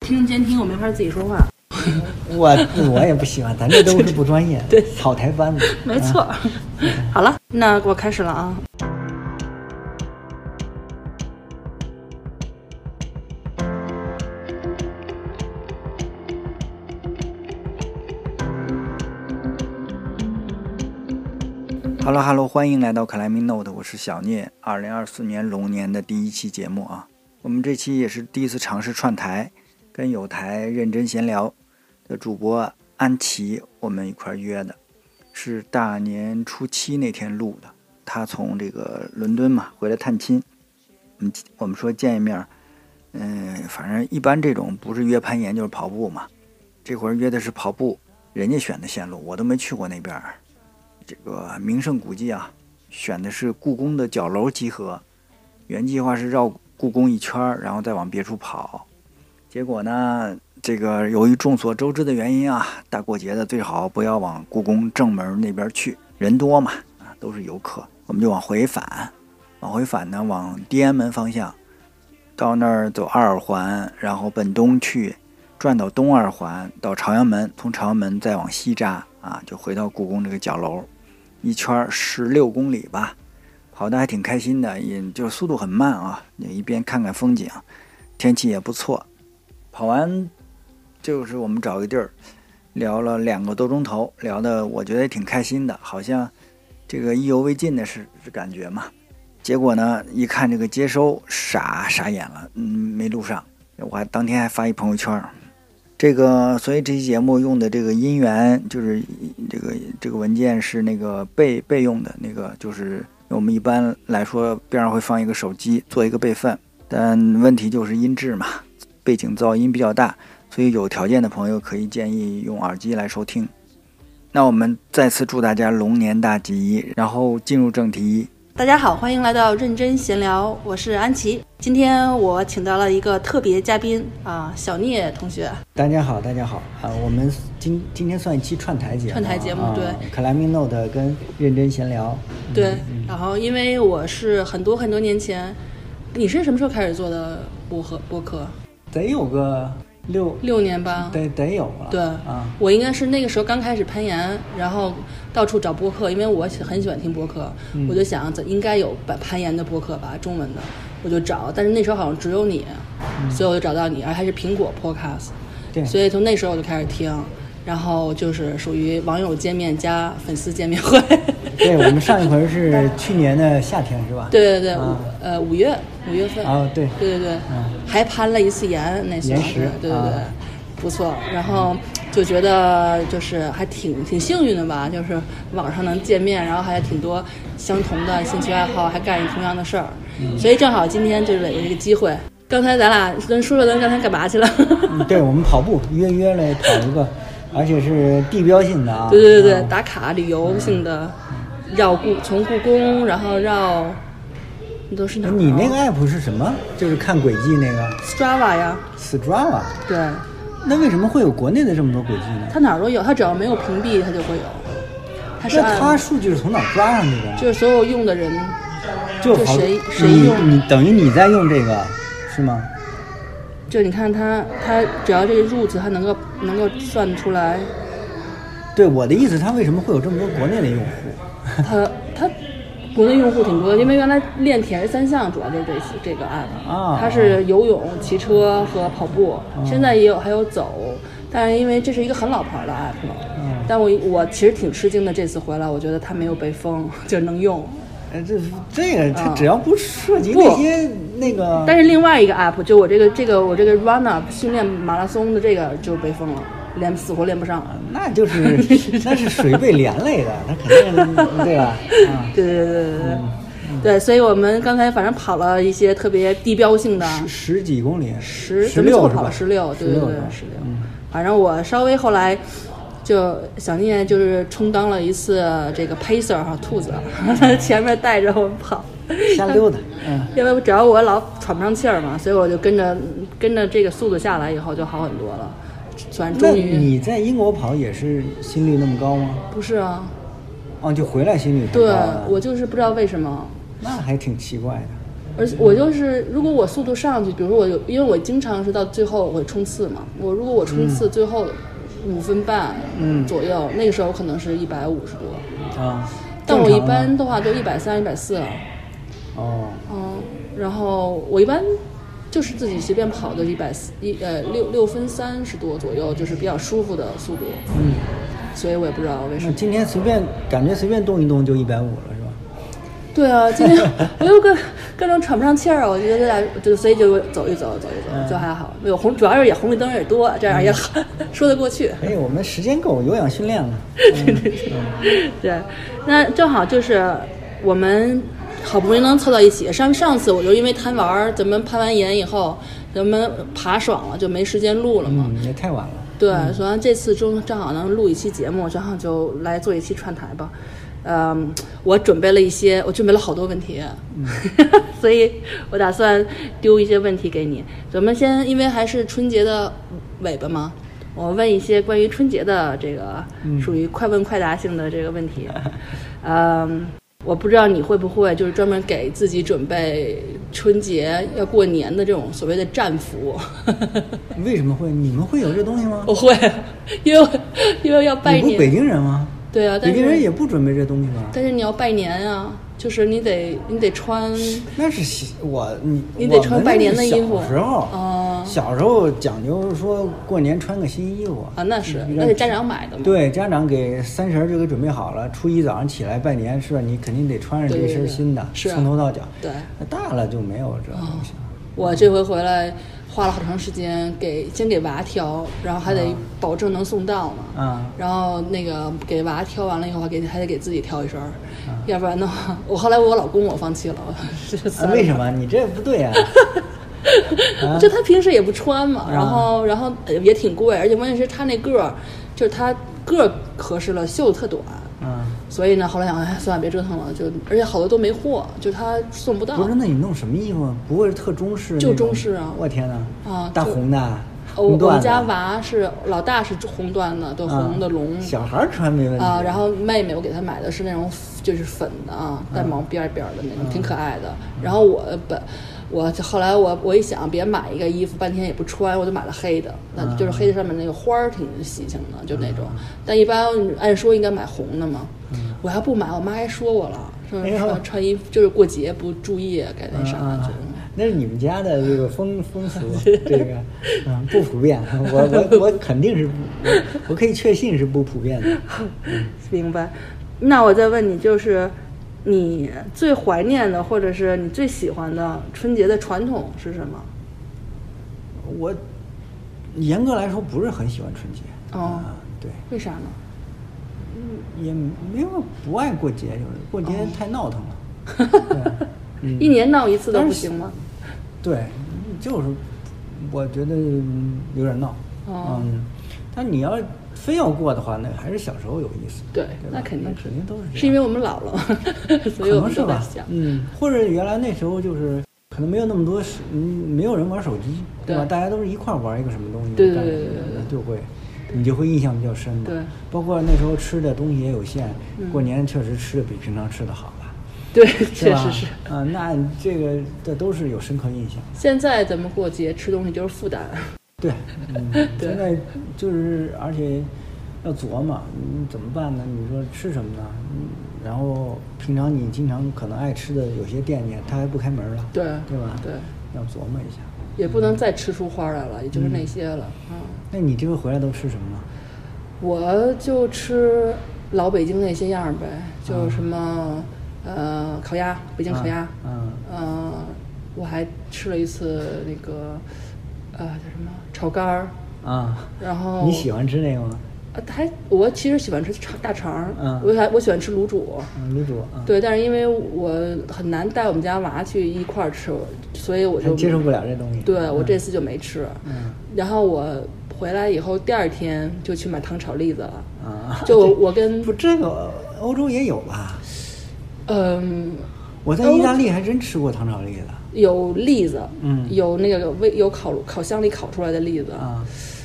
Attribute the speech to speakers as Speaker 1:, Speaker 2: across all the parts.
Speaker 1: 听监听我没法自己说话。
Speaker 2: 我我也不喜欢，咱这都是不专业，
Speaker 1: 对
Speaker 2: 草台班子，
Speaker 1: 没错
Speaker 2: 啊。
Speaker 1: 好了，那我开始了啊。
Speaker 2: 哈喽哈喽，欢迎来到克莱米 Note，我是小聂。二零二四年龙年的第一期节目啊，我们这期也是第一次尝试串台，跟有台认真闲聊的主播安琪，我们一块儿约的，是大年初七那天录的。他从这个伦敦嘛回来探亲，我们我们说见一面儿，嗯，反正一般这种不是约攀岩就是跑步嘛，这会儿约的是跑步，人家选的线路我都没去过那边儿。这个名胜古迹啊，选的是故宫的角楼集合。原计划是绕故宫一圈儿，然后再往别处跑。结果呢，这个由于众所周知的原因啊，大过节的最好不要往故宫正门那边去，人多嘛，啊，都是游客。我们就往回返，往回返呢，往天安门方向，到那儿走二环，然后奔东去，转到东二环，到朝阳门，从朝阳门再往西扎啊，就回到故宫这个角楼。一圈十六公里吧，跑得还挺开心的，也就是速度很慢啊，也一边看看风景，天气也不错。跑完就是我们找个地儿聊了两个多钟头，聊的我觉得也挺开心的，好像这个意犹未尽的是是感觉嘛。结果呢，一看这个接收，傻傻眼了，嗯，没录上。我还当天还发一朋友圈儿，这个，所以这期节目用的这个音源，就是这个这个文件是那个备备用的那个，就是我们一般来说边上会放一个手机做一个备份，但问题就是音质嘛， 背景噪音比较大，所以有条件的朋友可以建议用耳机来收听。那我们再次祝大家龙年大吉，然后进入正题。
Speaker 1: 大家好，欢迎来到认真闲聊，我是安琪。今天我请到了一个特别嘉宾啊，小聂同学。
Speaker 2: 大家好，大家好啊！我们今今天算一期串台节目啊，
Speaker 1: 串台节目
Speaker 2: 啊
Speaker 1: 对
Speaker 2: 克莱米诺的跟认真闲聊，嗯
Speaker 1: 对，然后因为我是很多很多年前，你是什么时候开始做的播客？播客
Speaker 2: 得有个六，
Speaker 1: 六年吧。
Speaker 2: 得得有了。
Speaker 1: 对
Speaker 2: 啊，
Speaker 1: 我应该是那个时候刚开始攀岩，然后到处找播客，因为我喜很喜欢听播客，
Speaker 2: 嗯
Speaker 1: 我就想怎应该有攀攀岩的播客吧，中文的，我就找，但是那时候好像只有你，所以我就找到你，而还是苹果 Podcast，
Speaker 2: 嗯对
Speaker 1: 所以从那时候我就开始听，然后就是属于网友见面加粉丝见面 会，
Speaker 2: 对，我们上一回是去年的夏天是吧？
Speaker 1: 对对对，五
Speaker 2: 啊
Speaker 1: 呃五月五月份，
Speaker 2: 啊，对，
Speaker 1: 对对对，还攀了一次岩，那次
Speaker 2: 岩石
Speaker 1: 对对对，
Speaker 2: 啊
Speaker 1: 不错。然后就觉得就是还挺挺幸运的吧，就是网上能见面，然后还挺多相同的兴趣爱好，还干同样的事儿，
Speaker 2: 嗯
Speaker 1: 所以正好今天就是有这个机会。刚才咱俩跟说说咱刚才干嘛去了？
Speaker 2: 嗯对，我们跑步约约了跑一个，而且是地标性的啊。
Speaker 1: 对对对对，
Speaker 2: 啊
Speaker 1: 打卡旅游性的，
Speaker 2: 嗯
Speaker 1: 绕故从故宫，然后绕，那都是哪儿啊？
Speaker 2: 哎你那个 app 是什么？就是看轨迹那个
Speaker 1: Strava 呀？
Speaker 2: Strava，
Speaker 1: 对，
Speaker 2: 那为什么会有国内的这么多轨迹呢？
Speaker 1: 它哪儿都有，它只要没有屏蔽，它就会有。它是
Speaker 2: 那
Speaker 1: 按
Speaker 2: 它数据是从哪儿抓上去的呢？
Speaker 1: 就是所有用的人，
Speaker 2: 就
Speaker 1: 就
Speaker 2: 好
Speaker 1: 谁
Speaker 2: 多
Speaker 1: 谁
Speaker 2: 你
Speaker 1: 用
Speaker 2: 你等于你在用这个是吗？
Speaker 1: 就你看他他只要这个入子，他能够能够算出 来，
Speaker 2: 对，我的意思，它为什么会有这么多国内的用户？
Speaker 1: 他他国内用户挺多的，因为原来练铁人三项主要就是这这个 app，
Speaker 2: 啊
Speaker 1: 它是游泳、骑车和跑步，现在也有还有走，但是因为这是一个很老牌的 app 了，
Speaker 2: 嗯
Speaker 1: 但我我其实挺吃惊的，这次回来我觉得它没有被封， 就能用。
Speaker 2: 呃，这这个它
Speaker 1: 啊
Speaker 2: 只要不涉及
Speaker 1: 不
Speaker 2: 那些那个，
Speaker 1: 但是另外一个 app，就我这个这个我这个 run up 训练马拉松的这个就被封了，练死活练不上。
Speaker 2: 那就是那是水被连累的，它肯定对吧？啊，
Speaker 1: 对对对对对对，
Speaker 2: 嗯
Speaker 1: 对，所以我们刚才反正跑了一些特别地标性的
Speaker 2: 十十几公里，
Speaker 1: 十
Speaker 2: 十
Speaker 1: 咱们凑
Speaker 2: 六
Speaker 1: 合
Speaker 2: 是
Speaker 1: 跑
Speaker 2: 吧？
Speaker 1: 了十六，对对对
Speaker 2: 16是吧，嗯
Speaker 1: 十六。反正我稍微后来就小聂就是充当了一次这个 pacer 哈兔子， 前面带着我们跑。
Speaker 2: 瞎溜达，嗯，
Speaker 1: 因为只要我老喘不上气儿嘛，所以我就跟着跟着这个速度下来以后就好很多了。算
Speaker 2: 那
Speaker 1: 终于
Speaker 2: 你在英国跑也是心率那么高吗？
Speaker 1: 不是啊，
Speaker 2: 哦，就回来心率很高
Speaker 1: 对
Speaker 2: 了
Speaker 1: 我就是不知道为什么，
Speaker 2: 那还挺奇怪的。
Speaker 1: 而且我就是，如果我速度上去，比如说我有，因为我经常是到最后我会冲刺嘛，我如果我冲刺最后五分半
Speaker 2: 嗯
Speaker 1: 左右，那个时候可能是一百五十多，
Speaker 2: 啊，
Speaker 1: 但我
Speaker 2: 正
Speaker 1: 一
Speaker 2: 常吗
Speaker 1: 般的话都一百三、一百四了，
Speaker 2: 哦，
Speaker 1: 嗯，然后我一般就是自己随便跑的一百四一呃六六分三十多左右，就是比较舒服的速度，
Speaker 2: 嗯，
Speaker 1: 所以我也不知道为什
Speaker 2: 那
Speaker 1: 么。
Speaker 2: 今天随便感觉随便动一动就一百五了是吧？
Speaker 1: 对啊，今天我又各各种喘不上气儿，我觉得这俩就所以就走一走，走一走就还好。有红，主要是也红绿灯也多，这样也好 说得过去。
Speaker 2: 哎，我们时间够，有氧训练了。
Speaker 1: 对，那正好就是我们好不容易能凑到一起。上上次我就因为贪玩儿，咱们攀完岩以后，咱们爬爽了，就没时间录了嘛。
Speaker 2: 嗯，也太晚了。
Speaker 1: 对，所以这次中正好能录一期节目，正好就来做一期串台吧。嗯，我准备了一些，我准备了好多问题， 所以我打算丢一些问题给你。咱们先，因为还是春节的尾巴嘛，我问一些关于春节的这个属于快问快答性的这个问题。嗯，我不知道你会不会就是专门给自己准备春节要过年的这种所谓的战服。
Speaker 2: 为什么会？你们会有这东西吗？
Speaker 1: 我会， 因为我因为要哦拜
Speaker 2: 你不是北
Speaker 1: 年，
Speaker 2: 京人吗？
Speaker 1: 对啊，
Speaker 2: 北
Speaker 1: 但
Speaker 2: 京人
Speaker 1: 是
Speaker 2: 也不准备这东西吧？
Speaker 1: 但是你要拜年啊，就是你得你得穿，
Speaker 2: 那是西我你
Speaker 1: 你得穿拜年的衣服
Speaker 2: 我们那是小时候，
Speaker 1: 哦
Speaker 2: 小时候讲究说过年穿个新衣服
Speaker 1: 啊那是
Speaker 2: 嗯
Speaker 1: 那是家长买的嘛
Speaker 2: 对，家长给三十儿就给准备好了，初一早上起来拜年是吧？你肯定得穿上
Speaker 1: 对
Speaker 2: 这
Speaker 1: 对
Speaker 2: 身
Speaker 1: 对
Speaker 2: 新的，
Speaker 1: 是啊
Speaker 2: 从头到脚。
Speaker 1: 对，
Speaker 2: 那大了就没有这东西了。
Speaker 1: 我这回回来花了好长时间给先给娃挑，然后还得保证能送到嘛。
Speaker 2: 啊
Speaker 1: 然后那个给娃挑完了以后，还给还得给自己挑一身儿，要不然的话，我后来我老公我 放弃了，
Speaker 2: 啊，为什么？你这不对啊！啊
Speaker 1: 就他平时也不穿嘛，然后然后呃也挺贵，而且关键是他那个儿，就是他个儿合适了，袖子特短，
Speaker 2: 啊，
Speaker 1: 所以呢，后来想，哎，算了，别折腾了，就而且好多都没货，就他送不到。
Speaker 2: 不是，那你弄什么衣服啊？不会是特中式那种？
Speaker 1: 就中式啊
Speaker 2: 我天哪！
Speaker 1: 啊
Speaker 2: 大
Speaker 1: 就哦
Speaker 2: 红的，
Speaker 1: 我
Speaker 2: 红
Speaker 1: 我
Speaker 2: 缎
Speaker 1: 们
Speaker 2: 子
Speaker 1: 家娃是老大是红缎的，对，
Speaker 2: 啊
Speaker 1: 红的龙
Speaker 2: 小孩儿穿没问题
Speaker 1: 啊，然后妹妹我给她买的是那种就是粉的啊，
Speaker 2: 嗯
Speaker 1: 带毛边儿边儿的那种，挺可爱的。然后我本我后来我我一想，别买一个衣服半天也不穿，我就买了黑的，那
Speaker 2: 嗯
Speaker 1: 就是黑的上面那个花儿挺喜庆的，就那种。但一般按说应该买红的嘛，我要不买，我妈还说我了，说
Speaker 2: 嗯哎呦
Speaker 1: 穿穿衣服就是过节不注意该那啥，
Speaker 2: 啊
Speaker 1: 就，
Speaker 2: 那是你们家的这个风 风俗，这个嗯不普遍。我我我肯定是不，我我可以确信是不普遍的。
Speaker 1: 明白。那我再问你，就是你最怀念的，或者是你最喜欢的春节的传统是什么？
Speaker 2: 我严格来说不是很喜欢春节。
Speaker 1: 哦
Speaker 2: 啊对，
Speaker 1: 为啥呢？
Speaker 2: 也没有不爱过节，就是过节
Speaker 1: 哦
Speaker 2: 太闹腾了。 对嗯
Speaker 1: 一年闹一次都不行吗？
Speaker 2: 对，就是我觉得嗯有点闹。
Speaker 1: 哦
Speaker 2: 嗯，但你要非要过的话，那还是小时候有意思。
Speaker 1: 对
Speaker 2: 吧，
Speaker 1: 那肯定
Speaker 2: 肯定都是这样。
Speaker 1: 是因为我们老了， 所以我
Speaker 2: 啊可能
Speaker 1: 们
Speaker 2: 是
Speaker 1: 都在
Speaker 2: 吧
Speaker 1: 想，。
Speaker 2: 嗯，或者原来那时候就是可能没有那么多手，嗯，没有人玩手机，对吧？
Speaker 1: 对
Speaker 2: 大家都是一块儿玩一个什么东西，
Speaker 1: 对对
Speaker 2: 干什
Speaker 1: 对
Speaker 2: 么
Speaker 1: 对对
Speaker 2: 就会你就会印象比较深嘛。
Speaker 1: 对，嗯
Speaker 2: 包括那时候吃的东西也有限，过年确实吃的比平常吃的好了，
Speaker 1: 对，
Speaker 2: 是
Speaker 1: 确
Speaker 2: 吧
Speaker 1: 实是。。
Speaker 2: 啊，那这个这都是有深刻印象。
Speaker 1: 现在咱们过节吃东西就是负担，，
Speaker 2: 对，嗯
Speaker 1: 对
Speaker 2: 现在就是而且要琢磨，你怎么办呢？你说吃什么呢？嗯然后平常你经常可能爱吃的有些店家他还不开门了，
Speaker 1: 对
Speaker 2: 对吧？
Speaker 1: 对，
Speaker 2: 要琢磨一下。
Speaker 1: 也不能再吃出花来了，也就是那些了。嗯，
Speaker 2: 那你这回回来都吃什么了？
Speaker 1: 我就吃老北京那些样儿呗，
Speaker 2: 啊
Speaker 1: 就是什么呃烤鸭，北京烤鸭，
Speaker 2: 嗯，
Speaker 1: 呃，我还吃了一次那个，呃，叫什么炒肝儿，
Speaker 2: 嗯啊，
Speaker 1: 然后
Speaker 2: 你喜欢吃那个吗？
Speaker 1: 呃还我其实喜欢吃肠大肠儿，
Speaker 2: 嗯
Speaker 1: 我还我喜欢吃卤煮，
Speaker 2: 嗯，卤煮啊，，
Speaker 1: 对，但是因为我很难带我们家娃去一块儿吃，所以我
Speaker 2: 他
Speaker 1: 就
Speaker 2: 接受不了这东西。
Speaker 1: 对我
Speaker 2: 嗯
Speaker 1: 这次就没吃，
Speaker 2: 嗯
Speaker 1: 然后我回来以后第二天就去买糖炒栗子 了，
Speaker 2: 啊，
Speaker 1: 就我我跟
Speaker 2: 不，这个欧洲也有吧？
Speaker 1: 嗯。
Speaker 2: 我在意大利还真吃过糖炒栗子
Speaker 1: 有栗子，
Speaker 2: 嗯
Speaker 1: 有那个微有烤烤箱里烤出来的栗子，
Speaker 2: 啊，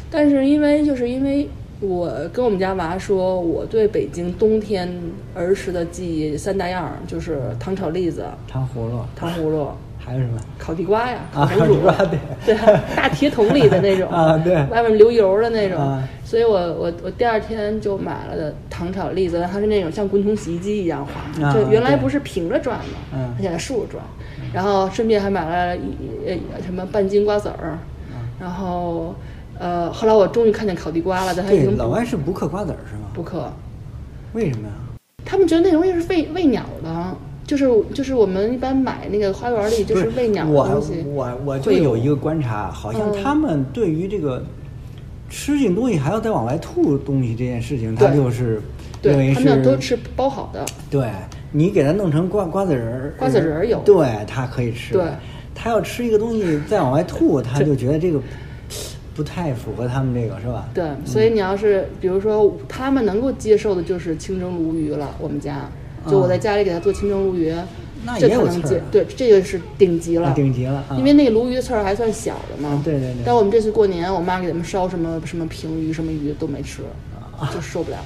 Speaker 1: 但是因为就是因为我跟我们家娃说，我对北京冬天儿时的记忆三大样儿就是糖炒栗子、
Speaker 2: 糖葫芦。
Speaker 1: 糖葫芦，
Speaker 2: 还有什么？
Speaker 1: 烤地瓜呀，
Speaker 2: 啊，
Speaker 1: 红
Speaker 2: 你
Speaker 1: 薯
Speaker 2: 说对，
Speaker 1: 对，大铁桶里的那种
Speaker 2: 啊对
Speaker 1: 外面流油的那种。
Speaker 2: 啊
Speaker 1: 所以我我我第二天就买了的糖炒栗子，它是那种像滚筒洗衣机一样滑，
Speaker 2: 啊
Speaker 1: 就原来
Speaker 2: 对
Speaker 1: 不是平着转的，
Speaker 2: 嗯
Speaker 1: 它现在竖着转。然后顺便还买了一呃什么半斤瓜子
Speaker 2: 啊
Speaker 1: 儿，然后呃后来我终于看见烤地瓜了，但它已
Speaker 2: 对，
Speaker 1: 经
Speaker 2: 老
Speaker 1: 不
Speaker 2: 外是不嗑瓜子儿是吗？
Speaker 1: 不嗑。
Speaker 2: 为什么呀？
Speaker 1: 他们觉得那东西是喂喂鸟的，就是就是我们一般买那个花园里就
Speaker 2: 不
Speaker 1: 是喂鸟
Speaker 2: 我
Speaker 1: 的东西。
Speaker 2: 我我就
Speaker 1: 会有
Speaker 2: 有一个观察，好像
Speaker 1: 嗯
Speaker 2: 他们对于这个吃进东西还要再往外吐东西这件事情，他
Speaker 1: 对
Speaker 2: 就是认
Speaker 1: 对
Speaker 2: 为
Speaker 1: 他们那都
Speaker 2: 是
Speaker 1: 吃包好的，
Speaker 2: 对你给他弄成瓜瓜子仁儿，
Speaker 1: 瓜子仁儿有
Speaker 2: 对他可以吃，
Speaker 1: 对
Speaker 2: 他要吃一个东西再往外吐，他就觉得这个不太符合他们这个是吧？
Speaker 1: 对，所以你要是比如说他们能够接受的就是清蒸鲈鱼了，我们家就我在家里给他做清蒸鲈鱼，
Speaker 2: 嗯那
Speaker 1: 这
Speaker 2: 也
Speaker 1: 他
Speaker 2: 有
Speaker 1: 能
Speaker 2: 刺儿
Speaker 1: 接
Speaker 2: 啊，
Speaker 1: 对，这个是顶级了，
Speaker 2: 啊顶级了啊
Speaker 1: 因为那个鲈鱼刺儿还算小的嘛
Speaker 2: 啊。对对对
Speaker 1: 但我们这次过年，我妈给他们烧什么什么平鱼什么鱼都没吃，
Speaker 2: 啊
Speaker 1: 就受不了。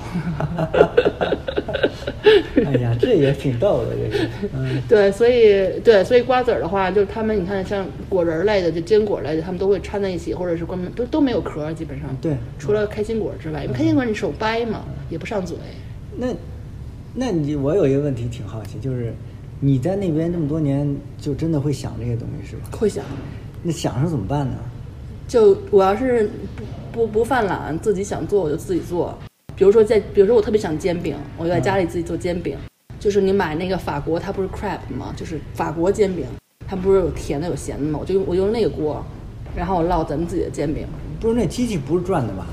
Speaker 2: 哎呀，这也挺逗的，这个，嗯，
Speaker 1: 对，所以对，所以瓜子儿的话，就是他们你看像果仁儿类的，就坚果类的，他们都会掺在一起，或者是关门都都没有壳儿，基本上。
Speaker 2: 对
Speaker 1: 除了开心果之外，因为开心果你手掰嘛，也不上嘴。
Speaker 2: 那那你我有一个问题挺好奇，就是你在那边这么多年，就真的会想这些东西是吧？
Speaker 1: 会想，
Speaker 2: 那想是怎么办呢？
Speaker 1: 就我要是不不不犯懒，自己想做我就自己做。比如说在，比如说我特别想煎饼，我就在家里自己做煎饼。就是你买那个法国，它不是 crab 吗？就是法国煎饼，它不是有甜的有咸的吗？我就用我用那个锅，然后我烙咱们自己的煎饼。
Speaker 2: 不是那机器不是转的吧？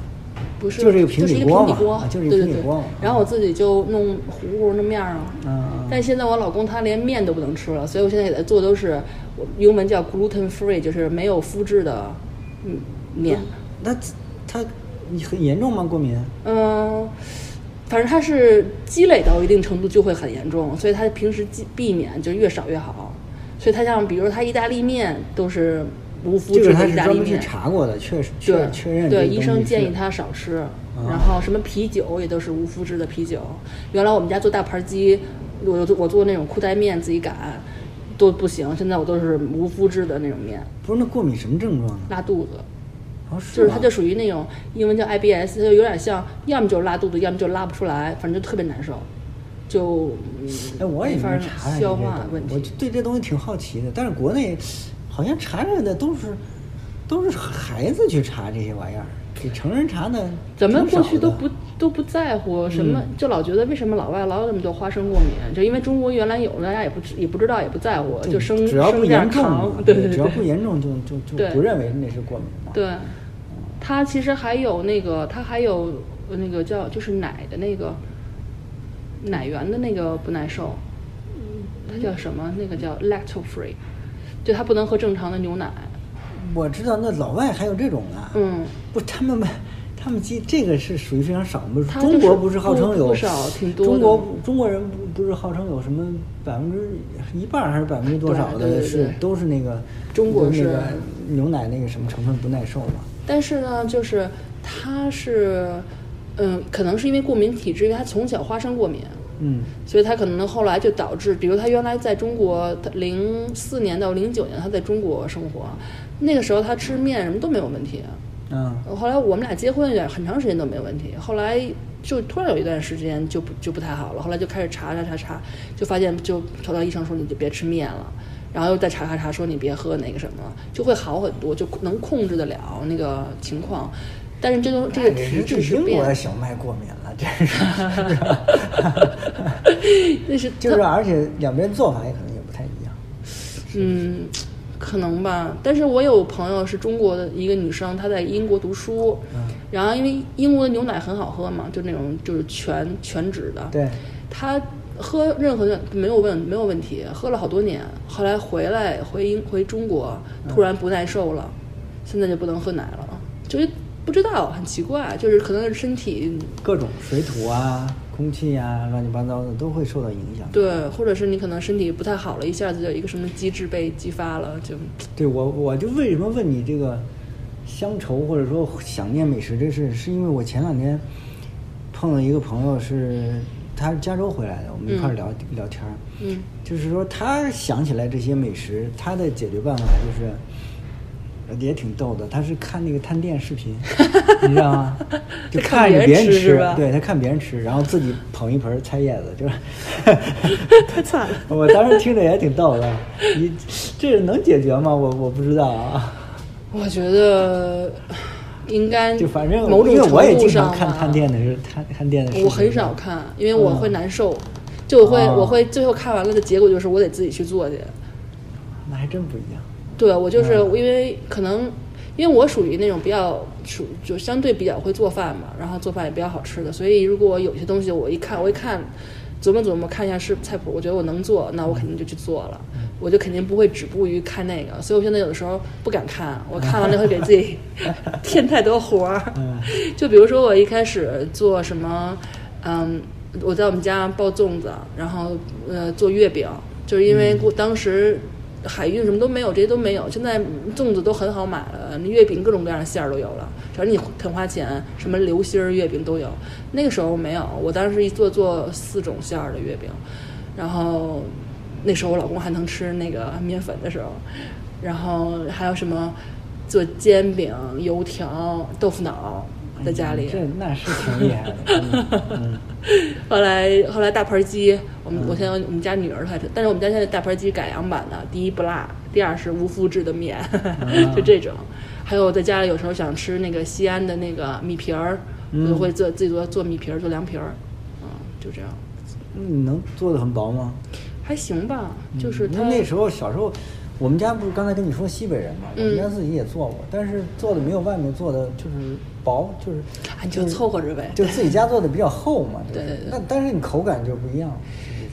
Speaker 1: 不是，
Speaker 2: 就是一
Speaker 1: 一
Speaker 2: 个
Speaker 1: 个
Speaker 2: 平底
Speaker 1: 底
Speaker 2: 锅嘛
Speaker 1: 锅
Speaker 2: 啊，就是一
Speaker 1: 对
Speaker 2: 个
Speaker 1: 对
Speaker 2: 平底
Speaker 1: 对
Speaker 2: 锅嘛啊
Speaker 1: 然后我自己就弄糊糊那面儿啊。
Speaker 2: 嗯
Speaker 1: 但现在我老公他连面都不能吃了，所以我现在给他做都是我英文叫 gluten free，就是没有麸质的嗯面。
Speaker 2: 那它你很严重吗？过敏？
Speaker 1: 嗯，反正它是积累到一定程度就会很严重，所以他平时忌避免就越少越好。所以他像比如他意大利面都是无麸
Speaker 2: 这
Speaker 1: 质
Speaker 2: 个他
Speaker 1: 的意
Speaker 2: 是
Speaker 1: 大
Speaker 2: 专
Speaker 1: 利
Speaker 2: 门去
Speaker 1: 面。
Speaker 2: 查过的，确实确
Speaker 1: 对
Speaker 2: 确认这个
Speaker 1: 对，
Speaker 2: 东西
Speaker 1: 医生建
Speaker 2: 是啊
Speaker 1: 议他少吃，然后什么啤酒也都是无麸质的啤酒。原来我们家做大盘鸡，我我做那种裤带面自己擀都不行，现在我都是无麸质的那种面，
Speaker 2: 不是那过敏什么症状呢？
Speaker 1: 拉肚子。
Speaker 2: 哦，
Speaker 1: 就是
Speaker 2: 吗
Speaker 1: 它就属于那种英文叫 IBS，它就有点像，要么就是拉肚子，要么就拉不出来，反正就特别难受，就嗯
Speaker 2: 哎，我也
Speaker 1: 没法
Speaker 2: 没查呀
Speaker 1: 消
Speaker 2: 这些
Speaker 1: 化
Speaker 2: 东西
Speaker 1: 问
Speaker 2: 我
Speaker 1: 题
Speaker 2: 就。对这东西挺好奇的。但是国内好像查这的都是都是孩子去查这些玩意儿，给成人查呢，
Speaker 1: 咱们
Speaker 2: 挺
Speaker 1: 过
Speaker 2: 少
Speaker 1: 去都
Speaker 2: 的嗯
Speaker 1: 不都不在乎什么，就老觉得为什么老外老有那么多花生过敏，就因为中国原来有，大家也不知也不知道也不在乎，
Speaker 2: 对
Speaker 1: 就生
Speaker 2: 只要不
Speaker 1: 生点
Speaker 2: 严重嘛
Speaker 1: 糖，对对
Speaker 2: 只要不
Speaker 1: 对
Speaker 2: 严重就就就
Speaker 1: 对
Speaker 2: 不认为那是过敏嘛。
Speaker 1: 对。它其实还有那个，它还有呃那个叫就是奶的那个奶源的那个不耐受，它叫什么？那个叫 lacto free，就它不能喝正常的牛奶。
Speaker 2: 我知道那老外还有这种呢，
Speaker 1: 嗯，
Speaker 2: 不，他们他们这这个是属于非常少，不是
Speaker 1: 他
Speaker 2: 中
Speaker 1: 就是
Speaker 2: 国不是号称有
Speaker 1: 不不少挺多的
Speaker 2: 中国中国人不不是号称有什么百分之一半还是百分之多少
Speaker 1: 对对
Speaker 2: 的
Speaker 1: 对
Speaker 2: 是
Speaker 1: 对
Speaker 2: 都是那个
Speaker 1: 中国
Speaker 2: 都那
Speaker 1: 是
Speaker 2: 个牛奶那个什么成分不耐受嘛？
Speaker 1: 但是呢，就是它是，嗯，可能是因为过敏体质，因为他从小花生过敏，
Speaker 2: 嗯，
Speaker 1: 所以他可能后来就导致，比如他原来在中国，零四年到零九年他在中国生活，那个时候他吃面什么都没有问题。
Speaker 2: 啊，
Speaker 1: 后来我们俩结婚也很长时间都没有问题，后来就突然有一段时间就不就不太好了，后来就开始查查查查，就发现就找到医生说你就别吃面了，然后又再查查查说你别喝那个什么，就会好很多，就能控制得了那个情况。但是这个这个
Speaker 2: 也
Speaker 1: 体
Speaker 2: 哎是
Speaker 1: 质
Speaker 2: 对
Speaker 1: 是
Speaker 2: 英国的
Speaker 1: 变，
Speaker 2: 小麦过敏了，真是，
Speaker 1: 那是
Speaker 2: 就是而且两边做法也可能也不太一样。
Speaker 1: 嗯，可能吧。但是我有朋友是中国的一个女生，她在英国读书，
Speaker 2: 嗯
Speaker 1: 然后因为英国的牛奶很好喝嘛，就那种就是全全脂的，
Speaker 2: 对，
Speaker 1: 她喝任何的没有问没有问题，喝了好多年，后来回来回英回中国，突然不耐受了，现在就不能喝奶了，就是不知道啊很奇怪，就是可能是身体
Speaker 2: 各种水土啊、空气啊、乱七八糟的都会受到影响。
Speaker 1: 对，或者是你可能身体不太好了，一下子就有一个什么机制被激发了，就
Speaker 2: 对我，我就为什么问你这个乡愁或者说想念美食这事，是因为我前两天碰到一个朋友是，他他是加州回来的，我们一块儿聊、聊天儿。
Speaker 1: 嗯
Speaker 2: 就是说他想起来这些美食，他的解决办法就是。呃也挺逗的，他是看那个探店 视频，你知道吗？
Speaker 1: 就
Speaker 2: 就看
Speaker 1: 看
Speaker 2: 着
Speaker 1: 别人
Speaker 2: 别人
Speaker 1: 吃是
Speaker 2: 吃
Speaker 1: 吧，
Speaker 2: 对他看别人吃，然后自己捧一盆菜叶子，就是
Speaker 1: 太惨了。
Speaker 2: 我当时听着也挺逗的。你这能解决吗？我我不知道啊。
Speaker 1: 我觉得应该
Speaker 2: 就反正
Speaker 1: 嗯某种
Speaker 2: 因为
Speaker 1: 程
Speaker 2: 我也
Speaker 1: 度
Speaker 2: 经常
Speaker 1: 上
Speaker 2: 看
Speaker 1: 吧
Speaker 2: 探店的是探探店的视频，嗯
Speaker 1: 我很少看，因为我会难受，就我会、
Speaker 2: 哦
Speaker 1: 我会最后看完了的结果就是我得自己去做去。
Speaker 2: 那还真不一样。
Speaker 1: 对我就是、因为可能因为我属于那种比较属就相对比较会做饭嘛，然后做饭也比较好吃的，所以如果有些东西我一看我一看琢磨琢磨看一下是菜谱，我觉得我能做，那我肯定就去做了，我就肯定不会止步于看那个，所以我现在有的时候不敢看，我看完了会给自己 添太多活儿。 就比如说我一开始做什么，嗯，我在我们家包粽子，然后呃做月饼，就是因为我当时海运什么都没有，这些都没有，现在粽子都很好买了，月饼各种各样的馅儿都有了，只要你肯花钱，什么流心儿月饼都有。那个时候没有，我当时一做做四种馅儿的月饼，然后那时候我老公还能吃那个面粉的时候，然后还有什么做煎饼、油条、豆腐脑，在家里。
Speaker 2: 哎这那是挺厉害的。真 的嗯，
Speaker 1: 后来后来大盘鸡，我们、我现在我们家女儿她，但是我们家现在大盘鸡改良版的，第一不辣，第二是无麸质的
Speaker 2: 啊
Speaker 1: 面， 就这种。还有在家里有时候想吃那个西安的那个米皮儿，我就会做自己做做米皮儿，做凉皮儿，嗯，就这样，
Speaker 2: 嗯你能做的很薄吗？
Speaker 1: 还行吧，就是
Speaker 2: 那
Speaker 1: 他
Speaker 2: 嗯那时候小时候，我们家不是刚才跟你说西北人嘛，我们
Speaker 1: 嗯
Speaker 2: 家自己也做过，但是做的没有外面做的就是薄，就是
Speaker 1: 啊，你就凑合着呗。
Speaker 2: 就自己家做的比较厚嘛。就是
Speaker 1: 对对对
Speaker 2: 那但是你口感就不一样。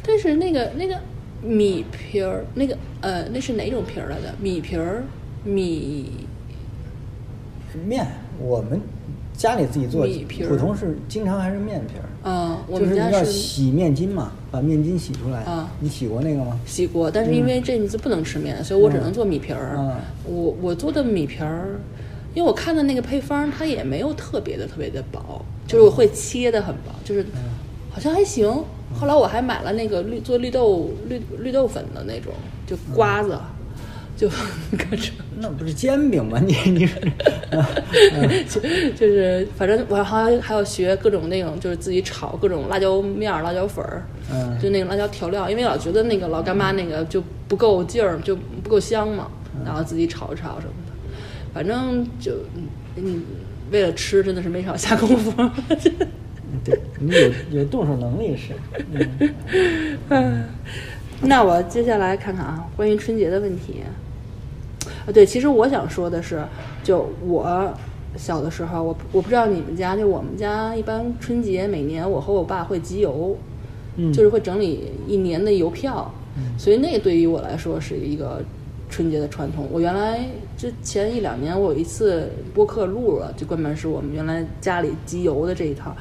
Speaker 1: 但是那个那个米皮儿，那个呃，那是哪种皮儿来的？米皮儿，米
Speaker 2: 面我们家里自己做
Speaker 1: 米皮，儿
Speaker 2: 普通是经常还是面皮儿。
Speaker 1: 啊、我
Speaker 2: 就是
Speaker 1: 们
Speaker 2: 你
Speaker 1: 家
Speaker 2: 要
Speaker 1: 是
Speaker 2: 洗面筋嘛，把面筋洗出来。
Speaker 1: 啊
Speaker 2: 你洗过那个吗？
Speaker 1: 洗过，但是因为这次不能吃面，所以我只能做米皮儿。
Speaker 2: 嗯
Speaker 1: 我我做的米皮儿，因为我看的那个配方，它也没有特别的特别的薄，就是我会
Speaker 2: 嗯
Speaker 1: 切的很薄，就是好像还行。后来我还买了那个绿做绿豆绿绿豆粉的那种，就
Speaker 2: 嗯
Speaker 1: 瓜子，啊就 各种。
Speaker 2: 那不是煎饼吗？你 你是
Speaker 1: 就就是，反正我还还有学各种那种，就是自己炒各种辣椒面儿、辣椒粉儿，
Speaker 2: 嗯
Speaker 1: 就那种辣椒调料，因为老觉得那个老干妈那个就不够劲儿，就不够香嘛，然后自己炒一炒什么的，反正就嗯，为了吃真的是没少下功夫。
Speaker 2: 对，你有有动手能力是。嗯
Speaker 1: 那我接下来看看啊，关于春节的问题。啊，对，其实我想说的是，就我小的时候，我我不知道你们家，就我们家一般春节每年我和我爸会集邮，
Speaker 2: 嗯
Speaker 1: 就是会整理一年的邮票，所以那对于我来说是一个春节的传统。我原来之前一两年，我有一次播客录了，就关门是我们原来家里集邮的这一套。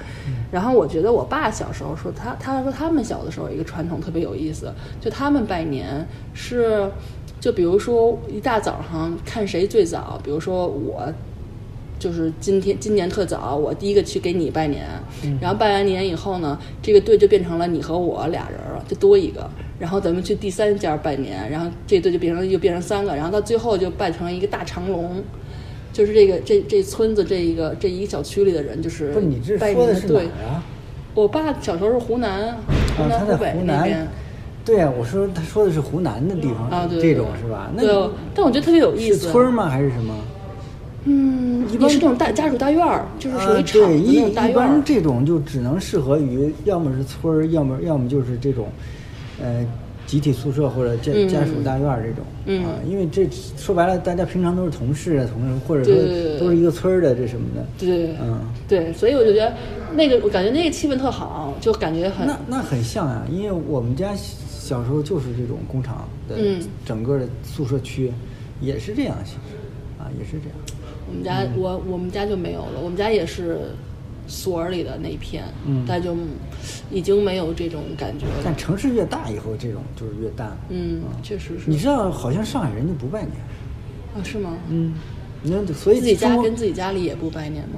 Speaker 1: 然后我觉得我爸小时候说他，他说他们小的时候有一个传统特别有意思，就他们拜年是，就比如说一大早上看谁最早，比如说我就是今天今年特早，我第一个去给你拜年，
Speaker 2: 嗯
Speaker 1: 然后拜完年以后呢，这个队就变成了你和我俩人了，就多一个，然后咱们去第三家拜年，然后这队就变成又变成三个，然后到最后就拜成一个大长龙。就是这个这这村子这一个这一个小区里的人，就是
Speaker 2: 不是你这
Speaker 1: 拜
Speaker 2: 说
Speaker 1: 年
Speaker 2: 的
Speaker 1: 的
Speaker 2: 是哪
Speaker 1: 队。
Speaker 2: 儿啊？
Speaker 1: 我爸小时候是湖南，湖
Speaker 2: 啊，
Speaker 1: 南
Speaker 2: 他在
Speaker 1: 湖北
Speaker 2: 湖
Speaker 1: 那
Speaker 2: 南
Speaker 1: 边。
Speaker 2: 对啊，我说他说的是湖南的地方，
Speaker 1: 啊，对，
Speaker 2: 这
Speaker 1: 对
Speaker 2: 种是吧？那
Speaker 1: 对，但我觉得特别有意
Speaker 2: 是
Speaker 1: 思。
Speaker 2: 村儿吗？还是什么？
Speaker 1: 嗯，
Speaker 2: 一
Speaker 1: 也
Speaker 2: 般
Speaker 1: 是那种大家属大院儿，就是属于厂
Speaker 2: 啊对，
Speaker 1: 子那种
Speaker 2: 一
Speaker 1: 大
Speaker 2: 一
Speaker 1: 院儿
Speaker 2: 般。这种就只能适合于要么是村儿，要么要么就是这种，呃，集体宿舍或者家
Speaker 1: 嗯
Speaker 2: 家属大院儿这种。
Speaker 1: 嗯
Speaker 2: 啊，因为这说白了，大家平常都是同事啊，同事或者
Speaker 1: 对对
Speaker 2: 说
Speaker 1: 对
Speaker 2: 都是一个村儿的这什么的。
Speaker 1: 对，
Speaker 2: 嗯。
Speaker 1: 对，所以我就觉得那个，我感觉那个气氛特好，就感觉很
Speaker 2: 那那很像啊，因为我们家小时候就是这种工厂的，
Speaker 1: 嗯
Speaker 2: 整个的宿舍区也是这样，其实啊也是这样。
Speaker 1: 我们
Speaker 2: 嗯
Speaker 1: 家、我我们家就没有了，我们家也是所儿里的那一片，
Speaker 2: 嗯
Speaker 1: 但就已经没有这种感觉了。
Speaker 2: 但城市越大以后，这种就是越淡了。
Speaker 1: 嗯，确实是
Speaker 2: 你知道，好像上海人就不拜年，
Speaker 1: 啊，是吗？
Speaker 2: 嗯嗯，那所以
Speaker 1: 自己家
Speaker 2: 中国
Speaker 1: 跟自己家里也不拜年吗？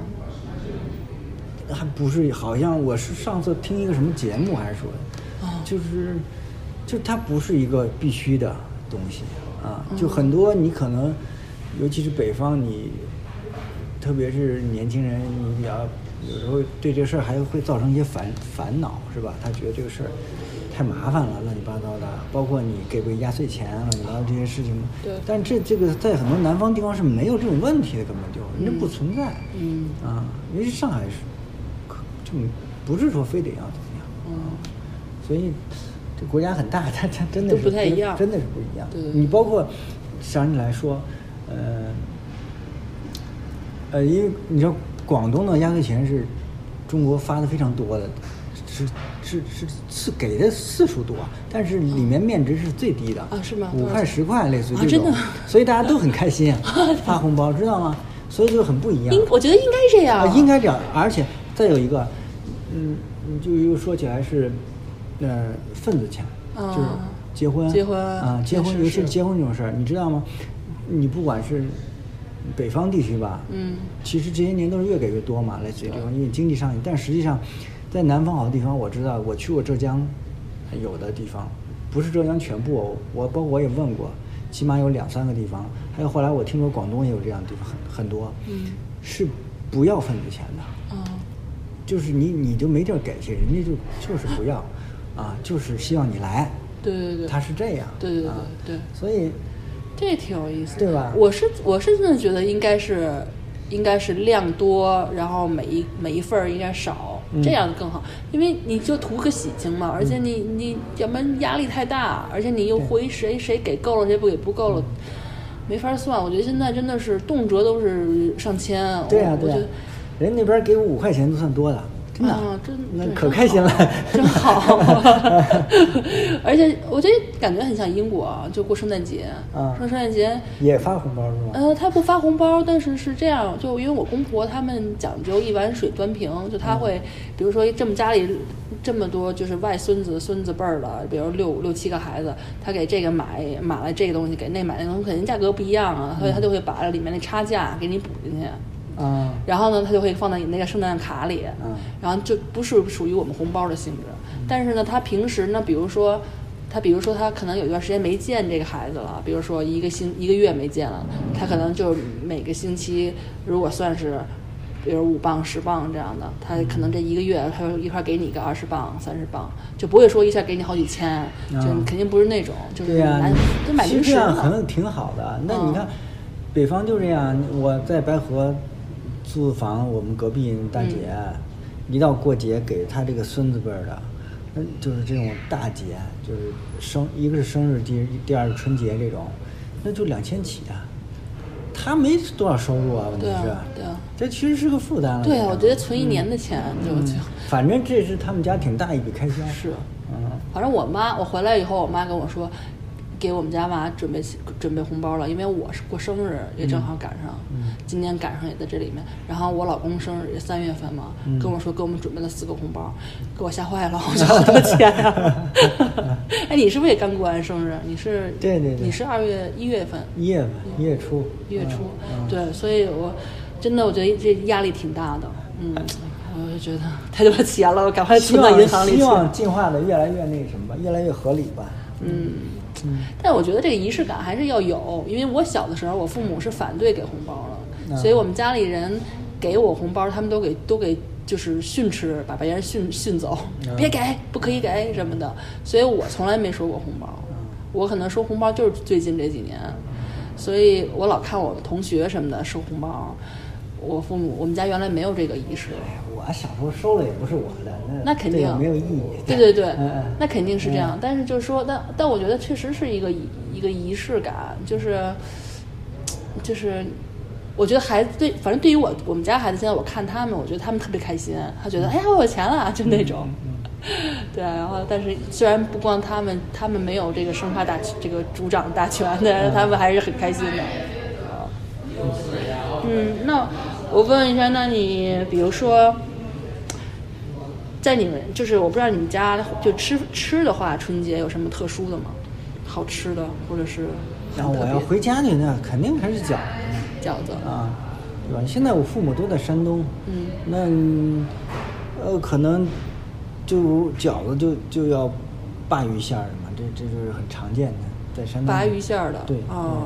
Speaker 2: 还不是，好像我是上次听一个什么节目还是说的，
Speaker 1: 哦
Speaker 2: 就是，就它不是一个必须的东西啊，
Speaker 1: 哦
Speaker 2: 就很多你可能，尤其是北方你，特别是年轻人，你比较有时候对这事儿还会造成一些烦烦恼，是吧？他觉得这个事儿太麻烦了，乱七八糟的，包括你给不给压岁钱，乱七八糟这些事情。
Speaker 1: 对
Speaker 2: 但这这个在很多南方地方是没有这种问题的，根本就那不存在。
Speaker 1: 嗯
Speaker 2: 啊，因为上海是可就不是说非得要怎么样，啊
Speaker 1: 嗯，
Speaker 2: 所以这国家很大，它它真的
Speaker 1: 都
Speaker 2: 是
Speaker 1: 不太一样
Speaker 2: 真的是不一样。
Speaker 1: 对对对
Speaker 2: 你包括想你来说，呃，呃，因为你知道广东的压岁钱是中国发的非常多的，是是是是给的次数多，但是里面面值是最低的
Speaker 1: 啊是吗
Speaker 2: 五
Speaker 1: 多少
Speaker 2: 块
Speaker 1: 钱
Speaker 2: 十块类似于
Speaker 1: 啊
Speaker 2: 这
Speaker 1: 真
Speaker 2: 种，
Speaker 1: 的啊
Speaker 2: 所以大家都很 开心发红包，知道吗？所以就很不一样。
Speaker 1: 应我觉得应该这样，
Speaker 2: 啊，应该这样。而且再有一个，嗯，你就又说起来是，呃，份子钱，
Speaker 1: 啊
Speaker 2: 就是结婚，
Speaker 1: 结婚
Speaker 2: 啊，结婚，
Speaker 1: 是
Speaker 2: 尤其是
Speaker 1: 是
Speaker 2: 结婚这种事儿，你知道吗？你不管是北方地区吧，
Speaker 1: 嗯
Speaker 2: 其实这些年都是越给越多嘛，类似于这种，因为经济上，但实际上，在南方好的地方，我知道，我去过浙江，有的地方不是浙江全部哦，我包括我也问过，起码有两三个地方，还有后来我听说广东也有这样的地方，很很多，
Speaker 1: 嗯
Speaker 2: 是不要份子钱的，
Speaker 1: 哦
Speaker 2: 就是你你就没地儿给去，人家就就是不要，啊，就是希望你来，
Speaker 1: 对对对，
Speaker 2: 他是这样，
Speaker 1: 对对对
Speaker 2: 啊
Speaker 1: 对
Speaker 2: 所以
Speaker 1: 这也挺有意思的，
Speaker 2: 对吧
Speaker 1: 我是我是真的觉得应该是应该是量多，然后每一每一份儿应该少，
Speaker 2: 嗯
Speaker 1: 这样更好，因为你就图个喜庆嘛，而且你你要不然压力太大，而且你又
Speaker 2: 对
Speaker 1: 回谁谁给够了，谁不给不够了。没法算，我觉得现在真的是动辄都是上千。我
Speaker 2: 对啊呀、对
Speaker 1: 哦我觉
Speaker 2: 呀、
Speaker 1: 得
Speaker 2: 人那边给我五块钱都算多的，真的，
Speaker 1: 啊真
Speaker 2: 那
Speaker 1: 对
Speaker 2: 可
Speaker 1: 真
Speaker 2: 开心了
Speaker 1: 好，真 好。而且我觉得感觉很像英国，啊，就过圣诞节。
Speaker 2: 啊
Speaker 1: 说圣诞节，
Speaker 2: 也发红包是吗？
Speaker 1: 呃，他不发红包，但是是这样，就因为我公婆他们讲究一碗水端平，就他会，比如说这么家里这么多就是外孙子孙子辈儿的，比如六六七个孩子，他给这个买买了这个东西，给那买那个东西，肯定价格不一样啊，所以他就会把里面那差价给你补进去。
Speaker 2: 啊，
Speaker 1: 然后呢，他就会放在你那个圣诞卡里，
Speaker 2: 嗯
Speaker 1: 然后就不是属于我们红包的性质。但是呢，他平时呢，比如说他，比如说他可能有一段时间没见这个孩子了，比如说一个星一个月没见了，他可能就每个星期如果算是。比如五磅、十磅这样的，他可能这一个月，他就一块儿给你个二十磅、三十磅，就不会说一下给你好几千，就
Speaker 2: 嗯
Speaker 1: 肯定不是那种，就是
Speaker 2: 对啊呀、
Speaker 1: 买就买
Speaker 2: 其
Speaker 1: 零
Speaker 2: 实
Speaker 1: 食
Speaker 2: 这样
Speaker 1: 嘛。
Speaker 2: 很挺好的。那你
Speaker 1: 嗯
Speaker 2: 看，北方就这样。我在白河租房，我们隔壁
Speaker 1: 嗯
Speaker 2: 大姐、一到过节给她这个孙子辈儿的，那就是这种大节，就是生一个是生日，第第二个春节这种，那就两千起啊。她没多少收入啊，问题
Speaker 1: 对啊
Speaker 2: 是，
Speaker 1: 对啊
Speaker 2: 这其实是个负担了。
Speaker 1: 对
Speaker 2: 这
Speaker 1: 啊，
Speaker 2: 个
Speaker 1: 我觉得
Speaker 2: 嗯
Speaker 1: 存一年的钱就就。
Speaker 2: 反正这是他们家挺大一笔开销。
Speaker 1: 是
Speaker 2: 嗯，
Speaker 1: 反正我妈，我回来以后，我妈跟我说，给我们家娃准备准备红包了，因为我是过生日，也正好赶上，
Speaker 2: 嗯
Speaker 1: 今年赶上也在这里面。然后我老公生日也三月份嘛，
Speaker 2: 嗯
Speaker 1: 跟我说给我们准备了四个红包，给我吓坏了， 我就好多钱 啊！哎，你是不是也刚过完生日？你是
Speaker 2: 对对对
Speaker 1: 你是二月一月份
Speaker 2: 一月份一月初，
Speaker 1: 一月初，
Speaker 2: 嗯嗯
Speaker 1: 对，所以我真的我觉得这压力挺大的，嗯，我就觉得太多钱了，我赶快
Speaker 2: 希
Speaker 1: 存到
Speaker 2: 望
Speaker 1: 银行里去
Speaker 2: 希。望进化的越来越那什么吧，越来越合理吧。
Speaker 1: 嗯，但我觉得这个仪式感还是要有，因为我小的时候，我父母是反对给红包的，
Speaker 2: 嗯
Speaker 1: 所以我们家里人给我红包，他们都给都给就是训斥，把别人训训走，
Speaker 2: 嗯
Speaker 1: 别给，不可以给什么的，所以我从来没收过红包，我可能收红包就是最近这几年，所以我老看我同学什么的收红包，我父母我们家原来没有这个仪式，
Speaker 2: 哎我小时候收了也不是我的，
Speaker 1: 那肯定
Speaker 2: 这个没有意义。
Speaker 1: 对对对
Speaker 2: 嗯嗯，
Speaker 1: 那肯定是这样。但是就是说，但但我觉得确实是一个仪一个仪式感，就是就是，我觉得孩子对，反正对于我我们家孩子，现在我看他们，我觉得他们特别开心，他觉得
Speaker 2: 嗯
Speaker 1: 哎呀我有钱了，就那种。 对，啊然后但是虽然不光他们，他们没有这个生杀大这个主掌大权，但
Speaker 2: 嗯
Speaker 1: 是他们还是很开心的。嗯，那我问一下，那你比如说，在你们就是我不知道你们家就吃吃的话，春节有什么特殊的吗？好吃的或者是很
Speaker 2: 然后
Speaker 1: 特
Speaker 2: 我要
Speaker 1: 别
Speaker 2: 回家去，那肯定还是饺子
Speaker 1: 饺子？
Speaker 2: 嗯啊，对吧？现在我父母都在山东，
Speaker 1: 嗯
Speaker 2: 那呃，可能就如饺子就就要鲅鱼馅儿的嘛，这这就是很常见的，在山东
Speaker 1: 鲅鱼馅儿的
Speaker 2: 对，嗯
Speaker 1: 哦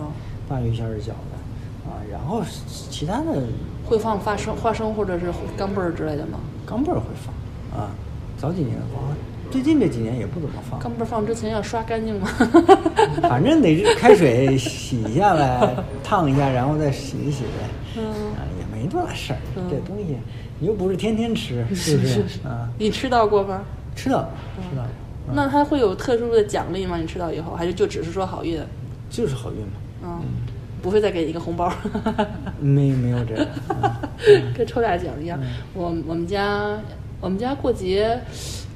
Speaker 2: 对鲅鱼馅儿的饺子啊，然后其他的
Speaker 1: 会放花生、花生或者是干贝儿之类的吗？
Speaker 2: 钢镚儿会放啊，早几年放，最近这几年也不怎么放，
Speaker 1: 干贝儿放之前要刷干净 吗？
Speaker 2: 反正得是开水洗一下呗， 烫一下，然后再洗一洗呗。
Speaker 1: 嗯
Speaker 2: 啊，也没多大事儿。
Speaker 1: 嗯
Speaker 2: 这东西你又不是天天吃，是不是？啊，
Speaker 1: 你吃到过吗？
Speaker 2: 吃到吃到，嗯
Speaker 1: 那它会有特殊的奖励吗？你吃到以后，还是就只是说好运？
Speaker 2: 就是好运嘛。
Speaker 1: 嗯，不会再给你一个红包。
Speaker 2: 没没有这个，嗯
Speaker 1: 跟抽大奖一样。我我们家我们家过节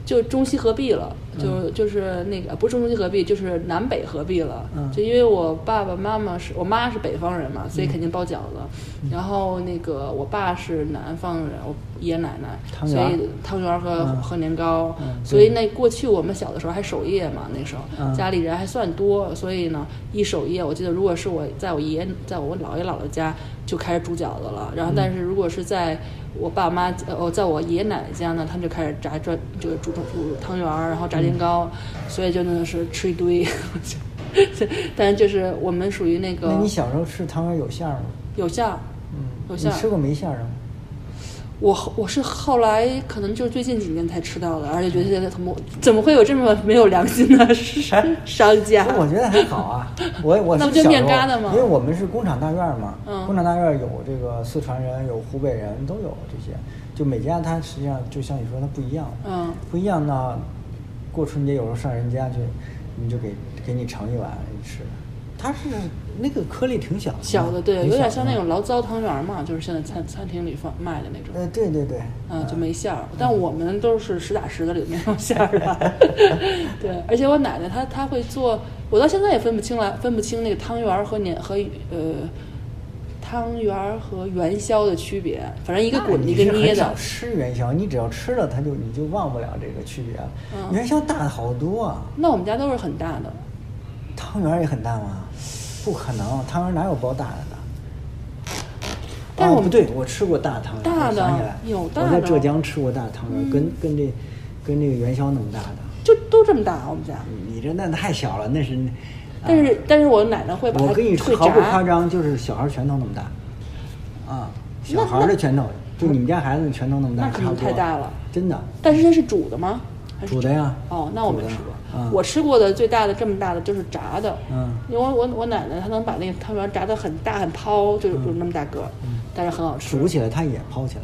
Speaker 1: 就中西合璧了，就就是那个不是中西合璧，就是南北合璧了。
Speaker 2: 嗯
Speaker 1: 就因为我爸爸妈妈是我妈是北方人嘛，所以肯定包饺子。
Speaker 2: 嗯
Speaker 1: 然后那个我爸是南方人，我爷爷奶奶，
Speaker 2: 汤
Speaker 1: 所
Speaker 2: 圆儿
Speaker 1: 以汤圆儿和、
Speaker 2: 嗯
Speaker 1: 和年糕。
Speaker 2: 嗯
Speaker 1: 所以那过去我们小的时候还守夜嘛，那时候、
Speaker 2: 嗯
Speaker 1: 家里人还算多，所以呢一守夜，我记得如果是我在我爷爷在我姥爷姥姥家就开始煮饺子了，然后但是如果是在我爸妈呃哦在我爷爷奶奶家呢，他们就开始炸砖就是煮煮煮汤圆儿，然后炸年糕，
Speaker 2: 嗯
Speaker 1: 所以就那是吃一堆。 但是就是我们属于那
Speaker 2: 那
Speaker 1: 个
Speaker 2: 你小时候吃汤圆有馅儿吗？
Speaker 1: 有馅儿，
Speaker 2: 嗯，
Speaker 1: 哦有
Speaker 2: 你
Speaker 1: 馅儿
Speaker 2: 吃过没馅儿啊的吗？
Speaker 1: 我后我是后来可能就是最近几年才吃到的，而且觉得现在怎么怎么会有这么没有良心的 商商家？
Speaker 2: 我觉得还好 啊，我我
Speaker 1: 那
Speaker 2: 是
Speaker 1: 不就
Speaker 2: 小
Speaker 1: 面
Speaker 2: 时候
Speaker 1: 疙瘩吗
Speaker 2: 因为我们是工厂大院儿嘛，
Speaker 1: 嗯
Speaker 2: 工厂大院儿有这个四川人，有湖北人，都有这些，就每家它实际上就像你说它不一样，
Speaker 1: 嗯
Speaker 2: 不一样呢，过春节有时候上人家去，你就给给你盛一碗你吃，它是那个颗粒挺小的嘛，
Speaker 1: 小的对，
Speaker 2: 挺
Speaker 1: 有点
Speaker 2: 嗯小
Speaker 1: 像
Speaker 2: 的
Speaker 1: 那种醪糟汤圆儿嘛，就是现在餐餐厅里放卖的那种，
Speaker 2: 呃，对对对，
Speaker 1: 嗯，就没馅儿。但我们都是实打实的，里面有馅儿 的。对，而且我奶奶她她会做，我到现在也分不清来，分不清那个汤圆儿和年和呃汤圆儿和元宵的区别，反正一个滚
Speaker 2: 那
Speaker 1: 一
Speaker 2: 你
Speaker 1: 个
Speaker 2: 是
Speaker 1: 捏
Speaker 2: 很
Speaker 1: 的
Speaker 2: 少。吃元宵，你只要吃了它就你就忘不了这个区别了。
Speaker 1: 嗯
Speaker 2: 元宵大好多啊，
Speaker 1: 那我们家都是很大的，
Speaker 2: 汤圆儿也很大吗？不可能，汤圆儿哪有包大的呢？
Speaker 1: 但是
Speaker 2: 哦
Speaker 1: 我们
Speaker 2: 不对，我吃过大汤圆儿，
Speaker 1: 大
Speaker 2: 我
Speaker 1: 的
Speaker 2: 想起来
Speaker 1: 有大
Speaker 2: 我在
Speaker 1: 的嗯
Speaker 2: 浙江吃过大汤圆儿，跟跟这跟这个元宵那么大的，
Speaker 1: 就都这么大，啊我们家。
Speaker 2: 你你这那太小了，那是。啊
Speaker 1: 但是但是我奶奶会把它
Speaker 2: 我跟你
Speaker 1: 会
Speaker 2: 说，毫不夸
Speaker 1: 炸。
Speaker 2: 张，就是小孩儿拳头那么大，啊，小孩儿的拳头，就你们家孩子的拳头那么大，
Speaker 1: 那可能
Speaker 2: 差不多
Speaker 1: 太大了
Speaker 2: 真的，
Speaker 1: 但是它是煮的吗？还是
Speaker 2: 煮的呀。
Speaker 1: 哦，那我没吃
Speaker 2: 煮的
Speaker 1: 过。
Speaker 2: 嗯
Speaker 1: 我吃过的最大的这么大的就是炸的，
Speaker 2: 嗯
Speaker 1: 因为我我我奶奶她能把那个汤圆炸得很大很泡，就是有那么大个儿，
Speaker 2: 嗯
Speaker 1: 但是很好吃。
Speaker 2: 煮起来它也泡起来，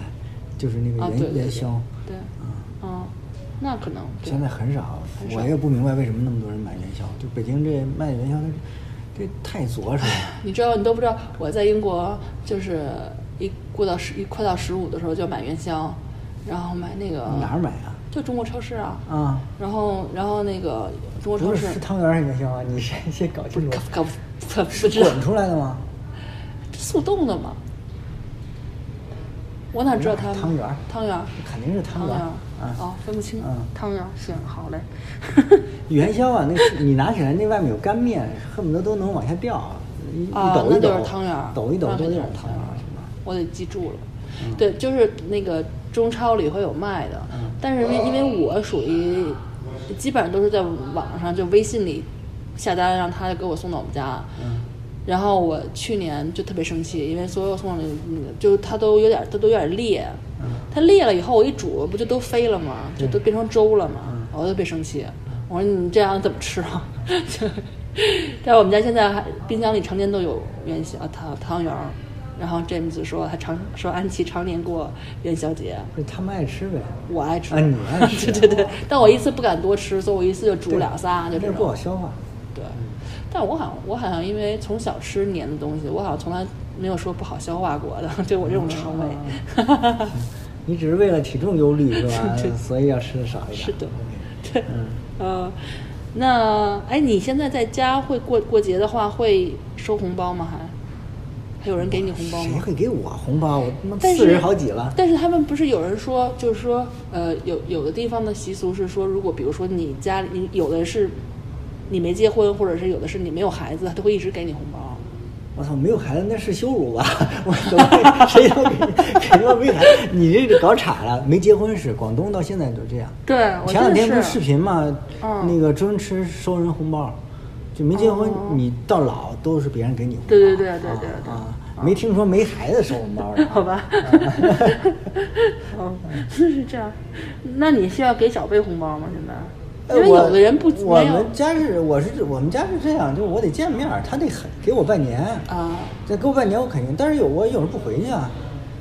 Speaker 2: 就是那
Speaker 1: 啊
Speaker 2: 个，
Speaker 1: 对对
Speaker 2: 元
Speaker 1: 对
Speaker 2: 元宵。
Speaker 1: 对，
Speaker 2: 嗯
Speaker 1: 嗯，那可能对
Speaker 2: 现在很少，
Speaker 1: 很少
Speaker 2: 我也不明白为什么那么多人买元宵。就北京这卖元宵的，这 太作是吧？
Speaker 1: 你知道，你都不知道，我在英国就是一过到十一快到十五的时候就买元宵，然后买那个
Speaker 2: 哪儿买啊？
Speaker 1: 就中国超市啊，
Speaker 2: 啊，
Speaker 1: 然后然后那个中国超
Speaker 2: 不
Speaker 1: 市
Speaker 2: 是吃汤圆儿是元宵啊？你先先搞
Speaker 1: 不是
Speaker 2: 清楚，
Speaker 1: 搞搞不不知道
Speaker 2: 滚出来的吗？
Speaker 1: 速冻的嘛，我哪知道它
Speaker 2: 汤圆儿
Speaker 1: 汤圆儿
Speaker 2: 肯定是汤
Speaker 1: 汤
Speaker 2: 圆
Speaker 1: 圆
Speaker 2: 儿
Speaker 1: 儿哦
Speaker 2: 啊。，
Speaker 1: 分不清
Speaker 2: 嗯
Speaker 1: 汤圆儿行好嘞，
Speaker 2: 元宵啊，那是你拿起来那外面有干面，恨不得都能往下掉，一一
Speaker 1: 啊
Speaker 2: 抖
Speaker 1: 那
Speaker 2: 一
Speaker 1: 就
Speaker 2: 抖
Speaker 1: 是汤圆儿，
Speaker 2: 抖一抖
Speaker 1: 那
Speaker 2: 都
Speaker 1: 就
Speaker 2: 有
Speaker 1: 是汤圆儿，我得记住了。对，就是那个中超里会有卖的，
Speaker 2: 嗯
Speaker 1: 但是因因为我属于基本上都是在网上就微信里下单，让他给我送到我们家。
Speaker 2: 嗯
Speaker 1: 然后我去年就特别生气，因为所有送的那个，就它都有点，它都有点裂，
Speaker 2: 嗯
Speaker 1: 它裂了以后我一煮，不就都飞了吗？就
Speaker 2: 对
Speaker 1: 都变成粥了
Speaker 2: 嗯
Speaker 1: 嘛，我就特别生气，我说你这样怎么吃啊？ 就但我们家现在还冰箱里常年都有元宵汤汤圆儿，然后 James 说他常说安琪常年过元宵节，
Speaker 2: 就他们爱吃呗。
Speaker 1: 我爱吃
Speaker 2: 啊你爱吃
Speaker 1: 对对对，但我一次不敢多吃，所以我一次就煮两仨，就
Speaker 2: 这
Speaker 1: 这
Speaker 2: 不
Speaker 1: 种
Speaker 2: 好。消化。
Speaker 1: 对，
Speaker 2: 嗯
Speaker 1: 但我好像我好像因为从小吃黏的东西，我好像从来没有说不好消化过的， 就我这种肠胃。？
Speaker 2: 哦你只是为了体重忧虑是吧
Speaker 1: 对
Speaker 2: 所以要吃的少一点。
Speaker 1: 是的
Speaker 2: OK
Speaker 1: 对
Speaker 2: 嗯，
Speaker 1: 呃，那哎，你现在在家会过过节的话，会收红包吗？还还有人给你红包
Speaker 2: 谁
Speaker 1: 吗？
Speaker 2: 会给我红包？我他妈
Speaker 1: 但
Speaker 2: 四
Speaker 1: 是
Speaker 2: 十好几了。
Speaker 1: 但是他们不是有人说，就是说，呃，有有的地方的习俗是说，如果比如说你家里你有的是你没结婚，或者是有的是你没有孩子，他都会一直给你红包。
Speaker 2: 我操，没有孩子那是羞辱吧？ 我怎么会谁都给给他妈没孩子？你这是搞岔了，没结婚是广东到现在都这样。
Speaker 1: 对，我
Speaker 2: 前两天不
Speaker 1: 真
Speaker 2: 是
Speaker 1: 的
Speaker 2: 视
Speaker 1: 是
Speaker 2: 频嘛，
Speaker 1: 嗯
Speaker 2: 那个周星驰收人红包，就没结婚，你到老都是别人给你红包。
Speaker 1: 哦对对对对
Speaker 2: 啊
Speaker 1: 对对。
Speaker 2: 啊，没听说没孩子收红包的
Speaker 1: 好 吧，哦，是这样。那你需要给小辈红包吗？现在？
Speaker 2: 哎
Speaker 1: 因为
Speaker 2: 我
Speaker 1: 有的人不
Speaker 2: 我
Speaker 1: 没有
Speaker 2: 们家是我是我们家是这样，就是我得见面儿，他得很给我拜年。
Speaker 1: 啊，
Speaker 2: 这给我拜年我肯定，但是有我有时候不回去啊，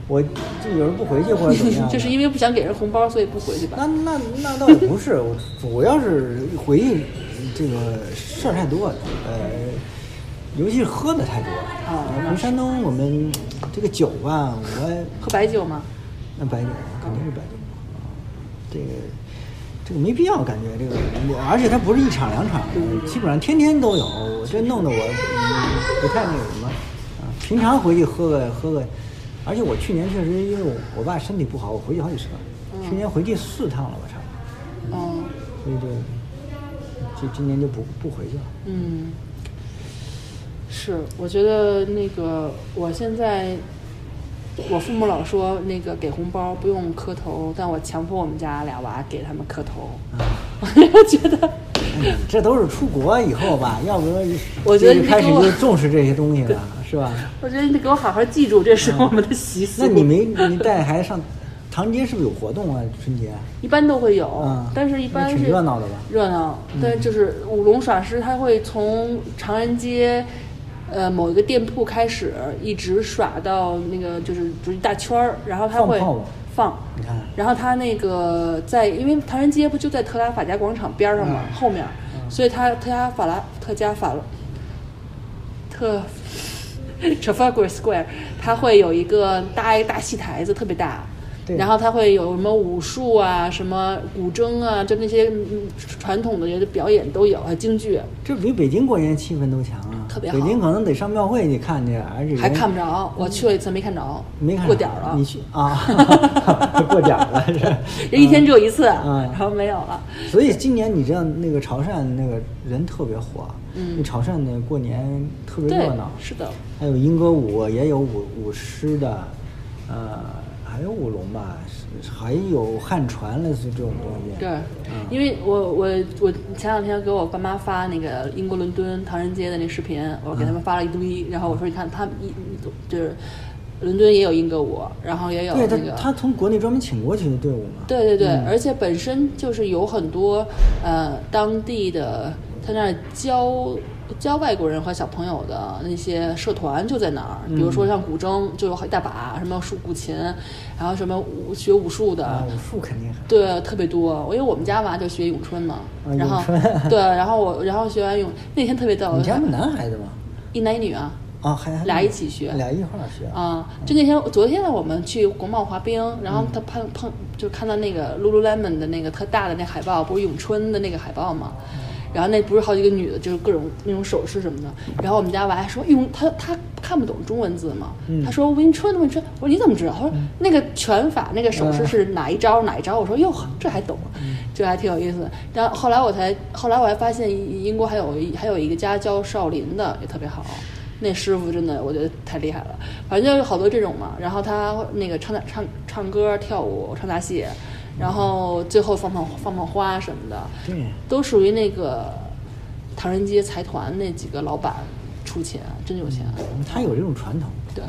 Speaker 2: 我就有时候不回去或者怎么样 的。
Speaker 1: 就是因为不想给人红包，所以不回去吧？
Speaker 2: 那那那倒也不是，我主要是回忆这个事儿太多了，呃，尤其是喝的太多了。
Speaker 1: 哦
Speaker 2: 我们山东我们这个酒吧，我
Speaker 1: 喝白酒吗？
Speaker 2: 那白酒肯定是白酒，这个这个没必要，感觉这个，我而且它不是一场两场，基本上天天都有，我这弄得我嗯不太那个什么啊。平常回去喝个喝个，而且我去年确实因为我我爸身体不好，我回去好几次，去年回去四趟了吧，差不
Speaker 1: 嗯
Speaker 2: 多，所以就就今年就不不回去了。
Speaker 1: 嗯，是，我觉得那个我现在。我父母老说那个给红包不用磕头，但我强迫我们家俩娃给他们磕头，
Speaker 2: 啊
Speaker 1: 我觉得
Speaker 2: 嗯这都是出国以后吧，要不然
Speaker 1: 我觉得
Speaker 2: 就
Speaker 1: 你
Speaker 2: 开始
Speaker 1: 给我
Speaker 2: 就重视这些东西了，是吧？
Speaker 1: 我觉得你得给我好好记住，这是我们的习俗。
Speaker 2: 啊那你 没你带孩子上唐人街是不是有活动啊？春节？
Speaker 1: 一般都会有，
Speaker 2: 嗯
Speaker 1: 哦但是一般
Speaker 2: 那
Speaker 1: 是
Speaker 2: 挺热闹的嗯吧
Speaker 1: 热闹，但就是舞龙耍狮，它会从长安街。呃，某一个店铺开始，一直耍到那个就是就是一大圈儿，然后它
Speaker 2: 放
Speaker 1: 会
Speaker 2: 炮吗
Speaker 1: 放
Speaker 2: 你看
Speaker 1: 然后它那个在，因为唐人街不就在特拉法加广场边儿上
Speaker 2: 嗯
Speaker 1: 嘛，后面儿，所以它特拉法拉特加法拉特 Trafalgar Square，它会有一个搭一个大戏台子，特别大。
Speaker 2: 对
Speaker 1: 然后它会有什么武术啊、什么古筝啊，就那些嗯传统的表演都有，还有京剧
Speaker 2: 这比北京过年气氛都强啊！
Speaker 1: 特别好
Speaker 2: 北京可能得上庙会去看去，而且
Speaker 1: 还看不着。我去了一次没看着，
Speaker 2: 嗯没看着
Speaker 1: 过点儿了。
Speaker 2: 你去啊， 过点儿了是。
Speaker 1: 人一天只有一次，
Speaker 2: 嗯
Speaker 1: 然后没有了。
Speaker 2: 所以今年你知道那个潮汕那个人特别火，嗯，潮汕的过年特别
Speaker 1: 对
Speaker 2: 热闹，，
Speaker 1: 是的，
Speaker 2: 还有莺歌舞，也有舞舞狮的，呃，还有舞龙吧，是还有汉传类似这种东西。
Speaker 1: 对，
Speaker 2: 嗯
Speaker 1: 因为我我我前两天给我爸妈发那个英国伦敦唐人街的那视频，我
Speaker 2: 嗯
Speaker 1: 给他们发了一堆，然后我说你看他们一就是伦敦也有英歌舞，然后也有那
Speaker 2: 对
Speaker 1: 个
Speaker 2: 他，嗯他从国内专门请过去的队伍嘛。
Speaker 1: 对对对，而且本身就是有很多呃当地的，他那儿教教外国人和小朋友的那些社团就在哪儿，比如
Speaker 2: 嗯
Speaker 1: 说像古筝就有一大把，什么竖古琴，然后什么武学武术的，
Speaker 2: 啊，武术肯定还。
Speaker 1: 对，特别多。因为我们家娃就学咏春嘛，
Speaker 2: 啊
Speaker 1: 然后
Speaker 2: 咏春
Speaker 1: 对，然后我然后学完咏那天特别逗
Speaker 2: 你，家是男孩子吗？
Speaker 1: 一男一女啊，
Speaker 2: 啊，还还
Speaker 1: 哦俩一起学
Speaker 2: 俩一块儿学。
Speaker 1: 啊、就那天昨天我们去国贸滑冰，然
Speaker 2: 嗯
Speaker 1: 后他碰碰就看到那个 Lululemon 的那个特大的那海报，不是咏春的那个海报嘛。
Speaker 2: 嗯
Speaker 1: 然后那不是好几个女的，就是各种那种手势什么的。然后我们家娃还说：“咏他他看不懂中文字嘛？”
Speaker 2: 嗯
Speaker 1: 他说：“咏春，咏春。”我说：“你怎么知道？”他说：“那个拳法，那个
Speaker 2: 嗯
Speaker 1: 手势是哪一招哪一招？”我说：“哟， 这还懂，这还挺有意思。”然后后来我才后来我还发现英国还有一还有一个家教少林的也特别好。那师傅真的，我觉得太厉害了。反正就是好多这种嘛，然后他那个唱唱唱歌、跳舞、唱大戏，然后最后放放放放花什么的，
Speaker 2: 对，
Speaker 1: 都属于那个唐人街财团那几个老板出钱，真有钱。
Speaker 2: 他有这种传统。
Speaker 1: 对，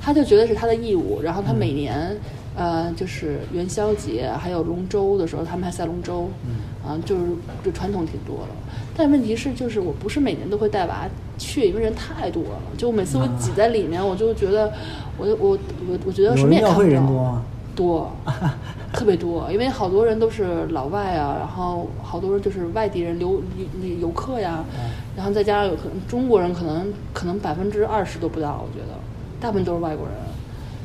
Speaker 1: 他就觉得是他的义务，然后他每年，
Speaker 2: 嗯
Speaker 1: 呃，就是元宵节还有龙舟的时候，他们还赛龙舟，
Speaker 2: 嗯
Speaker 1: 啊，就是就传统挺多了。但问题是，就是我不是每年都会带娃去，因为人太多了，就我每次我挤在里面，我就觉得，我就我我我觉得什么也
Speaker 2: 有
Speaker 1: 看不
Speaker 2: 人庙会人
Speaker 1: 着
Speaker 2: 多吗
Speaker 1: 多， 特别多，因为好多人都是老外啊，然后好多人就是外地人留游游客呀，然后再加上有可能中国人可能可能百分之二十都不到，我觉得大部分都是外国人，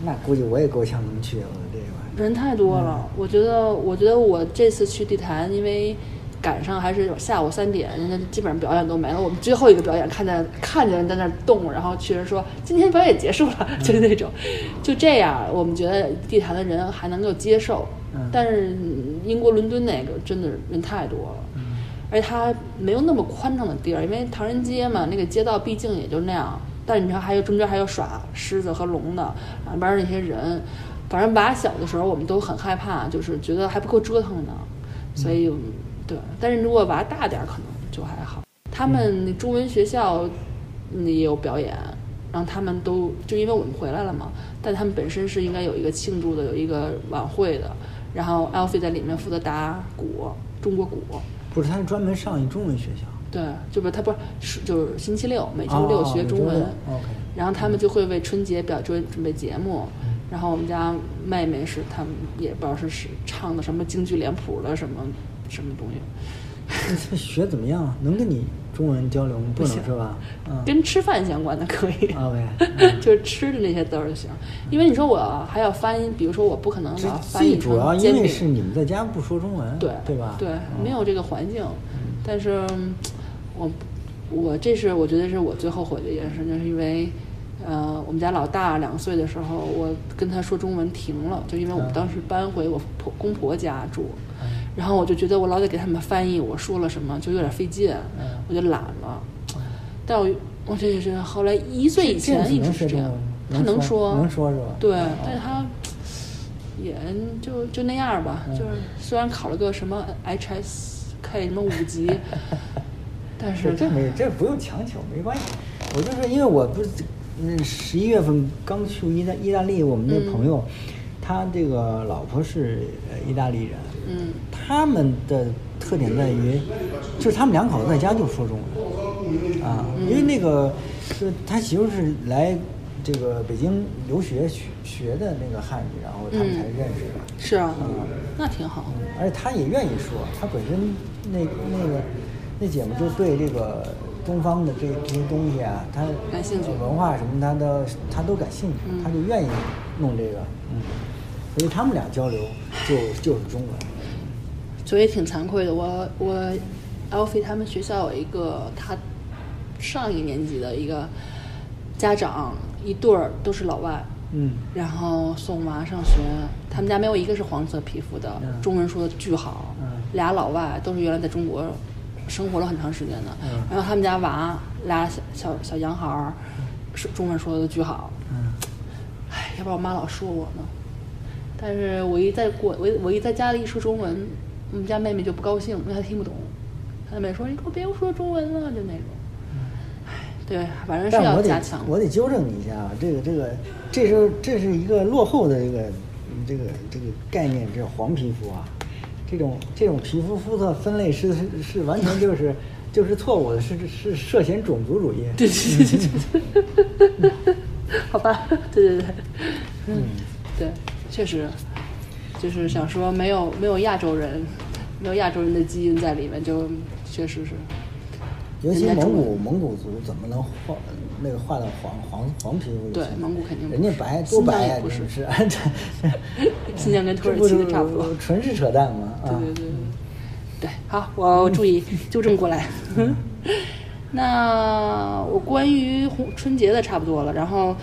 Speaker 2: 那估计我也够呛能去了这一块。
Speaker 1: 人太多了。我觉得，我觉得我这次去地坛，因为赶上还是下午三点，人家基本上表演都没了。我们最后一个表演看见看见人在那儿动，然后去人说今天表演结束了， 就是那种，就这样，我们觉得地坛的人还能够接受。
Speaker 2: 嗯
Speaker 1: 但是英国伦敦那个真的人太多了。而且它没有那么宽敞的地儿，因为唐人街嘛，那个街道毕竟也就那样，但你知道还有中间还有耍狮子和龙的，两边那些人，反正娃小的时候我们都很害怕，就是觉得还不够折腾呢，所以、对。但是如果娃大点儿，可能就还好。他们中文学校嗯也有表演，然后他们都就因为我们回来了嘛，但他们本身是应该有一个庆祝的，有一个晚会的。然后 Alfie 在里面负责打鼓，中国鼓。
Speaker 2: 不是，他是专门上一中文学校，
Speaker 1: 对，就不是他不是是就是星期六每周六
Speaker 2: 哦
Speaker 1: 学
Speaker 2: 每周
Speaker 1: 中文，
Speaker 2: 六，OK
Speaker 1: 然后他们就会为春节表准准备节目，
Speaker 2: 嗯
Speaker 1: 然后我们家妹妹是他们也不知道是是唱的什么京剧脸谱的什么什么东西，
Speaker 2: 他学怎么样啊？能跟你中文交流吗？不能
Speaker 1: 行
Speaker 2: 是吧？嗯
Speaker 1: 跟吃饭相关的 可以，
Speaker 2: ，OK，
Speaker 1: 就是吃的那些字儿就行，因为你说我还要翻译，比如说我不可能
Speaker 2: 这
Speaker 1: 老翻译
Speaker 2: 最主要
Speaker 1: 成
Speaker 2: 因
Speaker 1: 煎
Speaker 2: 为是
Speaker 1: 饼，
Speaker 2: 你们在家不说中文，
Speaker 1: 对
Speaker 2: 对吧？
Speaker 1: 对，
Speaker 2: 嗯
Speaker 1: 没有这个环境，但是嗯我我这是我觉得是我最后悔的一件事，就是因为。呃，我们家老大两岁的时候，我跟他说中文停了，就因为我们
Speaker 2: 嗯
Speaker 1: 当时搬回我婆公婆家住，
Speaker 2: 嗯
Speaker 1: 然后我就觉得我老得给他们翻译我说了什么，就有点费劲，
Speaker 2: 嗯
Speaker 1: 我就懒了。但我我这也是后来一岁以
Speaker 2: 这样
Speaker 1: 前
Speaker 2: 子
Speaker 1: 一直
Speaker 2: 能
Speaker 1: 是
Speaker 2: 学
Speaker 1: 这
Speaker 2: 中
Speaker 1: 样
Speaker 2: 文吗，
Speaker 1: 他
Speaker 2: 能
Speaker 1: 说
Speaker 2: 能说是吧？
Speaker 1: 对
Speaker 2: 哦，
Speaker 1: 但是他也就就那样吧，
Speaker 2: 嗯
Speaker 1: 就是虽然考了个什么 HSK 什么五 级，但是
Speaker 2: 是这没这不用强求，没关系。我就是因为我不是那十一月份刚去意大意大利，我们
Speaker 1: 嗯
Speaker 2: 那朋友，他这个老婆是呃意大利人，
Speaker 1: 嗯
Speaker 2: 他们的特点在于，就是他们两口子在家就说中文啊，
Speaker 1: 嗯
Speaker 2: 因为那个就是他媳妇是来这个北京留学学学的那个汉语，然后他们才
Speaker 1: 嗯
Speaker 2: 认识的。
Speaker 1: 是啊，那挺好，
Speaker 2: 而且他也愿意说，他本身那那个那姐们就对这个东方的这这些东西啊，她
Speaker 1: 感兴趣
Speaker 2: 文化什么她的她都感兴趣，
Speaker 1: 嗯
Speaker 2: 她就愿意弄这个，嗯，所以他们俩交流就就是中文，
Speaker 1: 所以挺惭愧的。我我 Alfie 他们学校有一个他上一年级的一个家长一对儿都是老外，
Speaker 2: 嗯，
Speaker 1: 然后送娃上学，他们家没有一个是黄色皮肤的，
Speaker 2: 嗯
Speaker 1: 中文说的巨好，
Speaker 2: 嗯
Speaker 1: 俩老外都是原来在中国生活了很长时间的，
Speaker 2: 嗯
Speaker 1: 然后他们家娃俩小小小洋孩儿，是中文说的巨好，
Speaker 2: 嗯，
Speaker 1: 唉，要不然我妈老说我呢，但是我一在国我一我一在家里一说中文，我们家妹妹就不高兴，因为她听不懂，她妹妹说你给我别说中文了，就那种，唉，对，反正是
Speaker 2: 但
Speaker 1: 要
Speaker 2: 我
Speaker 1: 加
Speaker 2: 得
Speaker 1: 强，
Speaker 2: 我得纠正你一下啊，这个这个这是这是一个落后的这个嗯这个这个概念，这黄皮肤啊，这种这种皮肤肤色分类是是是完全就是就是错误的，是是是涉嫌种族主义。
Speaker 1: 对对对对对对， 好吧，对对对，嗯，对，确实，就是想说没有没有亚洲人，没有亚洲人的基因在里面，就确实是，
Speaker 2: 尤其
Speaker 1: 人家
Speaker 2: 蒙
Speaker 1: 中
Speaker 2: 古蒙古族怎么能画那个画到黄黄黄皮肤里去
Speaker 1: 对
Speaker 2: 呢？
Speaker 1: 蒙古肯定不
Speaker 2: 人家
Speaker 1: 是
Speaker 2: 白多
Speaker 1: 新疆
Speaker 2: 白
Speaker 1: 也
Speaker 2: 呀，
Speaker 1: 不
Speaker 2: 真
Speaker 1: 是
Speaker 2: 是啊
Speaker 1: 新疆 跟土耳其的差不多
Speaker 2: 这是啊纯是扯淡嘛啊！
Speaker 1: 对对对对，对，好，我注意 纠正过来。 那我关于红春节的差不多了，然后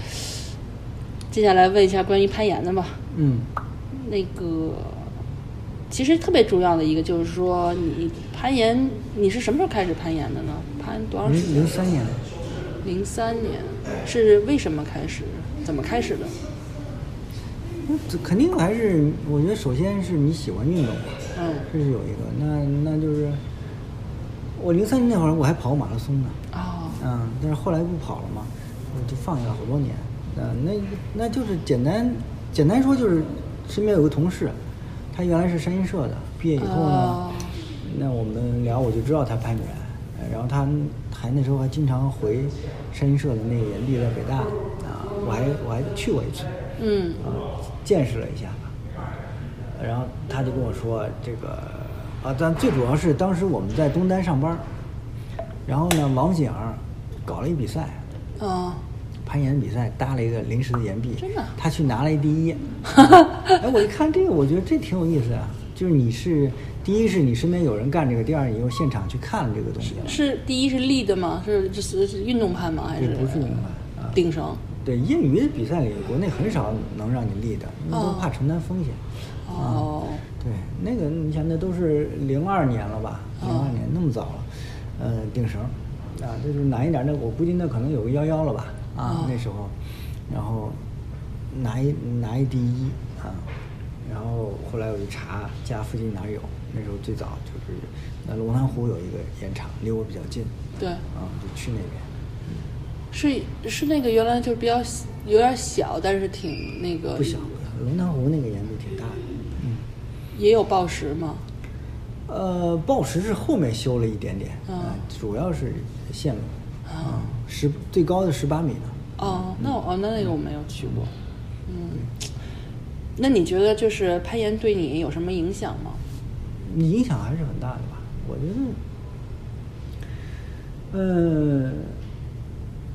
Speaker 1: 接下来问一下关于攀岩的吧。
Speaker 2: 嗯，
Speaker 1: 那个，其实特别重要的一个就是说，你攀岩，你是什么时候开始攀岩的呢？攀多长时间
Speaker 2: 零零？三年。
Speaker 1: 零三年，是为什么开始？怎么开始的？
Speaker 2: 那这肯定还是，我觉得首先是你喜欢运动，
Speaker 1: 嗯
Speaker 2: 这是有一个。那那就是，我零三年那会儿我还跑过马拉松呢，
Speaker 1: 哦，
Speaker 2: 嗯，但是后来不跑了嘛，我就放下了好多年。嗯，那那就是简单简单说就是，身边有个同事，他原来是山鹰社的，毕业以后呢，
Speaker 1: 哦
Speaker 2: 那我们聊我就知道他攀岩，呃然后他还那时候还经常回山鹰社的那个岩壁在北大啊，我还我还去过一次。
Speaker 1: 嗯
Speaker 2: 啊，见识了一下吧。然后他就跟我说这个啊，但最主要是当时我们在东单上班儿，然后呢，王景儿搞了一比赛，
Speaker 1: 哦，
Speaker 2: 攀岩比赛，搭了一个临时的岩壁，
Speaker 1: 真的啊
Speaker 2: 他去拿了一 第一。哎，我一看这个，我觉得这挺有意思啊。就是你是第一是你身边有人干这个，第二你又现场去看这个东西了。
Speaker 1: 是第一是立的吗？是就是是运动攀吗？还是
Speaker 2: 不是运动攀啊
Speaker 1: 顶绳？
Speaker 2: 对，业余的比赛里，国内很少能让你立的，因为都
Speaker 1: 哦
Speaker 2: 怕承担风险。啊
Speaker 1: 哦，
Speaker 2: 对，那个你想，那都是零二年了吧？零
Speaker 1: 哦
Speaker 2: 二年那么早了，呃，定绳，啊，这就是难一点。那我估计那可能有个幺幺了吧？
Speaker 1: 哦
Speaker 2: 啊，那时候，然后拿一拿一第一啊，然后后来我一查家附近哪儿有，那时候最早就是那龙潭湖有一个烟厂，离我比较近
Speaker 1: 对，
Speaker 2: 啊，我就去那边，
Speaker 1: 是是那个原来就是比较小有点小，但是挺那个
Speaker 2: 不小，龙潭湖那个盐度挺大的，嗯。
Speaker 1: 也有报时吗？
Speaker 2: 呃，报时是后面修了一点点，
Speaker 1: 嗯
Speaker 2: 呃主要是线路，
Speaker 1: 啊
Speaker 2: 啊，十最高的十八米呢，
Speaker 1: 哦，那我哦那那个我没有去过，嗯，那你觉得就是攀岩对你有什么影响吗？
Speaker 2: 影响还是很大的吧？我觉得，呃，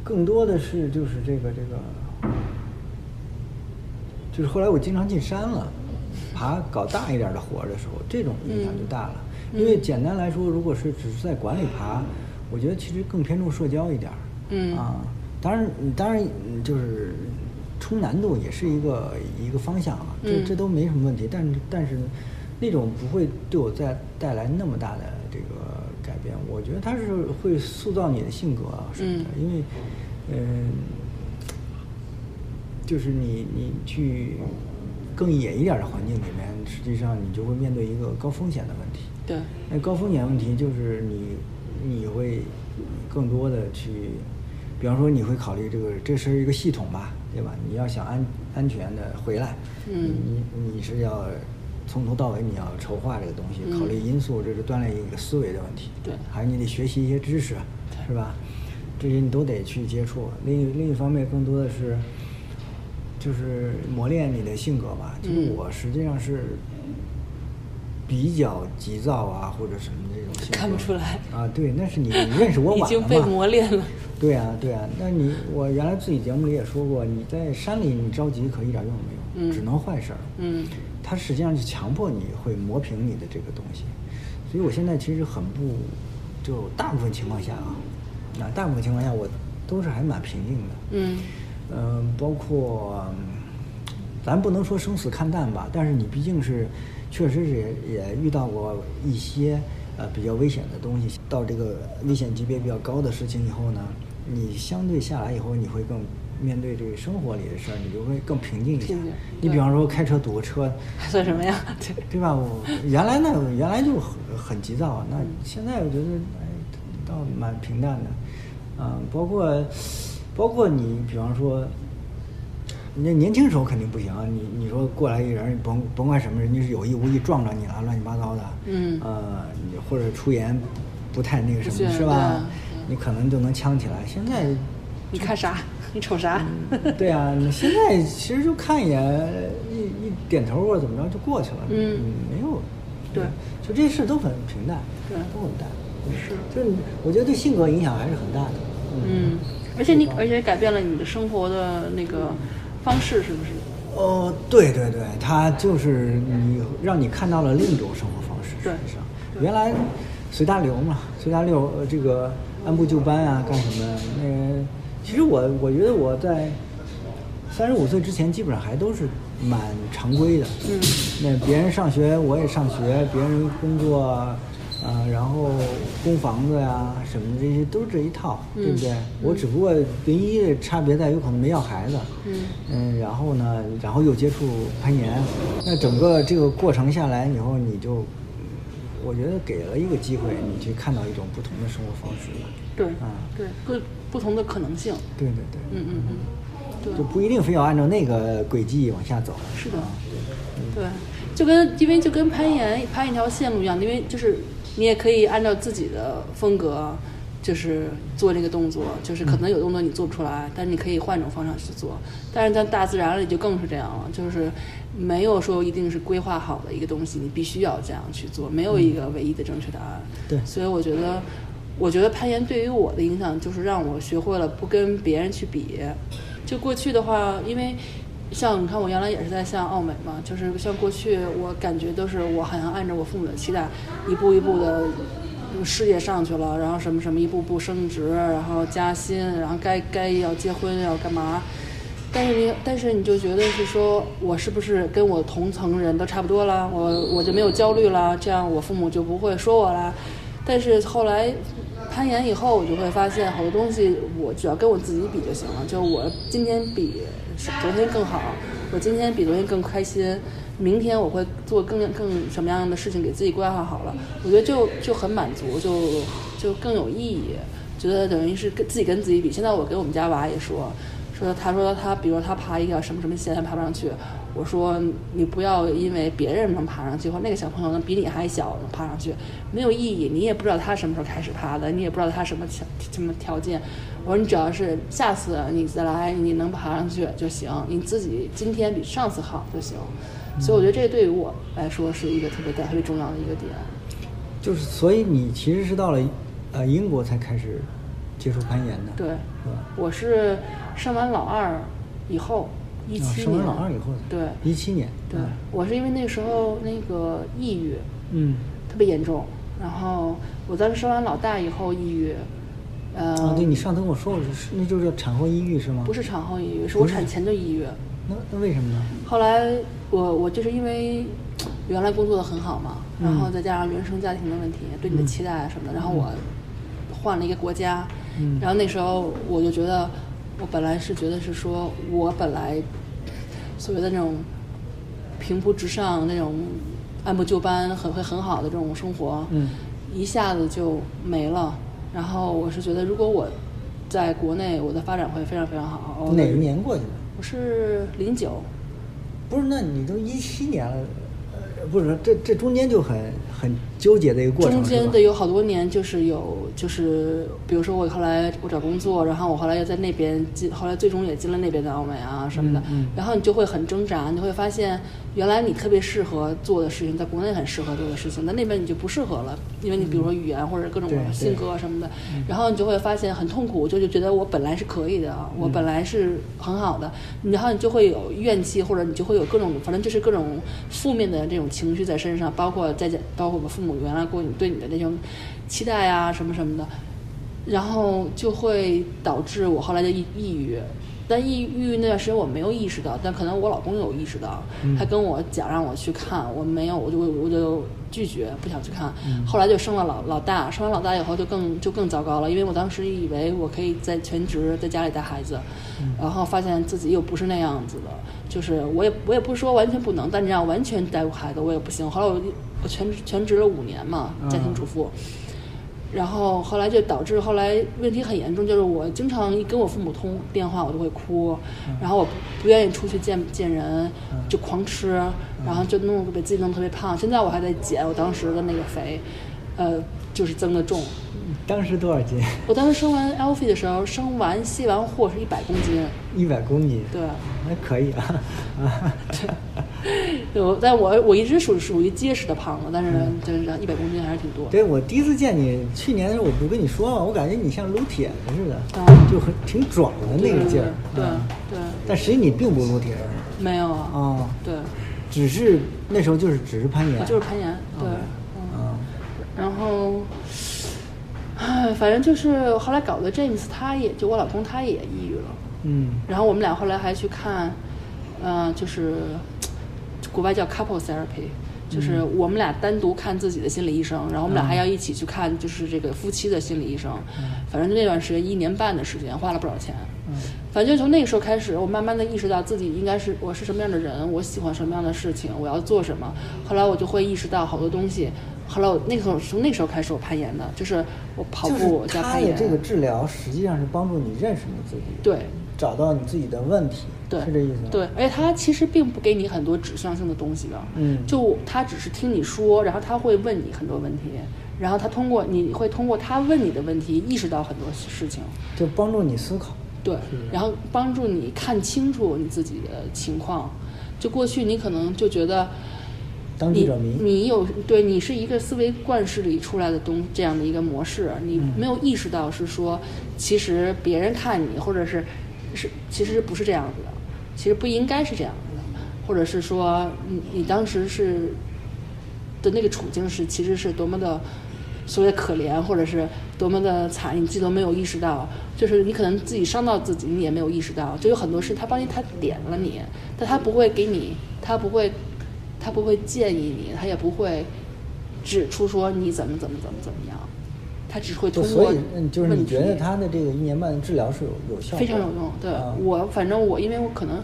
Speaker 2: 更多的是就是这个这个，就是后来我经常进山了，爬搞大一点的活儿的时候，这种影响就大了。因为简单来说，如果是只是在馆里爬，我觉得其实更偏重社交一点儿。
Speaker 1: 嗯
Speaker 2: 啊，当然，当然嗯就是冲难度也是一个一个方向啊，这
Speaker 1: 嗯
Speaker 2: 这都没什么问题。但是但是那种不会对我再带来那么大的这个改变，我觉得它是会塑造你的性格啊什么的，因为嗯。就是你你去更野一点的环境里面，实际上你就会面对一个高风险的问题。
Speaker 1: 对，
Speaker 2: 那高风险问题就是你你会更多的去，比方说你会考虑这个这是一个系统吧，对吧？你要想安安全的回来，
Speaker 1: 嗯
Speaker 2: 你你你是要从头到尾你要筹划这个东西，
Speaker 1: 嗯
Speaker 2: 考虑因素，这是锻炼一个思维的问题。
Speaker 1: 对
Speaker 2: 还有你得学习一些知识，是吧？这些你都得去接触。另一另一方面，更多的是就是磨练你的性格吧。就是
Speaker 1: 嗯
Speaker 2: 我实际上是比较急躁啊，或者什么这种性格。
Speaker 1: 看不出来
Speaker 2: 啊，对，那是你你认识我晚 了
Speaker 1: 已经
Speaker 2: 嘛
Speaker 1: 被磨练了，
Speaker 2: 对啊，对啊，那你我原来自己节目里也说过，你在山里你着急可一点用都没
Speaker 1: 嗯
Speaker 2: 有，只能坏事儿。
Speaker 1: 嗯
Speaker 2: 它实际上是强迫你会磨平你的这个东西，所以我现在其实很不，就大部分情况下啊，啊，大部分情况下我都是还蛮平静的。
Speaker 1: 嗯
Speaker 2: 嗯，包括嗯咱不能说生死看淡吧，但是你毕竟是，确实是也也遇到过一些呃比较危险的东西，到这个危险级别比较高的事情以后呢，你相对下来以后，你会更面对这个生活里的事儿，你就会更平静一些
Speaker 1: 平静。
Speaker 2: 你比方说开车堵个车，
Speaker 1: 还算什么呀？ 对，
Speaker 2: 对吧？我原来呢，原来就很很急躁，啊那现在我觉得哎，倒蛮平淡的，嗯，包括包括你，比方说，那年轻时候肯定不行啊，你你说过来一人，你甭甭管什么人，你是有意无意撞着你了，乱七八糟的，
Speaker 1: 嗯
Speaker 2: 呃，你或者出言不太那个什
Speaker 1: 不
Speaker 2: 么，
Speaker 1: 屑
Speaker 2: 是吧
Speaker 1: 对？
Speaker 2: 你可能就能呛起来。现在
Speaker 1: 你看啥？你瞅啥？
Speaker 2: 对啊，你现在其实就看一眼，一一点头或者怎么着就过去了，
Speaker 1: 嗯
Speaker 2: 没有，
Speaker 1: 对，
Speaker 2: 就这事都很平淡，
Speaker 1: 对
Speaker 2: 都很淡，是，就是你我觉得对性格影响还是很大的，
Speaker 1: 嗯，而且你而且改变了你的生活的那个方式，是不是？
Speaker 2: 哦，对对对，它就是你让你看到了另一种生活方式。
Speaker 1: 对
Speaker 2: 实际上，原来随大流嘛，随大流，呃这个按部就班啊，干什么？那、个其实我我觉得我在三十五岁之前，基本上还都是蛮常规的。
Speaker 1: 嗯
Speaker 2: 那别人上学我也上学，别人工作，呃，然后供房子呀、什么的这些都是这一套，
Speaker 1: 嗯
Speaker 2: 对不对？我只不过唯一的差别在于可能没要孩子。
Speaker 1: 嗯
Speaker 2: 嗯，然后呢，然后又接触攀岩，那整个这个过程下来以后，你就，我觉得给了一个机会，你去看到一种不同的生活方式吧。
Speaker 1: 对
Speaker 2: 啊，
Speaker 1: 对，各不同的可能性，
Speaker 2: 对对对，
Speaker 1: 嗯嗯嗯，对。
Speaker 2: 就不一定非要按照那个轨迹往下走。
Speaker 1: 是的，对，就跟因为就跟攀岩攀一条线路一样，因为就是你也可以按照自己的风格，就是做这个动作，就是可能有动作你做不出来，但是你可以换一种方式去做。但是在大自然里就更是这样了，就是没有说一定是规划好的一个东西，你必须要这样去做，没有一个唯一的正确答案。
Speaker 2: 对
Speaker 1: 所以我觉得。我觉得攀岩对于我的影响就是让我学会了不跟别人去比。就过去的话，因为像你看，我原来也是在像奥美嘛，就是像过去我感觉都是我好像按照我父母的期待，一步一步的事业上去了，然后什么什么一步步升职，然后加薪，然后该该要结婚要干嘛。但是你，但是你就觉得是说，我是不是跟我同层人都差不多啦？我我就没有焦虑啦，这样我父母就不会说我啦。但是后来攀岩以后，我就会发现好多东西，我只要跟我自己比就行了。就我今天比昨天更好，我今天比昨天更开心，明天我会做更更什么样的事情给自己规划好了，我觉得就就很满足，就就更有意义。觉得等于是跟自己跟自己比。现在我跟我们家娃也说，说他说他，比如他爬一个什么什么线，他爬不上去。我说你不要因为别人能爬上去，或那个小朋友能比你还小能爬上去，没有意义。你也不知道他什么时候开始爬的，你也不知道他什么条什么条件。我说你只要是下次你再来，你能爬上去就行，你自己今天比上次好就行。
Speaker 2: 嗯
Speaker 1: 所以我觉得这对于我来说是一个特别大、特别重要的一个点。
Speaker 2: 就是所以你其实是到了呃英国才开始接触攀岩的，
Speaker 1: 对，
Speaker 2: 是吧？
Speaker 1: 我是上完老二以后，一
Speaker 2: 啊
Speaker 1: 七
Speaker 2: 生
Speaker 1: 年、
Speaker 2: 完老二以后才，
Speaker 1: 对
Speaker 2: 一七年，
Speaker 1: 对
Speaker 2: 嗯，
Speaker 1: 我是因为那时候那个抑郁
Speaker 2: 嗯，
Speaker 1: 特别严重，然后我当时生完老大以后抑郁，呃，
Speaker 2: 啊，对你上次跟我说过，是那就是叫产后抑郁是吗？
Speaker 1: 不是，产后抑郁，是我
Speaker 2: 不是
Speaker 1: 产前就抑郁。
Speaker 2: 那那为什么呢？
Speaker 1: 后来我我就是因为原来工作的很好嘛，然后
Speaker 2: 嗯
Speaker 1: 再加上原生家庭的问题，对你的
Speaker 2: 嗯
Speaker 1: 期待啊什么的，然后我换了一个国家，
Speaker 2: 嗯
Speaker 1: 然后那时候我就觉得，我本来是觉得是说我本来所谓的那种平铺直上那种按部就班很会很好的这种生活，
Speaker 2: 嗯
Speaker 1: 一下子就没了。然后我是觉得，如果我在国内，我的发展会非常非常好。我
Speaker 2: 哪一？年过去的？
Speaker 1: 我是零九。
Speaker 2: 不是，那你都一七年了，呃，不是，这这中间就很很纠结的一个过程，
Speaker 1: 中间的
Speaker 2: 是吧
Speaker 1: 有好多年，就是有就是，比如说我后来我找工作，然后我后来又在那边进，后来最终也进了那边的奥美啊什么的，
Speaker 2: 嗯嗯
Speaker 1: 然后你就会很挣扎，你会发现原来你特别适合做的事情，在国内很适合做的事情，在那边你就不适合了，因为你比如说语言或者各种
Speaker 2: 对对
Speaker 1: 性格啊什么的，然后你就会发现很痛苦，就就觉得我本来是可以的啊，我本来是很好的，然后你就会有怨气，或者你就会有各种，反正就是各种负面的这种情绪在身上，包括在家，包括我父母原来过你对你的那种期待啊什么什么的，然后就会导致我后来的抑抑郁。但抑郁那段时间我没有意识到，但可能我老公有意识到，他跟我讲让我去看，我没有，我就我就拒绝不想去看。后来就生了老老大，生完老大以后就更就更糟糕了，因为我当时以为我可以在全职在家里带孩子，然后发现自己又不是那样子的，就是我也我也不是说完全不能，但你让我完全带过孩子我也不行。后来我我全职全职了五年嘛，家庭主妇。然后后来就导致后来问题很严重，就是我经常一跟我父母通电话，我就会哭，
Speaker 2: 嗯
Speaker 1: 然后我不不愿意出去见见人，就狂吃，
Speaker 2: 嗯
Speaker 1: 然后就弄给自己弄特别胖。现在我还在减我当时的那个肥，呃，就是增的重。
Speaker 2: 当时多少斤？
Speaker 1: 我当时生完 Alfie 的时候，生完卸完货是一百公斤，
Speaker 2: 一百公斤，
Speaker 1: 对。
Speaker 2: 那可以啊，啊，
Speaker 1: 对我但我我一直属属于结实的胖子，但是就是一百公斤还是挺多。
Speaker 2: 嗯对我第一次见你，去年的时候我不跟你说嘛，我感觉你像撸铁的似的
Speaker 1: 啊，
Speaker 2: 就很挺壮的那个劲儿，
Speaker 1: 对
Speaker 2: 啊
Speaker 1: 对，
Speaker 2: 但实际你并不撸铁
Speaker 1: 没有啊，
Speaker 2: 啊，
Speaker 1: 对，
Speaker 2: 只是那时候就是只是攀岩，
Speaker 1: 我就是攀岩，对，
Speaker 2: OK
Speaker 1: 嗯。
Speaker 2: 啊，
Speaker 1: 然后，唉，反正就是后来搞得 James 他也就我老公他也抑郁了，
Speaker 2: 嗯
Speaker 1: 然后我们俩后来还去看，呃，就是国外叫 couple
Speaker 2: 嗯
Speaker 1: therapy，就是我们俩单独看自己的心理医生，然后我们俩
Speaker 2: 嗯
Speaker 1: 还要一起去看就是这个夫妻的心理医生，反正就那段时间一年半的时间花了不少钱。
Speaker 2: 嗯
Speaker 1: 反正就从那个时候开始，我慢慢的意识到自己应该是我是什么样的人，我喜欢什么样的事情，我要做什么。后来我就会意识到好多东西。后来我那个时候从那时候开始我攀岩的，就是我跑步
Speaker 2: 就是
Speaker 1: 加
Speaker 2: 他
Speaker 1: 攀
Speaker 2: 的
Speaker 1: 岩。
Speaker 2: 这个治疗实际上是帮助你认识你自己，
Speaker 1: 对，
Speaker 2: 找到你自己的问题，
Speaker 1: 对，
Speaker 2: 是这意思吗？
Speaker 1: 对，，而且他其实并不给你很多指向性的东西的，
Speaker 2: 嗯
Speaker 1: 就他只是听你说，然后他会问你很多问题，然后他通过你会通过他问你的问题意识到很多事情，
Speaker 2: 就帮助你思考，
Speaker 1: 对，然后帮助你看清楚你自己的情况。就过去你可能就觉得
Speaker 2: 当局
Speaker 1: 你
Speaker 2: 者迷，
Speaker 1: 你有对你是一个思维惯式里出来的东这样的一个模式，啊你
Speaker 2: 嗯
Speaker 1: 没有意识到是说，其实别人看你，或者是是其实不是这样子的，其实不应该是这样子的，或者是说你你当时是的那个处境是其实是多么的所谓的可怜，或者是多么的惨，你自己都没有意识到，就是你可能自己伤到自己，你也没有意识到，就有很多事他帮你他点了你，但他不会给你，他不会，他不会建议你，他也不会指出说你怎么怎么怎么怎么样，他只会
Speaker 2: 就
Speaker 1: 通过
Speaker 2: 所以嗯就是
Speaker 1: 问
Speaker 2: 你
Speaker 1: 题
Speaker 2: 觉得他的这个一年半的治疗是有有效果的，
Speaker 1: 非常有用。对、
Speaker 2: 啊
Speaker 1: 我，反正我因为我可能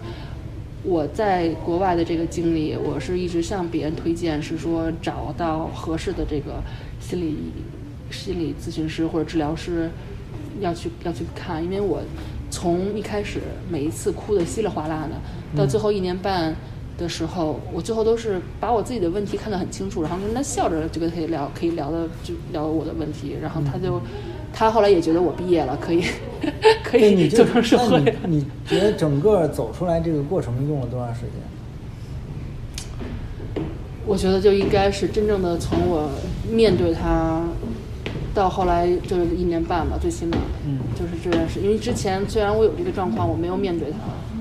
Speaker 1: 我在国外的这个经历，我是一直向别人推荐，是说找到合适的这个心理心理咨询师或者治疗师要去要去看，因为我从一开始每一次哭的稀里哗啦
Speaker 2: 嗯
Speaker 1: 的，到最后一年半。的时候，我最后都是把我自己的问题看得很清楚，然后跟他笑着就跟他聊，可以聊的就聊我的问题，然后他
Speaker 2: 嗯
Speaker 1: 就，他后来也觉得我毕业了，可以 可
Speaker 2: 对，
Speaker 1: 以
Speaker 2: 你
Speaker 1: 走
Speaker 2: 就
Speaker 1: 上社会
Speaker 2: 那
Speaker 1: 了。
Speaker 2: 你你觉得整个走出来这个过程用了多长时间？
Speaker 1: 我觉得就应该是真正的从我面对他，到后来就是一年半吧，最起码，
Speaker 2: 嗯
Speaker 1: 就是这件事。因为之前虽然我有这个状况，我没有面对他，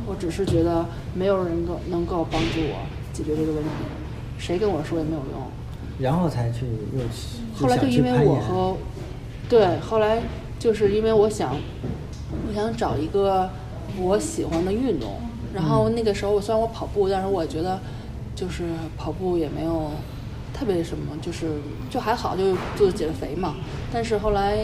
Speaker 1: 我只是觉得没有人够能够帮助我解决这个问题，谁跟我说也没有用。
Speaker 2: 然后才去又去
Speaker 1: 后来就
Speaker 2: 想去
Speaker 1: 因为
Speaker 2: 攀
Speaker 1: 我
Speaker 2: 岩
Speaker 1: 和，对，后来就是因为我想，我想找一个我喜欢的运动。然后
Speaker 2: 嗯
Speaker 1: 那个时候，我虽然我跑步，但是我觉得就是跑步也没有特别什么，就是就还好，就就减肥嘛。但是后来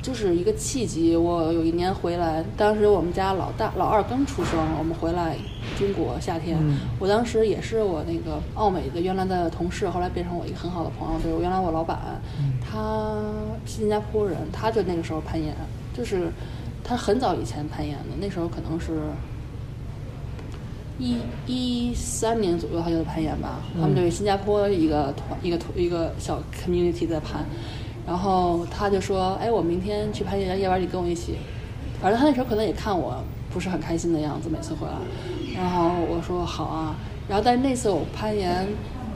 Speaker 1: 就是一个契机，我有一年回来，当时我们家老大老二刚出生，我们回来中国夏天，
Speaker 2: 嗯
Speaker 1: 我当时也是我那个奥美的原来的同事，后来变成我一个很好的朋友，就是我原来我老板，他是新加坡人，他就那个时候攀岩，就是他很早以前攀岩的，那时候可能是一一三年左右，他就在攀岩吧。他们就是新加坡一个团、一个团、一个小 community 在攀，然后他就说：“哎，我明天去攀岩，要不然你跟我一起。”反正他那时候可能也看我不是很开心的样子，每次回来，然后我说好啊。然后但是那次我攀岩，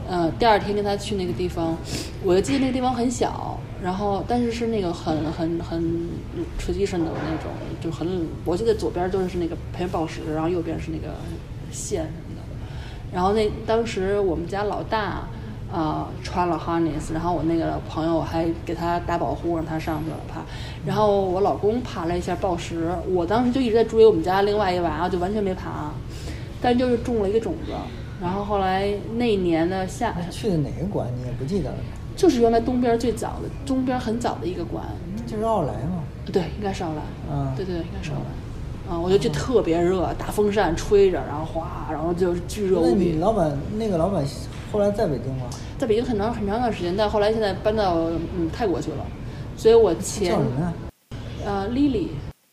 Speaker 1: 呃，第二天跟他去那个地方，我就记得那个地方很小，然后但是是那个很很很 traditional 的那种，就很我记得左边就是那个培元宝石，然后右边是那个线什么的。然后那当时我们家老大，呃，穿了 harness，然后我那个朋友还给他打保护，让他上去了爬。然后我老公爬了一下抱石，我当时就一直在追我们家另外一娃娃，就完全没爬，但就是种了一个种子。然后后来那一年的夏，
Speaker 2: 哎去的哪个馆你也不记得了，
Speaker 1: 就是原来东边最早的东边很早的一个馆，
Speaker 2: 就是奥莱嘛。
Speaker 1: 对，应该是奥莱。
Speaker 2: 嗯
Speaker 1: 对对，应该是奥莱。啊，我就觉得特别热，大风扇吹着，然后哗，然后就是巨热
Speaker 2: 那
Speaker 1: 无比。
Speaker 2: 你老板那个老板后来在北京吗？
Speaker 1: 在北京很长很长一段时间，但后来现在搬到嗯泰国去了，所以我前
Speaker 2: 叫什么呀？
Speaker 1: 呃 Lily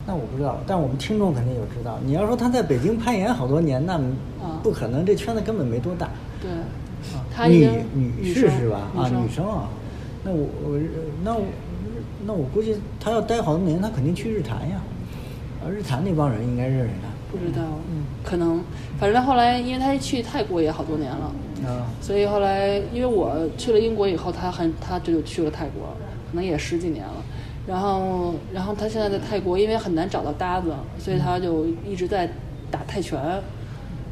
Speaker 2: 那我不知道，但我们听众肯定有知道。你要说他在北京攀岩好多年，那
Speaker 1: 啊
Speaker 2: 不可能，这圈子根本没多大。
Speaker 1: 对
Speaker 2: 啊，
Speaker 1: 她嗯已
Speaker 2: 女
Speaker 1: 经
Speaker 2: 女
Speaker 1: 女
Speaker 2: 士
Speaker 1: 生
Speaker 2: 是吧？
Speaker 1: 女
Speaker 2: 啊，
Speaker 1: 生
Speaker 2: 女生啊，那我我那我那我估计他要待好多年，他肯定去日坛呀。啊，日坛那帮人应该认识
Speaker 1: 不知道，
Speaker 2: 嗯
Speaker 1: 可能反正后来因为她去泰国也好多年了，
Speaker 2: 他啊。
Speaker 1: 所以后来因为我去了英国以后，她很她这就去了泰国，可能也十几年了。然后，然后她现在在泰国，因为很难找到搭子，所以她就一直在打泰拳。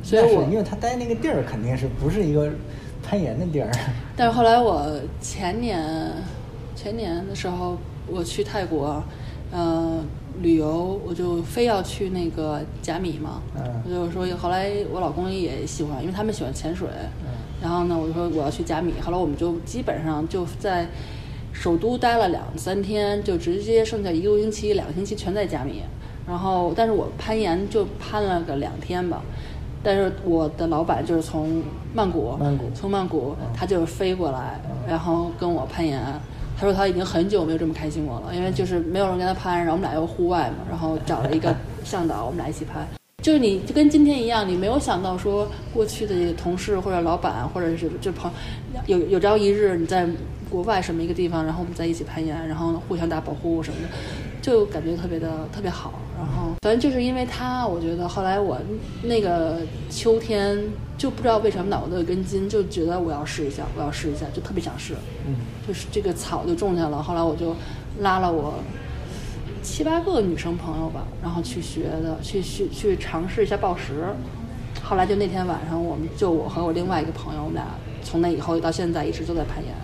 Speaker 1: 所以
Speaker 2: 嗯那是
Speaker 1: 我
Speaker 2: 因为他待那个地儿肯定是不是一个攀岩的地儿，
Speaker 1: 但是后来我前年前年的时候，我去泰国，呃，旅游，我就非要去那个甲米嘛，
Speaker 2: 嗯
Speaker 1: 我就说后来我老公也喜欢，因为他们喜欢潜水，
Speaker 2: 嗯
Speaker 1: 然后呢，我就说我要去甲米，后来我们就基本上就在首都待了两三天，就直接剩下一个多星期、两个星期全在甲米，然后但是我攀岩就攀了个两天吧。但是我的老板就是从曼谷，
Speaker 2: 曼谷哦
Speaker 1: 从曼谷，他就是飞过来，然后跟我攀岩。他说他已经很久没有这么开心过了，因为就是没有人跟他攀，然后我们俩又户外嘛，然后找了一个向导，我们俩一起攀。就是你就跟今天一样，你没有想到说过去的同事或者老板或者是就朋友有有朝一日你在国外什么一个地方，然后我们在一起攀岩，然后互相打保护什么的，就感觉特别的特别好。然后反正就是因为他，我觉得后来我那个秋天就不知道为什么脑子有根筋，就觉得我要试一下，我要试一下，就特别想试。
Speaker 2: 嗯，
Speaker 1: 就是这个草就种下了。后来我就拉了我七八个女生朋友吧，然后去学的，去去去尝试一下暴食。后来就那天晚上，我们就我和我另外一个朋友，我们俩从那以后到现在一直都在攀岩，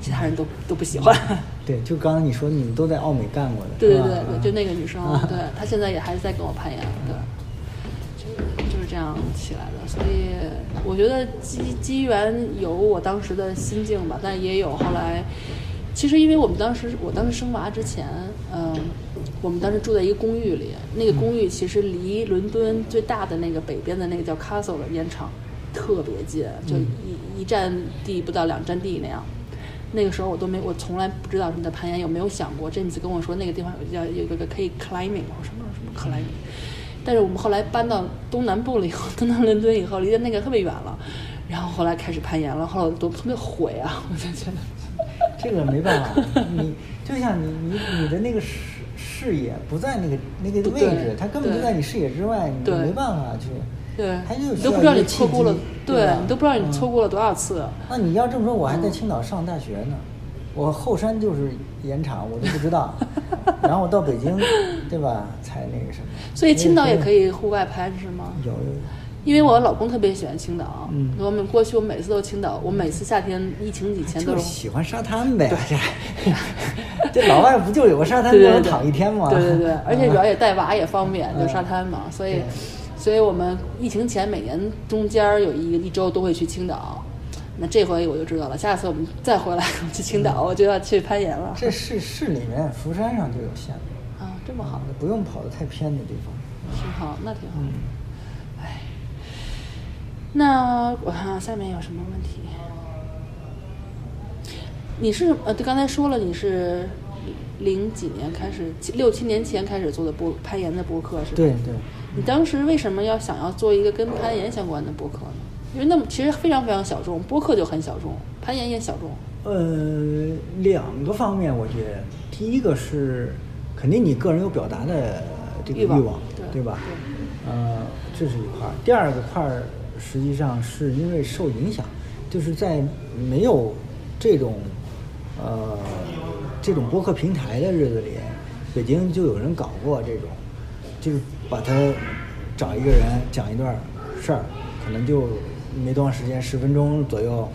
Speaker 1: 其他人都都不喜欢。
Speaker 2: 对，就刚刚你说你们都在奥美干过的，
Speaker 1: 对对
Speaker 2: 是吧
Speaker 1: 对对，就那个女生
Speaker 2: 啊，
Speaker 1: 对她现在也还是在跟我攀岩，对，就是就是这样起来的。所以我觉得机机缘有我当时的心境吧，但也有后来其实因为我们当时，我当时生娃之前，嗯、我们当时住在一个公寓里，那个公寓其实离伦敦最大的那个北边的那个叫 Castle 的烟厂特别近，就
Speaker 2: 嗯
Speaker 1: 一、一站地不到两站地那样。那个时候我都没，我从来不知道什么叫攀岩，有没有想过？James 跟我说那个地方有叫有一个可以 climbing，我说什么什
Speaker 2: 嗯
Speaker 1: 么 climbing。但是我们后来搬到东南部了以后， 搬到伦敦以后，离得那个特别远了。然后后来开始攀岩了，后来我多特别悔啊！ 我就觉得，
Speaker 2: 这个没办法，你就像你你你的那个视视野不在那个那个
Speaker 1: 不
Speaker 2: 位
Speaker 1: 对
Speaker 2: 置，它根本就
Speaker 1: 对
Speaker 2: 在你视野之外，你
Speaker 1: 对
Speaker 2: 没办法去。
Speaker 1: 对
Speaker 2: 它就
Speaker 1: 你
Speaker 2: 需
Speaker 1: 都
Speaker 2: 要
Speaker 1: 不知道
Speaker 2: 一个
Speaker 1: 你错
Speaker 2: 契
Speaker 1: 过了
Speaker 2: 机，
Speaker 1: 对
Speaker 2: 吧
Speaker 1: 你都不知道
Speaker 2: 嗯
Speaker 1: 你错过了多少次。
Speaker 2: 那你要这么说，我还在青岛上大学呢，
Speaker 1: 嗯
Speaker 2: 我后山就是盐场，我都不 知道。然后我到北京，对吧？才那个什么。
Speaker 1: 所以青岛也可
Speaker 2: 以
Speaker 1: 以户外攀是吗？
Speaker 2: 有有
Speaker 1: 因为我老公特别喜欢青岛，
Speaker 2: 嗯
Speaker 1: 我们过去我每次都青岛，我每次夏天疫情以前
Speaker 2: 有，就
Speaker 1: 都
Speaker 2: 是
Speaker 1: 是
Speaker 2: 喜欢沙滩呗。 这这老外不就有个沙 滩
Speaker 1: 对
Speaker 2: 就
Speaker 1: 对
Speaker 2: 能
Speaker 1: 对
Speaker 2: 躺一天吗？
Speaker 1: 对对 对，而且主要
Speaker 2: 嗯
Speaker 1: 也带娃也方便，
Speaker 2: 嗯
Speaker 1: 就沙滩嘛，所以
Speaker 2: 对，
Speaker 1: 所以我们疫情前每年中间儿有一一周都会去青岛。那这回我就知道了，下次我们再回来我们去青
Speaker 2: 嗯
Speaker 1: 岛，我就要去攀岩了。
Speaker 2: 这市市里面福山上就有线路，
Speaker 1: 啊，这么好，
Speaker 2: 不用跑得太偏的地方。
Speaker 1: 挺好，那挺
Speaker 2: 嗯
Speaker 1: 好。哎，那我看看下面有什么问题？你是呃，对，刚才说了你是零几年开始，七六七年前开始做的播攀岩的播客是吧？
Speaker 2: 对对，
Speaker 1: 你当时为什么要想要做一个跟攀岩相关的播客呢？因为那么其实非常非常小众，播客就很小众，攀岩也小众。
Speaker 2: 呃，两个方面，我觉得，第一个是肯定你个人有表达的这个
Speaker 1: 欲
Speaker 2: 欲
Speaker 1: 望
Speaker 2: 望，
Speaker 1: 对
Speaker 2: 吧？呃，这是一块儿。第二个块儿，实际上是因为受影响，就是在没有这种呃这种播客平台的日子里，北京就有人搞过这种，就是把他找一个人讲一段事儿，可能就没多长时间，十分钟左右，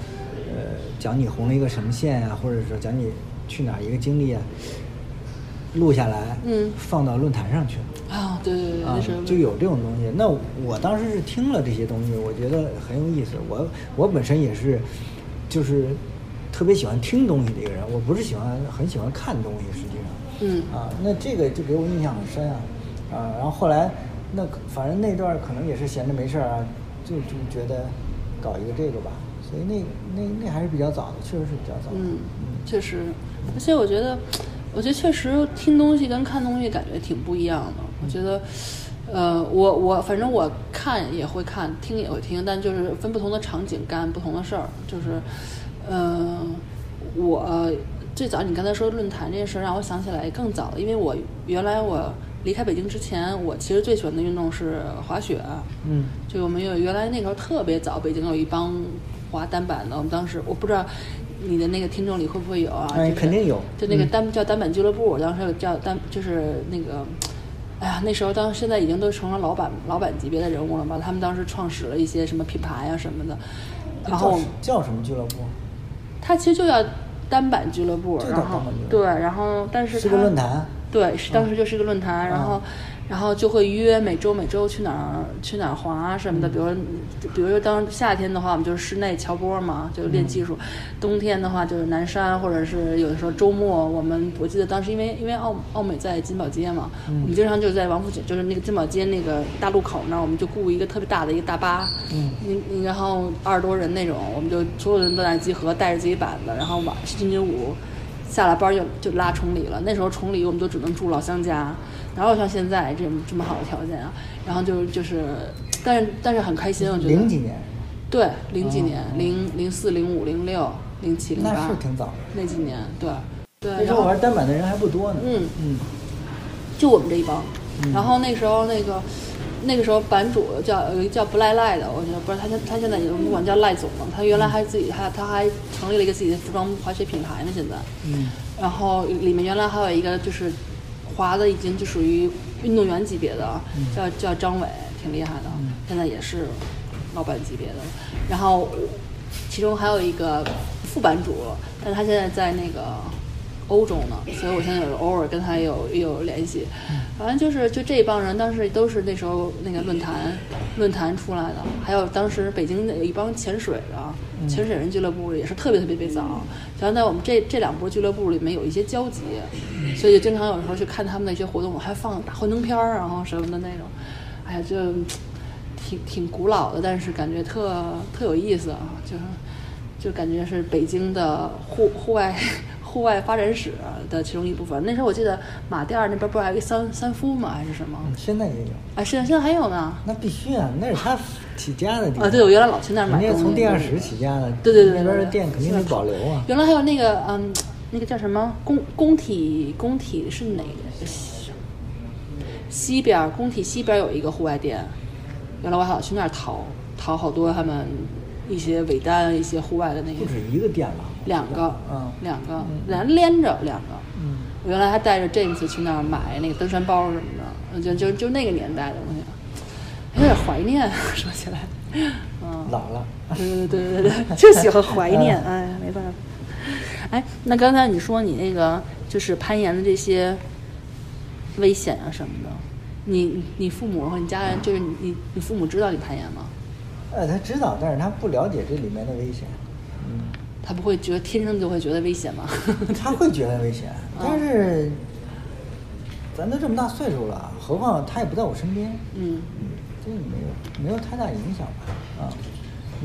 Speaker 2: 呃，讲你红了一个什么线啊，或者说讲你去哪儿一个经历啊，录下来，
Speaker 1: 嗯
Speaker 2: 放到论坛上去。
Speaker 1: 啊，对对对，
Speaker 2: 啊
Speaker 1: 那时候，
Speaker 2: 就有这种东西。那我当时是听了这些东西，我觉得很有意思。我我本身也是，就是特别喜欢听东西的一个人。我不是喜欢很喜欢看东西，实际上，
Speaker 1: 嗯
Speaker 2: 啊，那这个就给我印象很深啊，啊，然后后来那可反正那段儿可能也是闲着没事儿啊，就就觉得搞一个这个吧，所以那那那还是比较早的，确实是比较早的，
Speaker 1: 嗯，确实，而且我觉得，我觉得确实听东西跟看东西感觉挺不一样的。我觉得，呃，我我反正我看也会看，听也会听，但就是分不同的场景干不同的事儿。就是，呃，我最早你刚才说论坛这件事儿让我想起来更早了，因为我原来我离开北京之前，我其实最喜欢的运动是滑雪。啊
Speaker 2: 嗯
Speaker 1: 就我们有原来那时候特别早，北京有一帮滑单板的，我们当时我不知道你的那个听众里会不会有啊？
Speaker 2: 哎
Speaker 1: 就是
Speaker 2: 肯定有
Speaker 1: 就那个
Speaker 2: 嗯
Speaker 1: 单、叫单板俱乐部，我当时有叫单就是那个。哎呀，那时候当现在已经都成了老板老板级别的人物了吧？他们当时创始了一些什么品牌啊什么的，
Speaker 2: 这
Speaker 1: 然后
Speaker 2: 叫叫什么俱乐部？
Speaker 1: 他其实就叫单板俱乐部，
Speaker 2: 就叫
Speaker 1: 然后
Speaker 2: 单板俱乐部
Speaker 1: 对，然后但是
Speaker 2: 是个
Speaker 1: 他
Speaker 2: 论坛
Speaker 1: 对，是当时就是一个论坛，然后
Speaker 2: 嗯，
Speaker 1: 然后就会约每周每周去哪儿去哪儿滑什么
Speaker 2: 嗯
Speaker 1: 的，比如，比如说当夏天的话，我们就是室内乔波嘛，就是
Speaker 2: 嗯
Speaker 1: 练技术；冬天的话就是南山，或者是有的时候周末，我们我记得当时因为因为澳澳美在金宝街嘛，我
Speaker 2: 嗯
Speaker 1: 们经常就是在王府井，就是那个金宝街那个大路口那儿，我们就雇一个特别大的一个大巴，
Speaker 2: 嗯
Speaker 1: 嗯，然后二十多人那种，我们就所有人都在那儿集合，带着自己板子，然后晚星期五。下了班儿就就拉崇礼了。那时候崇礼我们就只能住老乡家，哪有像现在这么这么好的条件啊？然后就就是，但是但是很开心，我觉得。
Speaker 2: 零几年，
Speaker 1: 对，零几
Speaker 2: 哦
Speaker 1: 年，零零四、零五、零六、零七、零八，
Speaker 2: 那是挺早的。
Speaker 1: 那几年，对对。
Speaker 2: 那时
Speaker 1: 然
Speaker 2: 候
Speaker 1: 后
Speaker 2: 玩单板的人还不多呢。
Speaker 1: 嗯
Speaker 2: 嗯，
Speaker 1: 就我们这一帮。然后那时候那个那个时候版主叫有一个叫不赖赖的，我觉得不是他现他现在也不管叫赖总了，他原来还自己还他还成立了一个自己的服装滑雪品牌呢，现在。
Speaker 2: 嗯。
Speaker 1: 然后里面原来还有一个就是滑的已经就属于运动员级别的，叫叫张伟，挺厉害的，现在也是老板级别的。然后其中还有一个副版主，但是他现在在那个欧洲呢，所以我现在有偶尔跟他有也有联系。反正就是就这一帮人，当时都是那时候那个论坛论坛出来的，还有当时北京有一帮潜水的，其实忍人俱乐部也是特别特别特别早，然后在我们这这两波俱乐部里面有一些交集，所以经常有时候去看他们的一些活动，还放大幻灯片儿，然后什么的那种，哎呀，就挺挺古老的，但是感觉特特有意思啊，就是就感觉是北京的户户外户外发展史的其中一部分。那时候我记得马甸儿那边不是还有一三三夫吗？还是什么？
Speaker 2: 嗯现在也有，
Speaker 1: 哎，现在现在还有呢。
Speaker 2: 那必须啊，那是他起家的地方
Speaker 1: 啊，对，我原来老去那儿买
Speaker 2: 人
Speaker 1: 东
Speaker 2: 家
Speaker 1: 西。
Speaker 2: 从地下室起家的，
Speaker 1: 对对对对
Speaker 2: 那边的
Speaker 1: 对
Speaker 2: 店肯定得保留啊。
Speaker 1: 原来还有那个嗯，那个叫什么工工体工体是哪个？西西边儿工体西边儿有一个户外店，原来我还老去那儿淘淘好多他们一些尾单、一些户外的那
Speaker 2: 不
Speaker 1: 个
Speaker 2: 止一个店吧？
Speaker 1: 两个，
Speaker 2: 嗯
Speaker 1: 两个连连着两个。
Speaker 2: 嗯，
Speaker 1: 我原来还带着 James 去那儿买那个登山包什么的，就就就那个年代的东西，有点怀念。啊说起来，嗯，
Speaker 2: 老了。
Speaker 1: 对对对对对，就喜欢怀念，哎，没办法。哎，那刚才你说你那个就是攀岩的这些危险啊什么的，你你父母和你家人，就是你你你父母知道你攀岩吗？
Speaker 2: 呃，他知道，但是他不了解这里面的危险。
Speaker 1: 他不会觉得天生就会觉得危险吗？
Speaker 2: 他会觉得危险，
Speaker 1: 嗯
Speaker 2: 但是咱都这么大岁数了，何况他也不在我身边，
Speaker 1: 嗯，
Speaker 2: 嗯，这没有没有太大影响吧？啊，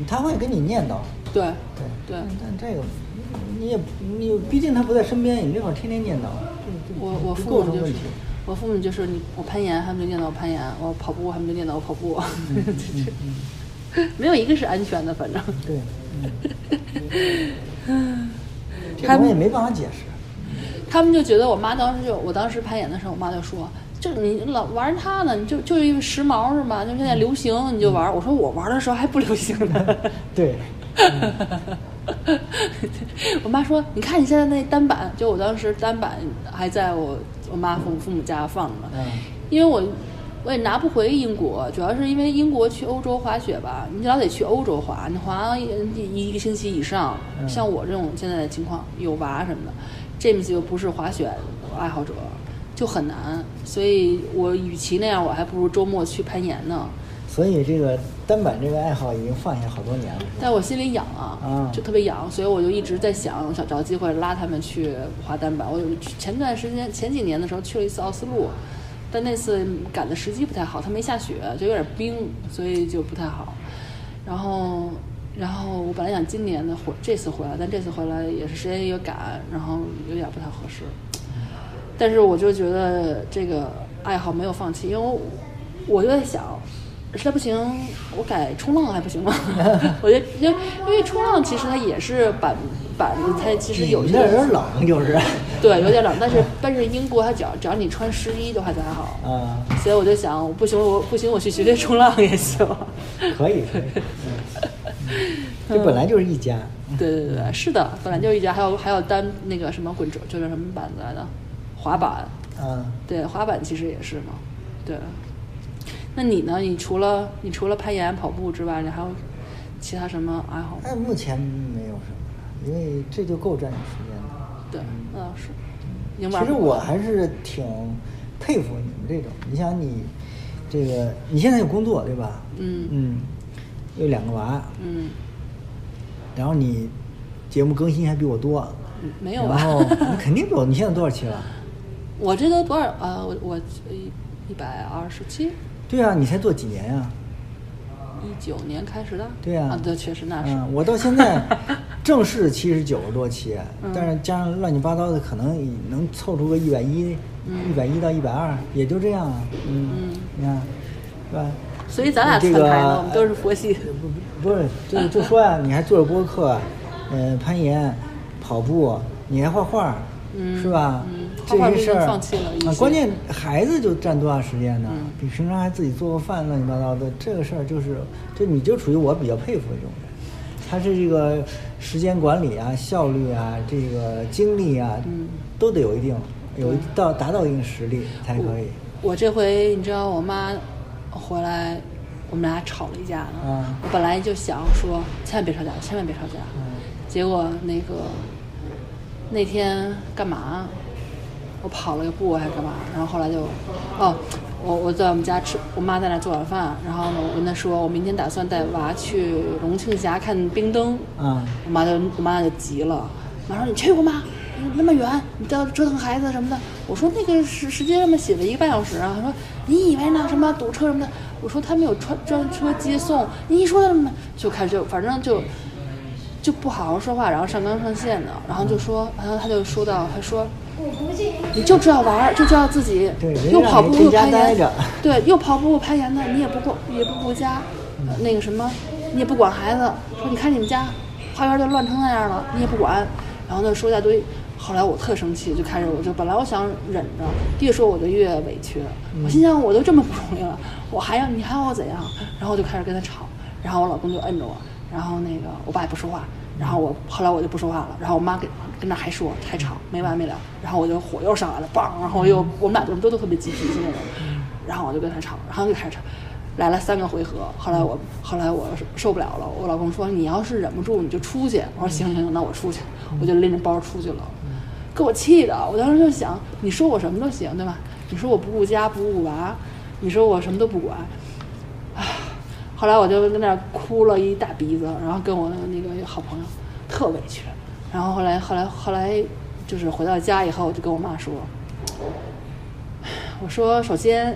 Speaker 2: 他会跟你念叨，
Speaker 1: 对
Speaker 2: 对
Speaker 1: 对，嗯
Speaker 2: 但这个你也你毕竟他不在身边，也没法天天念叨，这这
Speaker 1: 我我
Speaker 2: 不
Speaker 1: 父
Speaker 2: 构
Speaker 1: 母
Speaker 2: 成
Speaker 1: 就
Speaker 2: 问
Speaker 1: 是
Speaker 2: 题。
Speaker 1: 我父母就是你我攀岩，他们就念叨我攀岩；我跑步，他们就念叨我跑步。
Speaker 2: 嗯
Speaker 1: 没有一个是安全的，反正。
Speaker 2: 对，嗯， 这东西没办法解释。
Speaker 1: 他们就觉得我妈当时就，我当时攀岩的时候，我妈就说，就你老玩它呢，你就就是因为时髦是吧？就现在流行你就玩儿。我说我玩的时候还不流行呢。
Speaker 2: 对，
Speaker 1: 我妈说，你看你现在那单板，就我当时单板还在我我妈父母父母家放着呢，
Speaker 2: 嗯，
Speaker 1: 因为我我也拿不回英国，主要是因为英国去欧洲滑雪吧，你老得去欧洲滑，你滑一一个星期以上。
Speaker 2: 嗯
Speaker 1: 像我这种现在的情况，有娃什么的，James 又不是滑雪爱好者，就很难。所以我与其那样，我还不如周末去攀岩呢。
Speaker 2: 所以这个单板这个爱好已经放下好多年了。是吧
Speaker 1: 但我心里痒啊，
Speaker 2: 嗯
Speaker 1: 就特别痒，所以我就一直在想，我想找机会拉他们去滑单板。我有前段时间前几年的时候去了一次奥斯陆，但那次赶的时机不太好，它没下雪，就有点冰，所以就不太好。然后，然后我本来想今年的回这次回来，但这次回来也是时间也赶，然后有点不太合适。但是我就觉得这个爱好没有放弃，因为我我就在想，实在不行我改冲浪还不 行吗？我觉得因为因为冲浪其实它也是板板子，它其实有
Speaker 2: 你
Speaker 1: 一
Speaker 2: 那
Speaker 1: 些
Speaker 2: 人冷就是，
Speaker 1: 对有点冷，但是但是英国它只要只要你穿湿衣就还还好。
Speaker 2: 啊，
Speaker 1: 所以我就想，我不行，我不行，我去学学冲浪也 行。
Speaker 2: 可以 可以，这本来就是一家，
Speaker 1: 对对对对，是的，本来就一家，还有还有单那个什么滚轴，就是什么板子来的，滑板。
Speaker 2: 啊，
Speaker 1: 对，滑板其实也是嘛。对，那你呢？你除了你除了攀岩、跑步之外，你还有其他什么爱好吗？
Speaker 2: 但目前没有什么，因为这就够占你时间的。
Speaker 1: 对，那倒是。已经玩
Speaker 2: 其实
Speaker 1: 不
Speaker 2: 我
Speaker 1: 完
Speaker 2: 还是挺佩服你们这种，你想你这个，你现在有工作对吧？
Speaker 1: 嗯
Speaker 2: 嗯，有两个娃，
Speaker 1: 嗯，
Speaker 2: 然后你节目更新还比我多，
Speaker 1: 嗯没有啊
Speaker 2: 然 后
Speaker 1: 吧？
Speaker 2: 你肯定比我，你现在多少期了？
Speaker 1: 我这都多少啊？我我一一百二十七，
Speaker 2: 对啊，你才做几年呀、啊？
Speaker 1: 一九年开始的。
Speaker 2: 对呀、
Speaker 1: 啊，对，确实那是。
Speaker 2: 嗯，我到 现在正式期是九十多期，
Speaker 1: 嗯
Speaker 2: 但是加上乱七八糟的，可能也能凑出个一百一、一百一到一百二，也就这样啊。嗯，
Speaker 1: 嗯
Speaker 2: 你看，是吧？
Speaker 1: 所以咱俩
Speaker 2: 这
Speaker 1: 分
Speaker 2: 个
Speaker 1: 开了，我们都是佛 系。
Speaker 2: 不不不是，就就说呀、你还做着播客，呃，攀岩、跑步，你还画画，
Speaker 1: 嗯
Speaker 2: 是吧？
Speaker 1: 嗯
Speaker 2: 这
Speaker 1: 画画
Speaker 2: 些
Speaker 1: 毕
Speaker 2: 事
Speaker 1: 竟
Speaker 2: 儿
Speaker 1: 放弃了一
Speaker 2: 啊
Speaker 1: 些
Speaker 2: 关键孩子就占多大时间呢？
Speaker 1: 嗯
Speaker 2: 比平常还自己做个饭，乱七八糟的，这个事儿就是，就你就属于我比较佩服的这种人。他是这个时间管理啊、效率啊、这个精力啊，
Speaker 1: 嗯
Speaker 2: 都得有一定，有一到达到一定实力才可以。
Speaker 1: 我这回你知道，我妈回来，我们俩吵了一架呢。
Speaker 2: 嗯
Speaker 1: 我本来就想说，千万别吵架，千万别吵架。
Speaker 2: 嗯
Speaker 1: 结果那个那天干嘛？我跑了个步还是干嘛？然后后来就，哦，我我在我们家吃，我妈在那做晚饭，然后呢，我跟她说，我明天打算带娃去龙庆峡看冰灯。
Speaker 2: 嗯
Speaker 1: 我妈就我妈就急了，妈说你去过吗？那么远，你到折腾孩子什么的。我说那个时时间上面写了一个半小时啊。她说你以为呢？什么堵车什么的？我说他们有专专车接送。你一说什么就开始就反正就就不好好说话，然后上纲上线的，然后就说，然后他就说到，他说，你就知道玩儿，就知道自己
Speaker 2: 对人，
Speaker 1: 又
Speaker 2: 让
Speaker 1: 跑
Speaker 2: 你
Speaker 1: 步
Speaker 2: 跟
Speaker 1: 又
Speaker 2: 家
Speaker 1: 攀
Speaker 2: 待
Speaker 1: 岩
Speaker 2: 着，
Speaker 1: 对，又跑步又攀岩的，你也不顾也不顾家，呃那个什么，你也不管孩子，说你看你们家花园都乱成那样了，你也不管，然后呢说一大堆。后来我特生气，就开始我就本来我想忍着，越说我就越委屈。我心想我都这么不容易了，我还要你还要我怎样？然后我就开始跟他吵，然后我老公就摁着我，然后那个我爸也不说话，然后我后来我就不说话了，然后我妈跟跟那还说还吵没完没了，然后我就火又上来了，梆，然后又我们俩人都都特别急脾气那种，然后我就跟他吵，然后就开始吵，来了三个回合，后来我后来我受不了了，我老公说你要是忍不住你就出去，我说行行行，那我出去，我就拎着包出去了。给我气的，我当时就想，你说我什么都行，对吧？你说我不顾家，不顾娃，你说我什么都不管，唉后来我就跟那儿哭了一大鼻子，然后跟我的那个好朋友特委屈。然后后来后来后来就是回到家以后，我就跟我妈说，我说首先，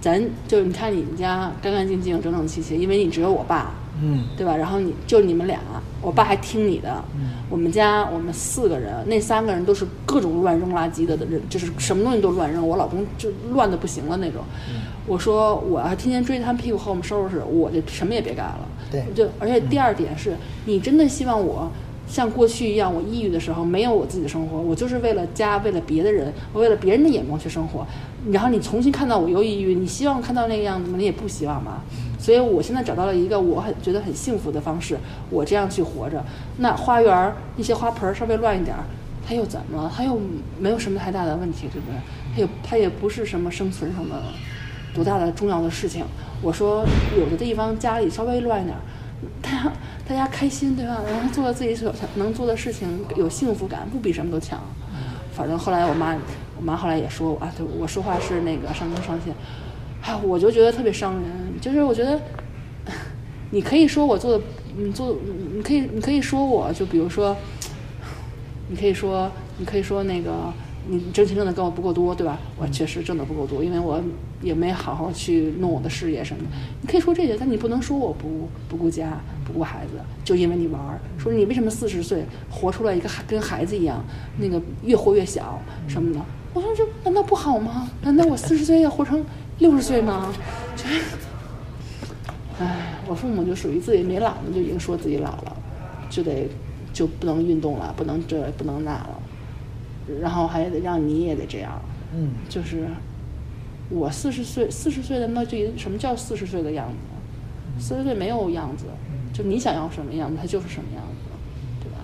Speaker 1: 咱就是你看你们家干干净净、整整齐齐，因为你只有我爸，
Speaker 2: 嗯
Speaker 1: 对吧？然后你就你们俩，我爸还听你的。我们家我们四个人，那三个人都是各种乱扔垃圾的人，就是什么东西都乱扔。我老公就乱的不行了那种。我说我要天天追他们屁股后面收拾，我就什么也别干了。
Speaker 2: 对
Speaker 1: 就而且第二点是，你真的希望我像过去一样，我抑郁的时候没有我自己的生活，我就是为了家，为了别的人，我为了别人的眼光去生活。然后你重新看到我又抑郁，你希望看到那个样子吗？你也不希望吧。所以我现在找到了一个我很觉得很幸福的方式，我这样去活着。那花园儿那些花盆儿稍微乱一点儿，它又怎么了？它又没有什么太大的问题，对不对？它也它也不是什么生存上的多大的重要的事情。我说有的地方家里稍微乱一点儿，大家大家开心对吧？然后做自己所能做的事情，有幸福感，不比什么都强。反正后来我妈，我妈后来也说我啊，对我说话是那个上纲上线，哎，我就觉得特别伤人。就是我觉得，你可以说我做的，嗯，做，你可以，你可以说我就比如说，你可以说，你可以说那个，你挣钱挣的跟我不够多，对吧？我确实挣的不够多，因为我也没好好去弄我的事业什么的。你可以说这些，但你不能说我不不顾家、不顾孩子，就因为你玩儿。说你为什么四十岁活出来一个孩跟孩子一样，那个越活越小什么的？我说这难道不好吗？难道我四十岁要活成六十岁吗？就是，唉，我父母就属于自己没懒的，就已经说自己老了，就得就不能运动了，不能这不能那了，然后还得让你也得这样，
Speaker 2: 嗯，
Speaker 1: 就是我四十岁，四十岁难道就已经什么叫四十岁的样子？四十岁没有样子，就你想要什么样子，它就是什么样子，对吧？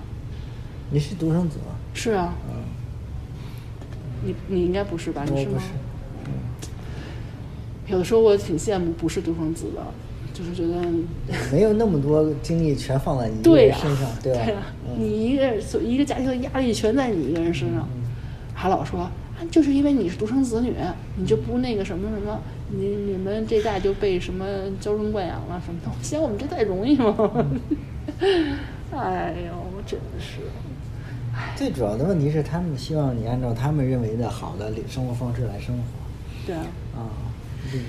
Speaker 2: 你是独生子吗？
Speaker 1: 是啊，
Speaker 2: 嗯，
Speaker 1: 你你应该不是吧？你
Speaker 2: 我
Speaker 1: 是吗？
Speaker 2: 不是，
Speaker 1: 有的时候我挺羡慕不是独生子的，就是觉得
Speaker 2: 没有那么多精力全放在你一个
Speaker 1: 对
Speaker 2: 人
Speaker 1: 呀、
Speaker 2: 身上，
Speaker 1: 对
Speaker 2: 吧？
Speaker 1: 呀
Speaker 2: 嗯，
Speaker 1: 你一个人所一个家庭的压力全在你一个人身上，还老说啊，就是因为你是独生子女，你就不那个什么什么，你你们这代就被什么娇生惯养了什么的，我嫌我们这代容易吗？ 哎呦，真的是，
Speaker 2: 最主要的问题是他们希望你按照他们认为的好的生活方式来生活，
Speaker 1: 对啊，
Speaker 2: 啊，这是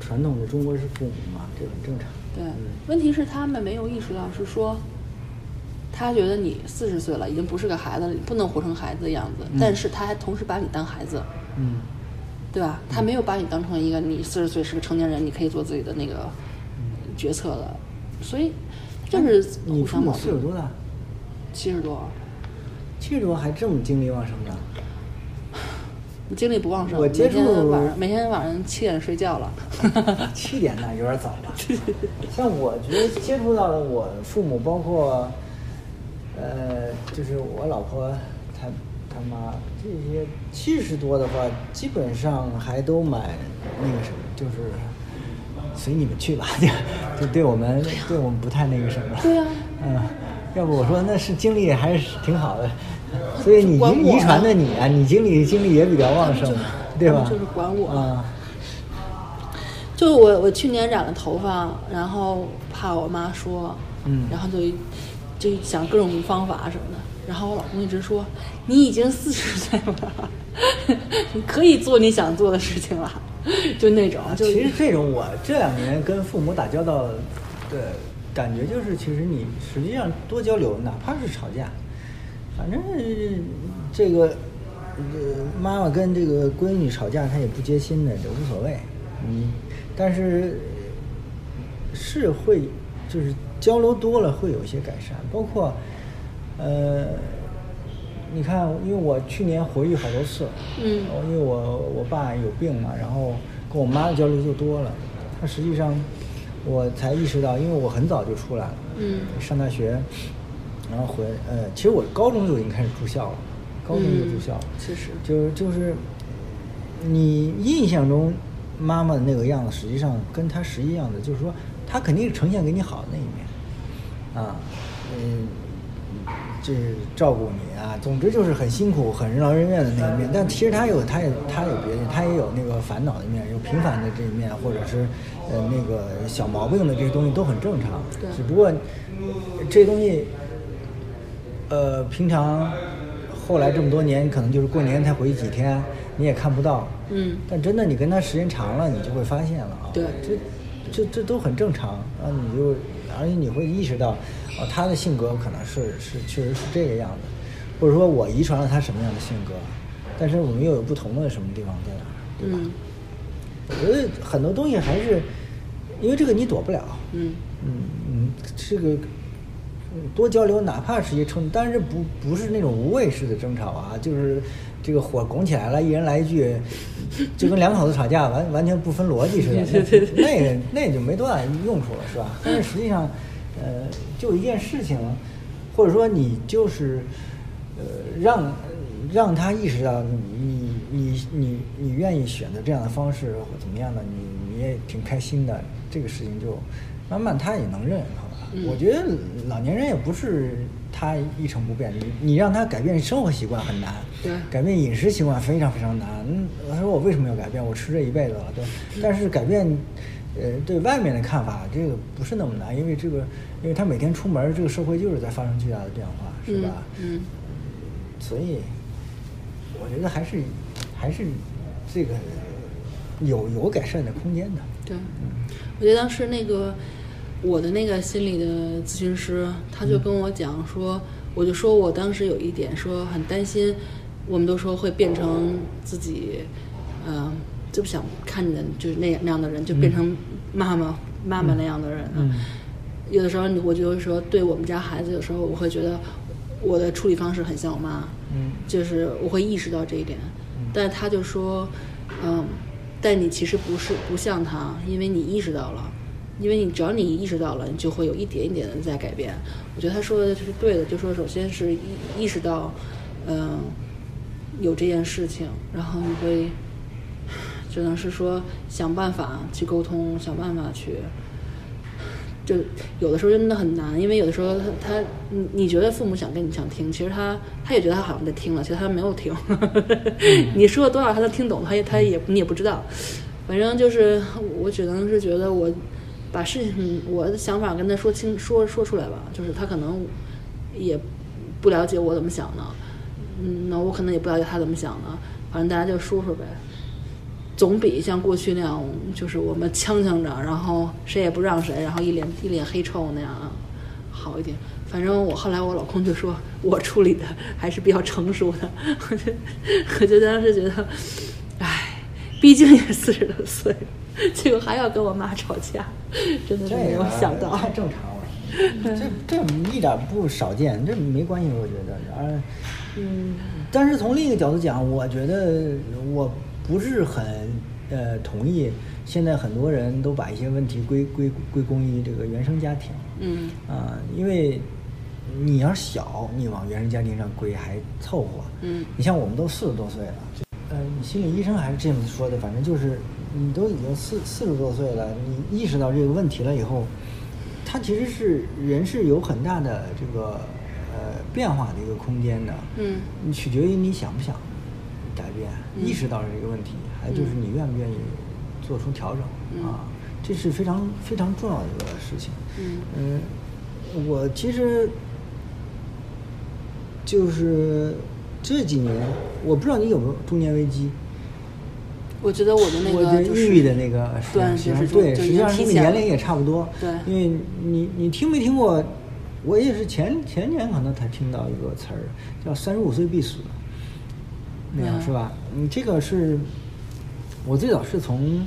Speaker 2: 传统的中国式父母嘛，这很正常。
Speaker 1: 对啊
Speaker 2: 嗯，
Speaker 1: 问题是他们没有意识到，是说他觉得你四十岁了，已经不是个孩子了，你不能活成孩子的样子，但是他还同时把你当孩子。
Speaker 2: 嗯，
Speaker 1: 对吧？他没有把你当成一个你四十岁是个成年人，你可以做自己的那个决策的，所以就是
Speaker 2: 哎你
Speaker 1: 互
Speaker 2: 父
Speaker 1: 相
Speaker 2: 母
Speaker 1: 矛
Speaker 2: 岁数
Speaker 1: 盾。
Speaker 2: 多大？
Speaker 1: 七十多，
Speaker 2: 七十多还这么精力旺盛呢？
Speaker 1: 你精力不旺盛，
Speaker 2: 我
Speaker 1: 每
Speaker 2: 接触
Speaker 1: 天晚上每天晚上七点睡觉了。
Speaker 2: 七点呢，有点早了。像我觉得接触到的我父母，包括呃，就是我老婆她她妈这些七十多的话，基本上还都蛮那个什么，就是随你们去吧， 就就对我们对我们不太那个什么。
Speaker 1: 对啊
Speaker 2: 嗯， 要不我说那是经历还是挺好 的，所以你啊
Speaker 1: 管
Speaker 2: 遗
Speaker 1: 我
Speaker 2: 遗传的你啊，你经历经历也比较旺盛，对吧？
Speaker 1: 就是管我
Speaker 2: 啊。
Speaker 1: 就我我去年染了头发，然后怕我妈说，
Speaker 2: 嗯
Speaker 1: 然后就就想各种方法什么的。然后我老公一直说：“你已经四十岁了， 你可以做你想做的事情了。”就那种，就
Speaker 2: 啊其实这种我这两年跟父母打交道的感觉就是，其实你实际上多交流，哪怕是吵架，反正是这个呃妈妈跟这个闺女吵架，她也不接心的，也无所谓。嗯，但是是会就是交流多了会有一些改善，包括呃。你看，因为我去年回忆好多次，
Speaker 1: 嗯
Speaker 2: 我因为我我爸有病嘛，然后跟我妈的交流就多了。他实际上，我才意识到，因为我很早就出来了，
Speaker 1: 嗯
Speaker 2: 上大学，然后回呃，其实我高中就已经开始住校了，高中就住校了，
Speaker 1: 嗯确实
Speaker 2: 就是就是你印象中妈妈的那个样子，实际上跟她实际样子，就是说她肯定是呈现给你好的那一面，啊，嗯。这照顾你啊，总之就是很辛苦、很任劳任怨的那一面。但其实他有，他也他有别的，他也有那个烦恼的一面，有平凡的这一面，或者是呃那个小毛病的这些东西都很正常。
Speaker 1: 对
Speaker 2: 只不过呃这东西，呃，平常后来这么多年，可能就是过年才回去几天，你也看不到。
Speaker 1: 嗯
Speaker 2: 但真的你跟他时间长了，你就会发现了啊。
Speaker 1: 对
Speaker 2: 这这这都很正常啊，你就而且你会意识到，哦，他的性格可能是是确实是这个样子，或者说我遗传了他什么样的性格，但是我们又有不同的什么地方在哪儿，对吧？
Speaker 1: 嗯
Speaker 2: 我觉得很多东西还是因为这个你躲不了，
Speaker 1: 嗯
Speaker 2: 嗯嗯，这个嗯多交流，哪怕是一些冲突，但是不不是那种无谓式的争吵啊，就是这个火拱起来了，一人来一句，就跟两口子吵架完完全不分逻辑似的，那那个那就没多大用处了，是吧？但是实际上，呃，就一件事情，或者说你就是呃让让他意识到你你你你你愿意选择这样的方式或怎么样的，你你也挺开心的，这个事情就慢慢他也能认可吧。
Speaker 1: 嗯
Speaker 2: 我觉得老年人也不是他一成不变，你你让他改变生活习惯很难，
Speaker 1: 对
Speaker 2: 改变饮食习惯非常非常难。嗯他说我为什么要改变？我吃这一辈子了，对。
Speaker 1: 嗯
Speaker 2: 但是改变，呃，对外面的看法，这个不是那么难，因为这个，因为他每天出门，这个社会就是在发生巨大的变化，是吧？
Speaker 1: 嗯
Speaker 2: 所以，我觉得还是还是这个有有改善的空间的。
Speaker 1: 对，我觉得当时那个我的那个心理的咨询师，他
Speaker 2: 嗯
Speaker 1: 就跟我讲说，我就说我当时有一点说很担心，我们都说会变成自己，呃，就不想看见就是那那样的人，就变成妈妈、妈妈那样的人啊。
Speaker 2: 嗯
Speaker 1: 有的时候你我就说，对我们家孩子，有时候我会觉得我的处理方式很像我妈。
Speaker 2: 嗯
Speaker 1: 就是我会意识到这一点，但是他就说，嗯，但你其实不是不像他，因为你意识到了，因为你只要你意识到了，你就会有一点一点的在改变。我觉得他说的就是对的，就说首先是意意识到，嗯，有这件事情，然后你会只能是说想办法去沟通，想办法去。就有的时候真的很难，因为有的时候他他你你觉得父母想跟你想听，其实他他也觉得他好像在听了，其实他没有听。 你说了多少他都听懂，他也他也你也不知道。反正就是我只能是觉得我把事情我的想法跟他说清说说出来吧，就是他可能也不了解我怎么想的，嗯，那我可能也不了解他怎么想的，反正大家就说说呗。总比像过去那样，就是我们呛呛着，然后谁也不让谁，然后一脸一脸黑臭那样啊，好一点。反正我后来我老公就说我处理的还是比较成熟的， 我就我就当时觉得，唉，毕竟也四十多岁了，结果还要跟我妈吵架，真的是
Speaker 2: 这
Speaker 1: 没有
Speaker 2: 个
Speaker 1: 想到。
Speaker 2: 太正常了。这这一点不少见，这没关系，我觉得。而嗯，但是从另一个角度讲，我觉得我不是很呃同意，现在很多人都把一些问题归归归功于这个原生家庭。
Speaker 1: 嗯
Speaker 2: 啊、因为你要是小，你往原生家庭上归还凑合。
Speaker 1: 嗯
Speaker 2: 你像我们都四十多岁了，就呃，你心理医生还是这么说的，反正就是你都已经四四十多岁了，你意识到这个问题了以后，它其实是人是有很大的这个呃变化的一个空间的。
Speaker 1: 嗯
Speaker 2: 你取决于你想不想改变，
Speaker 1: 嗯
Speaker 2: 意识到这个问题，还有就是你愿不愿意做出调整、
Speaker 1: 嗯
Speaker 2: 啊。这是非常非常重要的一个事情。嗯，我其实就是这几年，我不知道你有没有中年危机。
Speaker 1: 我觉得我的那
Speaker 2: 我
Speaker 1: 个
Speaker 2: 觉
Speaker 1: 就
Speaker 2: 得
Speaker 1: 是
Speaker 2: 抑郁的那个实际
Speaker 1: 对就
Speaker 2: 上，
Speaker 1: 是
Speaker 2: 实际上对，
Speaker 1: 就
Speaker 2: 实
Speaker 1: 已
Speaker 2: 际
Speaker 1: 经
Speaker 2: 上
Speaker 1: 提
Speaker 2: 跟你
Speaker 1: 前
Speaker 2: 年
Speaker 1: 了
Speaker 2: 龄也差不多。
Speaker 1: 对
Speaker 2: 因为你你听没听过？我也是前前年可能才听到一个词儿，叫“三十五岁必死”，那样、
Speaker 1: 嗯
Speaker 2: 是吧？你这个是，我最早是从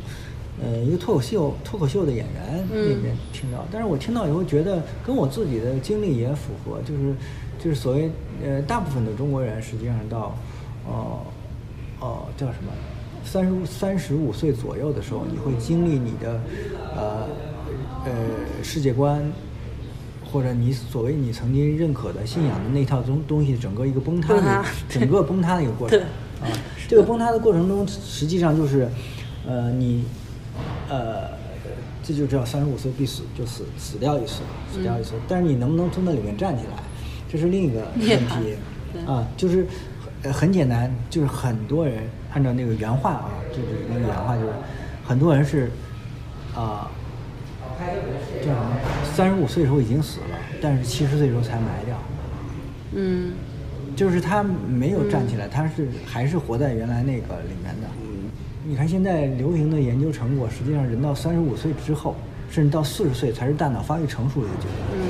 Speaker 2: 呃一个脱口秀脱口秀的演员那
Speaker 1: 嗯
Speaker 2: 边听到，但是我听到以后觉得跟我自己的经历也符合，就是就是所谓呃大部分的中国人实际上到哦哦、叫什么三十三十五岁左右的时候，你会经历你的呃呃世界观。或者你所谓你曾经认可的信仰的那套东东西，整个一个崩塌的
Speaker 1: 崩塌
Speaker 2: 整个崩塌的一个过程
Speaker 1: 对
Speaker 2: 啊。这个崩塌的过程中，实际上就是，呃，你，呃，这就叫三十五岁必死，就死死掉一次，死掉一次。但是你能不能从那里面站起来，这是另一个问
Speaker 1: 嗯涅槃
Speaker 2: 题
Speaker 1: 对
Speaker 2: 啊。就是很很简单，就是很多人按照那个原话啊，就是那个原话就是，很多人是啊。叫什么？三十五岁的时候已经死了，但是七十岁的时候才埋掉。
Speaker 1: 嗯
Speaker 2: 就是他没有站起来，他是还是活在原来那个里面的。你看现在流行的研究成果，实际上人到三十五岁之后，甚至到四十岁才是大脑发育成熟的一个阶段。
Speaker 1: 嗯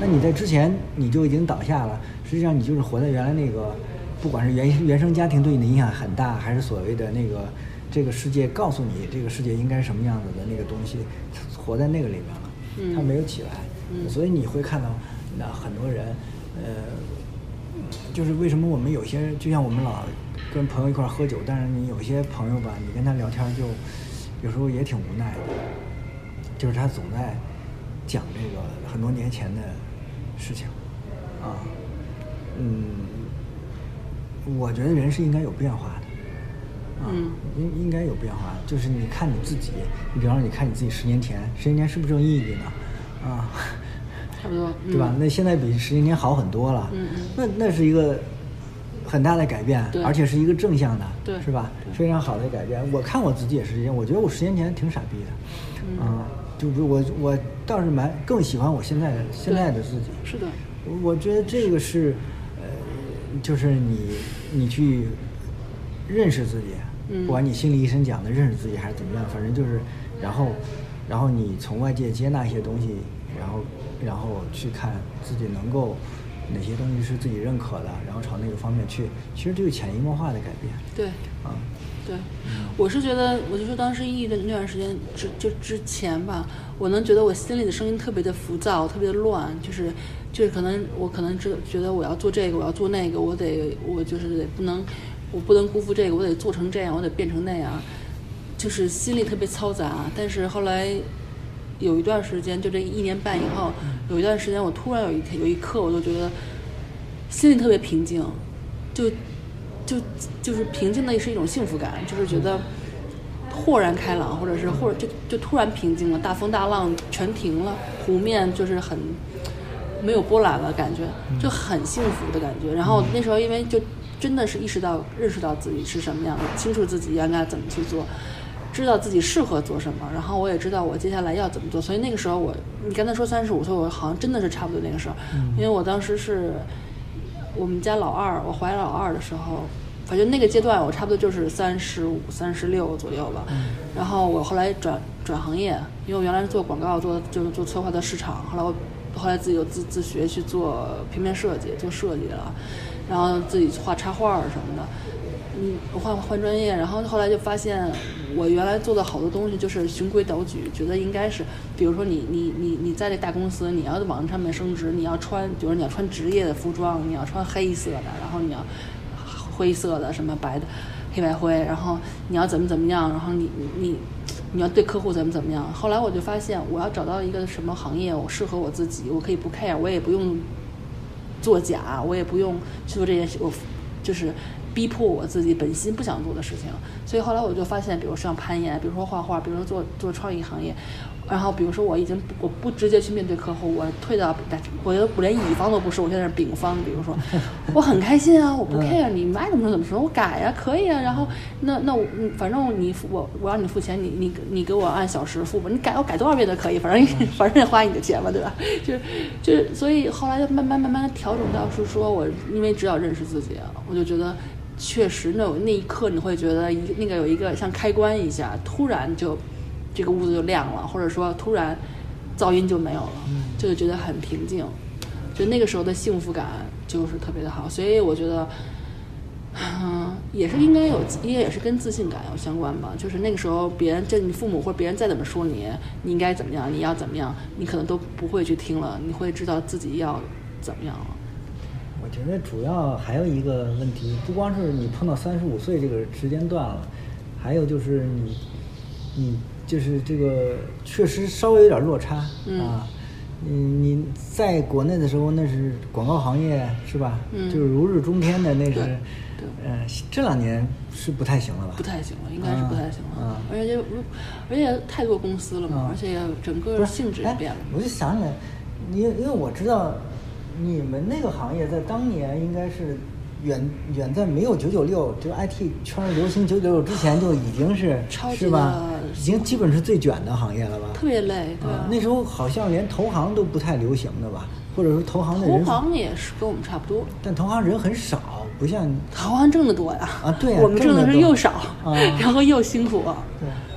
Speaker 2: 那你在之前你就已经倒下了，实际上你就是活在原来那个，不管是原原生家庭对你的影响很大，还是所谓的那个这个世界告诉你这个世界应该什么样子的那个东西，活在那个里面了，
Speaker 1: 嗯
Speaker 2: 他没有起来，
Speaker 1: 嗯
Speaker 2: 所以你会看到那很多人，呃，就是为什么我们有些人就像我们老跟朋友一块儿喝酒，但是你有些朋友吧，你跟他聊天就有时候也挺无奈的，就是他总在讲这个很多年前的事情，啊，嗯，我觉得人是应该有变化的，啊，
Speaker 1: 嗯
Speaker 2: 应应该有变化，就是你看你自己，你比方说你看你自己十年前，十年前是不是正抑郁呢？啊，
Speaker 1: 差不多
Speaker 2: 对吧？
Speaker 1: 嗯
Speaker 2: 那现在比十年前好很多了，
Speaker 1: 嗯嗯
Speaker 2: 那那是一个很大的改变
Speaker 1: 对，
Speaker 2: 而且是一个正向的，
Speaker 1: 对
Speaker 2: 是吧？非常好的改变。我看我自己也是这样，我觉得我十年前挺傻逼
Speaker 1: 嗯
Speaker 2: 的，啊、就比如我我倒是蛮更喜欢我现在的现在的自己，
Speaker 1: 嗯是的，
Speaker 2: 我觉得这个是，呃，就是你你去认识自己，
Speaker 1: 嗯
Speaker 2: 不管你心理医生讲的认识自己还是怎么样，反正就是，然后然后你从外界接纳一些东西，然后然后去看自己能够哪些东西是自己认可的，然后朝那个方面去，其实就是潜移默化的改变
Speaker 1: 对。
Speaker 2: 啊。
Speaker 1: 对，我是觉得，我就说当时抑郁的那段时间之就之前吧，我能觉得我心里的声音特别的浮躁，特别的乱，就是就是可能我可能知觉得我要做这个，我要做那个，我得我就是得不能我不能辜负这个，我得做成这样，我得变成那样，就是心里特别嘈杂。但是后来有一段时间，就这一年半以后，有一段时间我突然有一天有一刻，我就觉得心里特别平静，就就就是平静的是一种幸福感，就是觉得豁然开朗，或者是或者就就突然平静了，大风大浪全停了，湖面就是很没有波澜了，感觉就很幸福的感觉。然后那时候因为就真的是意识到认识到自己是什么样的，清楚自己应该怎么去做。知道自己适合做什么，然后我也知道我接下来要怎么做，所以那个时候我，你刚才说三十五岁，我好像真的是差不多那个时候，因为我当时是我们家老二，我怀老二的时候，反正那个阶段我差不多就是三十五、三十六左右吧。然后我后来转转行业，因为我原来是做广告，做就是做策划的市场，后来我后来自己又自自学去做平面设计，做设计了，然后自己画插画儿什么的。嗯，我换换专业，然后后来就发现，我原来做的好多东西就是循规蹈矩，觉得应该是，比如说你你你你在这大公司，你要往上面升职，你要穿，比如你要穿职业的服装，你要穿黑色的，然后你要灰色的什么白的，黑白灰，然后你要怎么怎么样，然后你你你你要对客户怎么怎么样。后来我就发现，我要找到一个什么行业，我适合我自己，我可以不 care，我也不用作假，我也不用去做这件事，我就是逼迫我自己本心不想做的事情。所以后来我就发现，比如像攀岩，比如说画画，比如说做做创意行业，然后比如说我已经不我不直接去面对客户，我退到我我连乙方都不是，我现在是丙方。比如说， 我很开心啊，我不 care 你们爱怎么说怎么说，我改呀、可以啊。然后那那我嗯反正你付我我让你付钱，你你你给我按小时付吧，你改我改多少遍都可以，反正 反正花你的钱嘛，对吧？就是就是，所以后来就慢慢慢慢调整到是说我因为只要认识自己，啊我就觉得。确实那，那那一刻你会觉得一那个有一个像开关一下，突然就这个屋子就亮了，或者说突然噪音就没有了，就觉得很平静，就那个时候的幸福感就是特别的好，所以我觉得，嗯， 也是应该有，也也是跟自信感有相关吧。就是那个时候，别人这你父母或者别人再怎么说你，你应该怎么样，你要怎么样，你可能都不会去听了，你会知道自己要怎么样了。
Speaker 2: 我觉得主要还有一个问题，不光是你碰到三十五岁这个时间段了，还有就是你，你就是这个确实稍微有点落差、
Speaker 1: 嗯
Speaker 2: 啊。你你在国内的时候，那是广告行业是吧？
Speaker 1: 嗯
Speaker 2: 就是如日中天的那是
Speaker 1: 对，
Speaker 2: 呃，这两年是不太行了吧？
Speaker 1: 不太行了，应该是不太行了，
Speaker 2: 啊啊
Speaker 1: 而且就而且太多公司了嘛，
Speaker 2: 啊
Speaker 1: 而且整
Speaker 2: 不
Speaker 1: 个
Speaker 2: 是
Speaker 1: 性质也
Speaker 2: 哎
Speaker 1: 变了。
Speaker 2: 我就想起来，因为因为我知道你们那个行业在当年应该是远远在没有九九六，就 IT 圈儿流行九九六之前就已经是
Speaker 1: 超级
Speaker 2: 是吧
Speaker 1: 的？
Speaker 2: 已经基本是最卷的行业了吧？
Speaker 1: 特别累，对
Speaker 2: 啊
Speaker 1: 吧，？
Speaker 2: 那时候好像连投行都不太流行的吧，或者说投行的
Speaker 1: 投
Speaker 2: 人，
Speaker 1: 行也是跟我们差不多，
Speaker 2: 但投行人很少，不像
Speaker 1: 投行挣得多呀。
Speaker 2: 啊对呀
Speaker 1: 我们挣的
Speaker 2: 挣
Speaker 1: 是
Speaker 2: 得多
Speaker 1: 又少，
Speaker 2: 啊
Speaker 1: 然后又辛苦。啊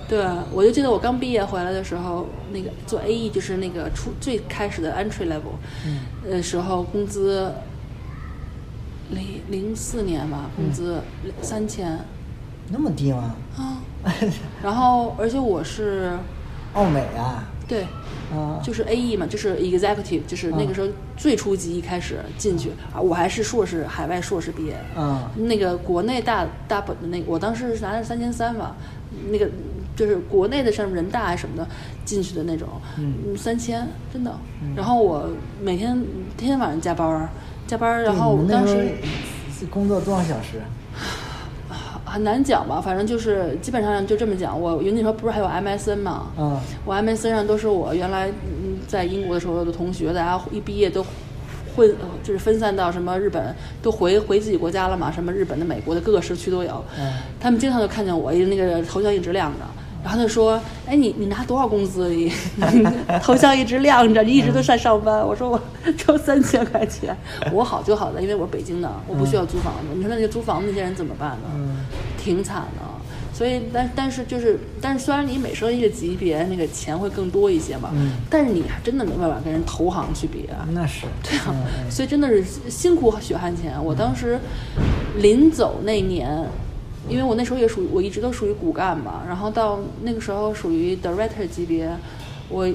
Speaker 2: 对
Speaker 1: 对，我就记得我刚毕业回来的时候，那个做 AE 就是那个初最开始的 entry level，呃时候工资零零四年吧，工资三千
Speaker 2: 那么低吗？
Speaker 1: 啊，然后而且我是
Speaker 2: 奥美啊，
Speaker 1: 对
Speaker 2: 啊，
Speaker 1: 就是 A E 嘛，就是 executive，就是那个时候最初级一开始进去啊，我还是硕士，海外硕士毕业。
Speaker 2: 啊
Speaker 1: 那个国内大大本的那个，我当时是拿着三千三吧，那个就是国内的像人大啊什么的进去的那种，嗯，三千真的。
Speaker 2: 嗯
Speaker 1: 然后我每天天天晚上加班儿，加班儿，然后
Speaker 2: 对
Speaker 1: 我
Speaker 2: 你们
Speaker 1: 当
Speaker 2: 那时候
Speaker 1: 时
Speaker 2: 是工作多少小时？
Speaker 1: 很难讲吧，反正就是基本上就这么讲。我因为那时候不是还有 MSN 嘛，
Speaker 2: 啊
Speaker 1: 我 MSN 上都是我原来嗯在英国的时候的同学，大家一毕业都混，呃就是分散到什么日本，都回回自己国家了嘛，什么日本的、美国的各个时区都有。
Speaker 2: 嗯
Speaker 1: 他们经常就看见我那个头像一直亮着。然后他就说：“哎，你你拿多少工资？你 你头像一直亮着，你一直
Speaker 2: 嗯
Speaker 1: 都在上班。”我说：“ 我就三千块钱。” 我好就好在，因为我是北京的，我不需要租房子。你说那些租房子那些人怎么办呢？
Speaker 2: 嗯
Speaker 1: 挺惨的。所以，但但是就是，但是虽然你每升一个级别，那个钱会更多一些嘛，
Speaker 2: 嗯
Speaker 1: 但是你还真的没办法跟人投行去比啊。
Speaker 2: 那是
Speaker 1: 对啊，
Speaker 2: 嗯嗯
Speaker 1: 所以真的是辛苦血汗钱。我当时临走那年，因为我那时候也属于我一直都属于骨干嘛，然后到那个时候属于 director 级别，我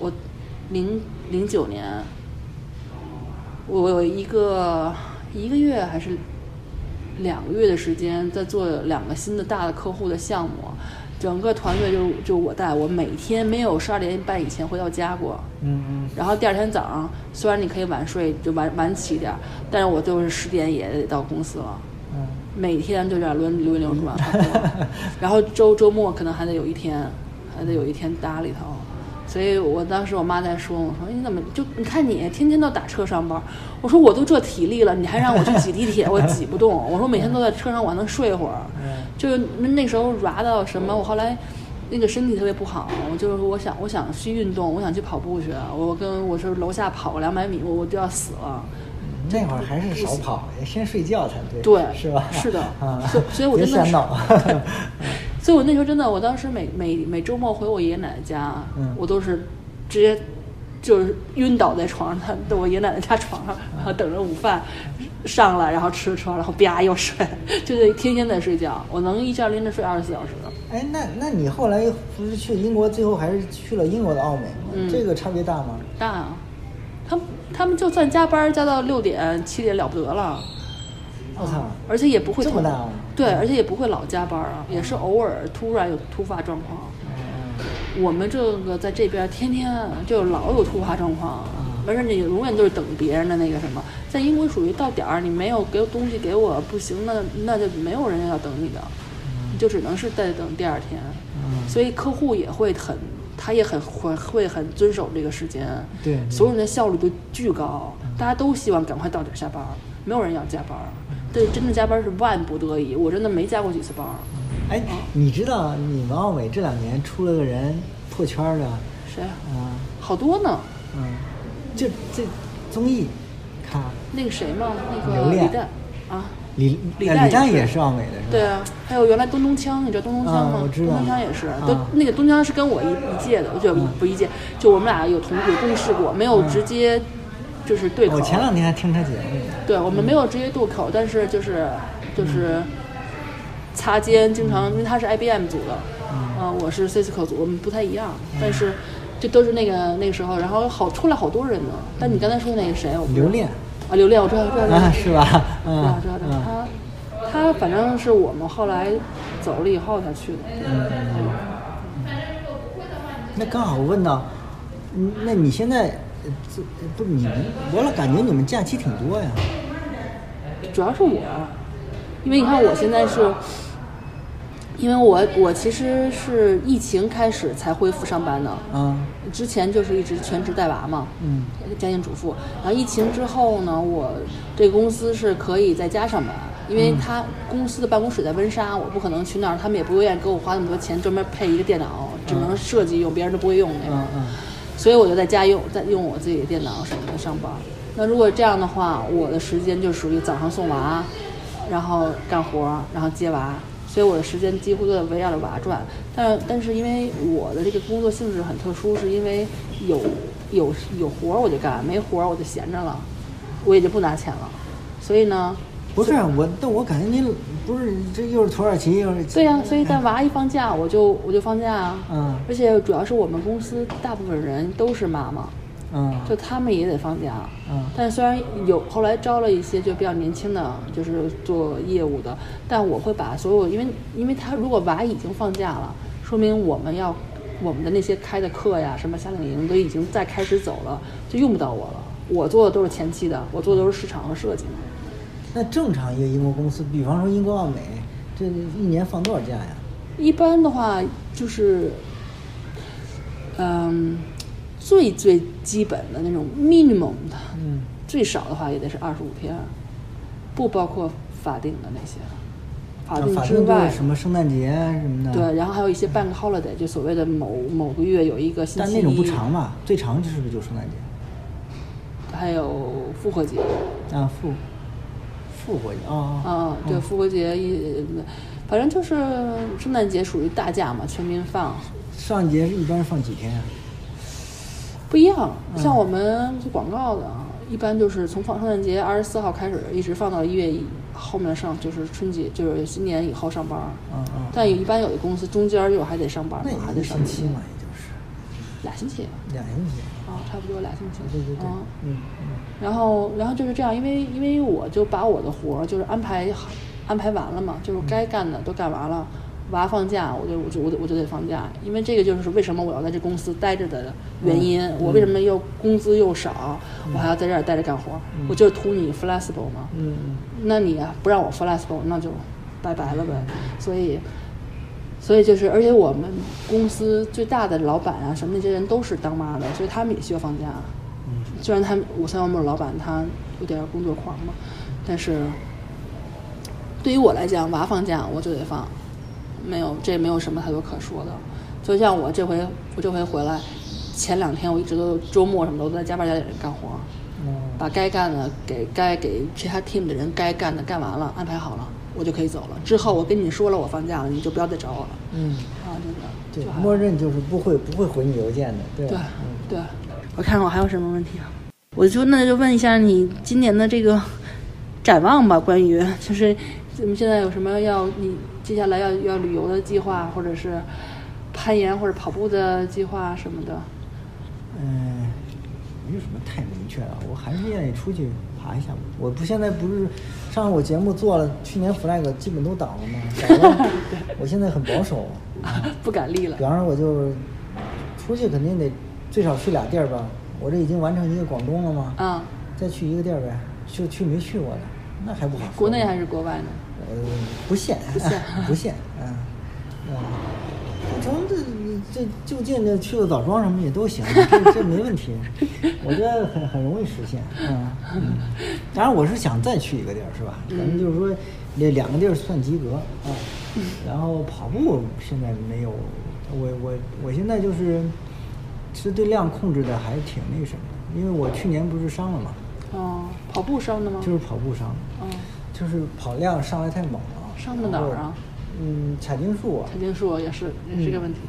Speaker 1: 我零零九年，我有一个一个月还是两个月的时间在做两个新的大的客户的项目，整个团队就就我带，我每天没有十二点半以前回到家过。
Speaker 2: 嗯嗯。
Speaker 1: 然后第二天早上，虽然你可以晚睡，就晚晚起一点儿，但是我就是十点也得到公司了，
Speaker 2: 嗯
Speaker 1: 每天就这样轮轮流转，差不多然后周周末可能还得有一天，还得有一天搭里头。所以我当时我妈在说，我说哎你怎么就你看你天天都打车上班儿，我说我都这体力了，你还让我去挤地铁，我挤不动。我说每天都在车上，我还能睡会儿。
Speaker 2: 嗯
Speaker 1: 就是那时候抓到什么，我后来那个身体特别不好，我就是我想我想去运动，我想去跑步去，我跟我是楼下跑个两百米，我我就要死了。
Speaker 2: 嗯那会儿还是少跑，先睡觉才对，
Speaker 1: 对
Speaker 2: 是吧？
Speaker 1: 是的
Speaker 2: 啊，
Speaker 1: 所以所以我
Speaker 2: 别
Speaker 1: 真的
Speaker 2: 瞎
Speaker 1: 是
Speaker 2: 闹。
Speaker 1: 所以我那时候真的，我当时每每每周末回我爷爷奶奶家，啊
Speaker 2: 嗯
Speaker 1: 我都是直接就是晕倒在床上，在我爷爷奶奶家床上，然后等着午饭上来，然后吃吃，然后啪又睡，就得天天在睡觉。我能一觉连着睡二十四小时。
Speaker 2: 哎，那那你后来不是去英国，最后还是去了英国的奥美吗？
Speaker 1: 嗯
Speaker 2: 这个差别大吗？
Speaker 1: 大啊，他们他们就算加班加到六点七点了不得了，
Speaker 2: 我操，
Speaker 1: 而且也不会
Speaker 2: 这么
Speaker 1: 同
Speaker 2: 大嗯吗
Speaker 1: 对，而且也不会老加班啊，也是偶尔突然有突发状况。
Speaker 2: 嗯
Speaker 1: 我们这个在这边天天就老有突发状况，而且你永远都是等别人的那个什么，在英国属于到点儿，你没有给东西给我不行，那那就没有人要等你的，你就只能是再等第二天。所以客户也会很，他也很会会很遵守这个时间，
Speaker 2: 对
Speaker 1: 所有人的效率都巨高，大家都希望赶快到点儿下班儿，没有人要加班儿。对，真的加班儿是万不得已，我真的没加过几次班儿。
Speaker 2: 哎，
Speaker 1: 啊
Speaker 2: 你知道你王浩伟这两年出了个人破圈儿的，
Speaker 1: 谁啊？
Speaker 2: 啊，
Speaker 1: 好多呢，
Speaker 2: 嗯，这这综艺，看
Speaker 1: 那个谁嘛，那个
Speaker 2: 刘
Speaker 1: 李
Speaker 2: 恋
Speaker 1: 诞啊，
Speaker 2: 李
Speaker 1: 李
Speaker 2: 哎
Speaker 1: 诞
Speaker 2: 李诞
Speaker 1: 也是
Speaker 2: 也是奥美的是吧？
Speaker 1: 对啊，还有原来东东枪，你知道东东枪吗？
Speaker 2: 啊我知道
Speaker 1: 东东枪也是，
Speaker 2: 啊嗯
Speaker 1: 都那个东东枪是跟我一一届的，就不一届，就我们俩有同有共事过，没有直接就是对口。
Speaker 2: 我前两天嗯还听他节目呢。
Speaker 1: 对我们没有直接对口，但是就是就是擦肩，经
Speaker 2: 嗯
Speaker 1: 常因为他是 IBM 组的，啊、我是 Cisco 组，我们不太一样，
Speaker 2: 嗯
Speaker 1: 但是这都是那个那个时候，然后好出来好多人呢。但你刚才说那个谁，我不知道
Speaker 2: 刘恋
Speaker 1: 啊，刘恋，我知道，知道，知道
Speaker 2: 啊，是 吧？
Speaker 1: 知
Speaker 2: 嗯
Speaker 1: 道知道知道
Speaker 2: 嗯，
Speaker 1: 他他反正是我们后来走了以后才去的。
Speaker 2: 嗯那刚好问到，嗯那你现在呃这不是你们，我老感觉你们假期挺多呀。
Speaker 1: 主要是我，啊因为你看我现在是，因为我我其实是疫情开始才恢复上班的，
Speaker 2: 啊，
Speaker 1: 之前就是一直全职带娃嘛，
Speaker 2: 嗯，
Speaker 1: 家庭主妇。然后疫情之后呢，我这个公司是可以在家上班，因
Speaker 2: 嗯
Speaker 1: 为他公司的办公室在温莎，我不可能去那儿，他们也不愿意给我花那么多钱专门配一个电脑，只能设计用别人都不会用那种。
Speaker 2: 嗯嗯
Speaker 1: 所以我就在家用，在用我自己的电脑什么的上班。那如果这样的话，我的时间就属于早上送娃，然后干活，然后接娃，所以我的时间几乎都在围绕着娃转。但但是因为我的这个工作性质很特殊，是因为有有有活儿我就干，没活儿我就闲着了，我也就不拿钱了。所以呢，
Speaker 2: 不是啊我，但我感觉您不是这又是土耳其又是
Speaker 1: 对呀、所以但娃一放假，我就我就放假啊。
Speaker 2: 嗯
Speaker 1: 而且主要是我们公司大部分人都是妈妈。
Speaker 2: 嗯
Speaker 1: 就他们也得放假。
Speaker 2: 嗯
Speaker 1: 但虽然有后来招了一些就比较年轻的，就是做业务的，但我会把所有，因为因为他如果娃已经放假了，说明我们要我们的那些开的课呀，什么夏令营都已经在开始走了，就用不到我了。我做的都是前期的，我做的都是市场和设计的。
Speaker 2: 那正常一个英国公司，比方说英国奥美，这一年放多少假呀？
Speaker 1: 一般的话就是，嗯，最最基本的那种 minimum 的，
Speaker 2: 嗯，
Speaker 1: 最少的话也得是二十五天，啊不包括法定的那些，法
Speaker 2: 啊
Speaker 1: 定
Speaker 2: 法
Speaker 1: 之
Speaker 2: 定就是
Speaker 1: 外，
Speaker 2: 什么圣诞节啊什么的。
Speaker 1: 对，，然后还有一些半个 holiday，就所谓的某某个月有一个星
Speaker 2: 但
Speaker 1: 期一，
Speaker 2: 那种不长吧？最长就是不是就圣诞节？
Speaker 1: 还有复活节，
Speaker 2: 啊，复复活节啊
Speaker 1: 啊，对，复活节一，反正就是圣诞节属于大假嘛，全民放，
Speaker 2: 上节一般是放几天呀、
Speaker 1: 不一样，
Speaker 2: 嗯
Speaker 1: 像我们做广告的，啊，一般就是从放圣诞节二十四号开始，一直放到一月一后面上，就是春节，就是新年以后上班儿。
Speaker 2: 嗯嗯
Speaker 1: 但有一般有的公司中间儿又还得上班儿
Speaker 2: 那也，
Speaker 1: 还
Speaker 2: 一
Speaker 1: 得
Speaker 2: 个
Speaker 1: 上
Speaker 2: 星
Speaker 1: 班
Speaker 2: 期嘛，也就是
Speaker 1: 俩星期
Speaker 2: 两星期。
Speaker 1: 啊，差不多俩星期。
Speaker 2: 哦对对对
Speaker 1: 啊，
Speaker 2: 嗯嗯
Speaker 1: 然后，然后就是这样，因为因为我就把我的活儿就是安排好，安排完了嘛，就是该干的都干完了，娃放假，我就我就我就我就得放假，因为这个就是为什么我要在这公司待着的原因，
Speaker 2: 嗯
Speaker 1: 我为什么又工资又少，我还要在这儿待着干活儿，我就是图你 flexible 嘛，
Speaker 2: 嗯嗯，
Speaker 1: 那你啊不让我 flexible，那就拜拜了呗，所以。所以就是，而且我们公司最大的老板啊，什么那些人都是当妈的，所以他们也需要放假。啊虽然他们我三万木的老板他有点工作狂嘛，但是对于我来讲，娃放假我就得放，没有这没有什么太多可说的。就像我这回我这回回来，前两天我一直都周末什么的我都在加班加点干活，
Speaker 2: 嗯
Speaker 1: 把该干的给该给其他 team 的人该干的干完了，安排好了，我就可以走了。之后我跟你说了我放假了，你就不要再找我了。
Speaker 2: 嗯，
Speaker 1: 啊，真
Speaker 2: 对
Speaker 1: 的，就，还
Speaker 2: 默认就是不会不会回你邮件的，对
Speaker 1: 对
Speaker 2: 吧？嗯
Speaker 1: 对，我看看我还有什么问题啊？我就那就问一下你今年的这个展望吧，关于就是你们现在有什么要你接下来要要旅游的计划，或者是攀岩或者跑步的计划什么的。
Speaker 2: 嗯，没有什么太明确的，我还是愿意出去爬一下嘛。我不现在不是上我节目做了，去年 flag 基本都倒了 嘛，倒了，我现在很保守。啊
Speaker 1: 不敢立了
Speaker 2: 比，方说，我就出去肯定得最少去俩地儿吧。我这已经完成一个广东了嘛，
Speaker 1: 啊、
Speaker 2: 再去一个地儿呗。就去没去过呢，那还不好说呢。啊
Speaker 1: 国内还是国外呢？
Speaker 2: 呃，不限，不
Speaker 1: 限
Speaker 2: 不限，嗯，嗯，从这这就近的去了枣庄什么也都行，这这没问题，我觉得很很容易实现，嗯，嗯当然我是想再去一个地儿，是吧？咱们就是
Speaker 1: 嗯
Speaker 2: 说这两个地儿算及格啊，然后跑步现在没有，我我我现在就是其实对量控制的还挺那什么的，因为我去年不是伤了嘛，
Speaker 1: 哦，跑步伤的吗？
Speaker 2: 就是跑步伤的，
Speaker 1: 嗯，
Speaker 2: 就是跑量上来太猛了，
Speaker 1: 上到哪儿啊？
Speaker 2: 嗯，产经术啊
Speaker 1: 财，经术也是也是个问题。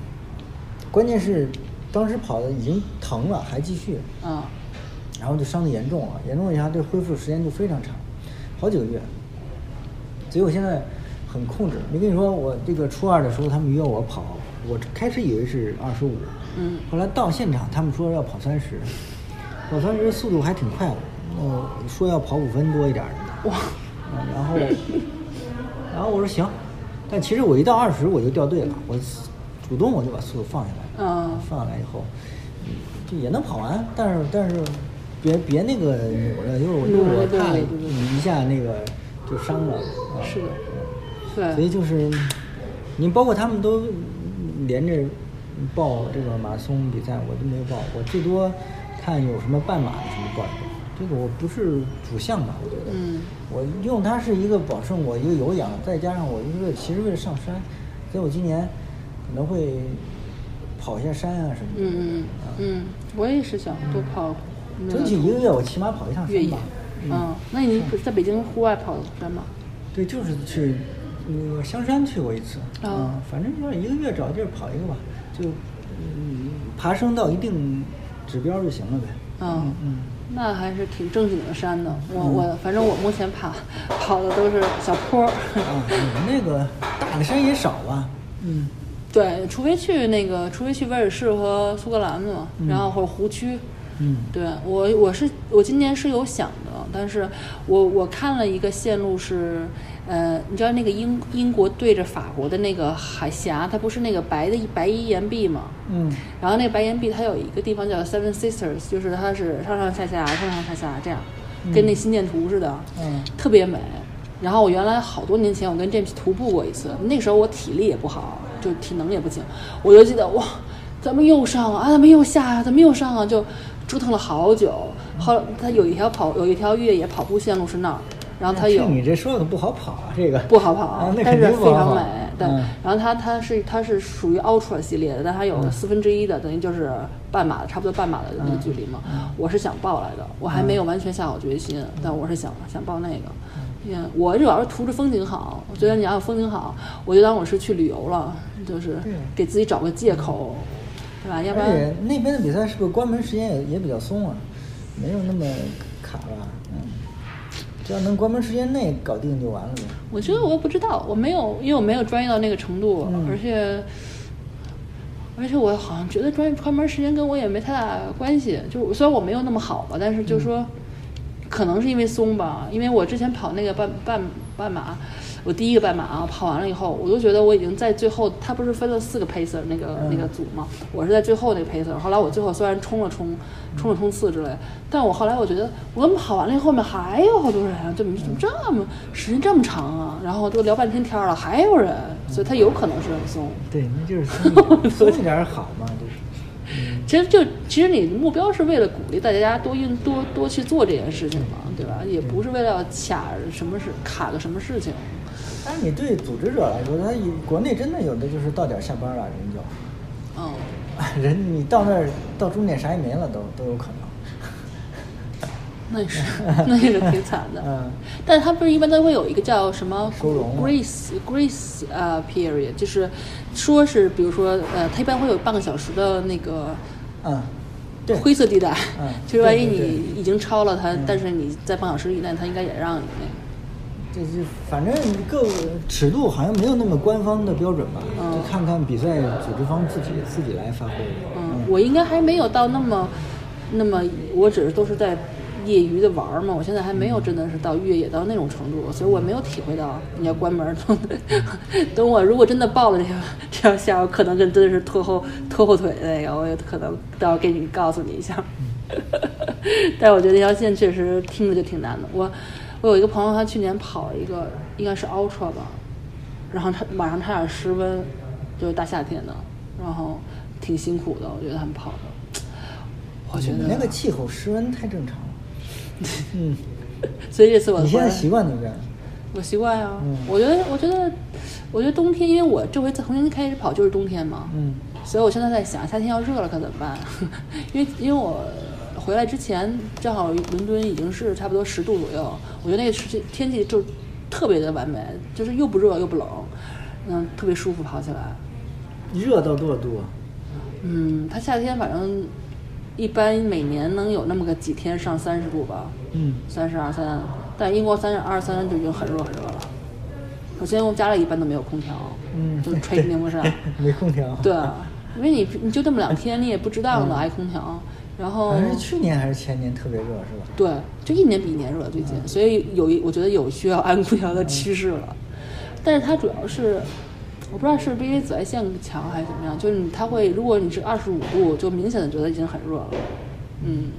Speaker 2: 关键是当时跑的已经疼了，还继续，
Speaker 1: 嗯，
Speaker 2: 然后就伤的严重了，严重以后对恢复时间就非常长，好几个月。所以我现在很控制。没跟你说，我这个初二的时候他们约我跑，我开始以为是二十五，
Speaker 1: 嗯
Speaker 2: 后来到现场他们说要跑三十，跑三十速度还挺快的，呃，说要跑五分多一点儿的，哇，然后然后我说行，但其实我一到二十我就掉队了，我主动我就把速度放下来，
Speaker 1: 嗯
Speaker 2: 放下来以后，嗯就也能跑完，但是但是别别那个努了，就是我就是
Speaker 1: 努了
Speaker 2: 我
Speaker 1: 对
Speaker 2: 怕
Speaker 1: 对对对
Speaker 2: 你一下那个就伤着，啊
Speaker 1: 是的，
Speaker 2: 所以
Speaker 1: 对，
Speaker 2: 就是，你包括他们都连着报这个马拉松比赛，我都没有报，我最多看有什么半马的什么报一报。这个我不是主项吧，我觉得，
Speaker 1: 嗯，
Speaker 2: 我用它是一个保证我一个有氧，再加上我一个其实为了上山，所以我今年可能会跑一下山啊什么的。
Speaker 1: 嗯嗯
Speaker 2: 啊
Speaker 1: 嗯，我也是想多跑那
Speaker 2: 争取一
Speaker 1: 个
Speaker 2: 个月我起码跑一趟
Speaker 1: 越
Speaker 2: 山
Speaker 1: 野
Speaker 2: 吧。。
Speaker 1: 嗯，那你不是在北京户外跑山吗？
Speaker 2: 对，就是去那个香山去过一次，
Speaker 1: 哦
Speaker 2: 啊，反正就是一个月找地儿跑一个吧，就嗯爬升到一定指标就行了呗。
Speaker 1: 嗯
Speaker 2: 嗯，
Speaker 1: 那还是挺正经的山的。我我反正我目前爬 跑的都是小坡儿，嗯
Speaker 2: 啊，你们那个大的山也少吧？嗯，
Speaker 1: 对，除非去那个，除非去威尔士和苏格兰嘛，然后或者湖区。
Speaker 2: 嗯
Speaker 1: 对我我是我今年是有想的，但是我我看了一个线路是，呃，你知道那个英英国对着法国的那个海峡，它不是那个白的白衣岩壁吗？
Speaker 2: 嗯，
Speaker 1: 然后那个白岩壁它有一个地方叫 Seven Sisters，就是它是上上下下上上下下这样，跟那心电图似的，
Speaker 2: 嗯
Speaker 1: 特别美。然后我原来好多年前我跟 James 徒步过一次，那时候我体力也不好，就体能也不行，我就记得哇，咱们又上啊，咱们又下，咱们又上啊，就折腾了好久。后来它有一条跑有一条越野跑步线路是那儿，然后它有
Speaker 2: 哎听你这说的不好跑啊，这个
Speaker 1: 不好跑，
Speaker 2: 啊，那
Speaker 1: 但
Speaker 2: 肯
Speaker 1: 是
Speaker 2: 定不
Speaker 1: 非
Speaker 2: 好
Speaker 1: 常
Speaker 2: 跑
Speaker 1: 美。对，
Speaker 2: 嗯
Speaker 1: 然后它它是它是属于 ultra 系列的，但它有四分之一的，等于就是半马，差不多半马的那个距离嘛。
Speaker 2: 嗯
Speaker 1: 我是想报来的，我还没有完全下好决心，但我是想想报那个。
Speaker 2: 嗯
Speaker 1: 也我主要是图着风景好，我觉得你要有风景好，我就当我是去旅游了，就是
Speaker 2: 对
Speaker 1: 给自己找个借口，对吧？要不
Speaker 2: 而
Speaker 1: 然
Speaker 2: 且那边的比赛是不是关门时间也也比较松啊？没有那么卡吧？嗯，只要能关门时间内搞定就完了呗。
Speaker 1: 我觉得我不知道，我没有，因为我没有专业到那个程度，
Speaker 2: 嗯
Speaker 1: 而且而且我好像觉得专关门时间跟我也没太大关系，就是虽然我没有那么好吧，但是就是说、可能是因为松吧，因为我之前跑那个半半半马，我第一个半马啊，跑完了以后，我就觉得我已经在最后，他不是分了四个 pacer 那个、那个组嘛，我是在最后那个 pacer，后来我最后虽然冲了冲，冲了冲刺之类，但我后来我觉得我怎么跑完了以后后面还有好多人啊，怎么怎么这么时间这么长啊？然后都聊半天天了，还有人，所以他有可能是很松。
Speaker 2: 对，那就是松 一点松一点儿好嘛，就是。
Speaker 1: 其实就其实你目标是为了鼓励大家多运多多去做这件事情嘛，对吧？也不是为了要卡什么事卡个什么事情。
Speaker 2: 但是你对组织者来说，他有国内真的有的就是到点儿下班了，人就，
Speaker 1: 嗯，
Speaker 2: 人你到那儿到终点啥也没了都，都有可能。
Speaker 1: 那 也是那也是挺惨的
Speaker 2: 嗯。
Speaker 1: 但他不是一般都会有一个叫什么
Speaker 2: 收容吗
Speaker 1: grace grace 呃 period，就是说是比如说呃，他一般会有半个小时的那个
Speaker 2: 嗯，对，
Speaker 1: 灰色地带，
Speaker 2: 嗯
Speaker 1: 就是万一
Speaker 2: 对对嗯
Speaker 1: 你已经超了他，但是你在半小时以内，他应该也让你那个。
Speaker 2: 就是反正各个尺度好像没有那么官方的标准吧，
Speaker 1: 嗯
Speaker 2: 就看看比赛组织方自己自己来发挥。
Speaker 1: 嗯，我应该还没有到那么，那么我只是都是在业余的玩儿嘛，我现在还没有真的是到越野到那种程度，所以我没有体会到你要关门儿。等 等我如果真的报了这条这条线，我可能真真的是拖后拖后腿那个，我也可能到时候给你告诉你一下。 但是我觉得那条线确实听着就挺难的。我我有一个朋友，他去年跑了一个应该是 Ultra 吧，然后他晚上差点失温，就是大夏天的，然后挺辛苦的。我觉得他们跑的，我觉
Speaker 2: 你
Speaker 1: 得
Speaker 2: 那个气候失温太正 常了。嗯，
Speaker 1: 所以这次我
Speaker 2: 你现在
Speaker 1: 回来
Speaker 2: 习惯那边？
Speaker 1: 我习惯啊，
Speaker 2: 嗯
Speaker 1: 我觉得，我觉得，我觉得冬天，因为我这回重新开始跑就是冬天嘛，
Speaker 2: 嗯，
Speaker 1: 所以我现在在想，夏天要热了可怎么办？ 因为因为我回来之前正好伦敦已经是差不多十度左右，我觉得那个时间天气就特别的完美，就是又不热又不冷，嗯，特别舒服跑起来。
Speaker 2: 热到多少度啊？
Speaker 1: 嗯，它夏天反正一般每年能有那么个几天上三十度吧，
Speaker 2: 嗯，
Speaker 1: 三十二三，但英国三十二三就已经很热很热了。首先，我们家里一般都没有空调，
Speaker 2: 嗯
Speaker 1: 就吹电风扇。
Speaker 2: 没空调。
Speaker 1: 对，因为你你就这么两天，你也不值当的爱空调，然后
Speaker 2: 好像是去年还是前年特别热 是吧？
Speaker 1: 对，就一年比一年热最近，所以有一我觉得有需要安空调的趋势了。但是它主要是，我不知道是不是因为紫外线强还是怎么样，就是你它会，如果你是二十五度，就明显的觉得已经很热了。嗯，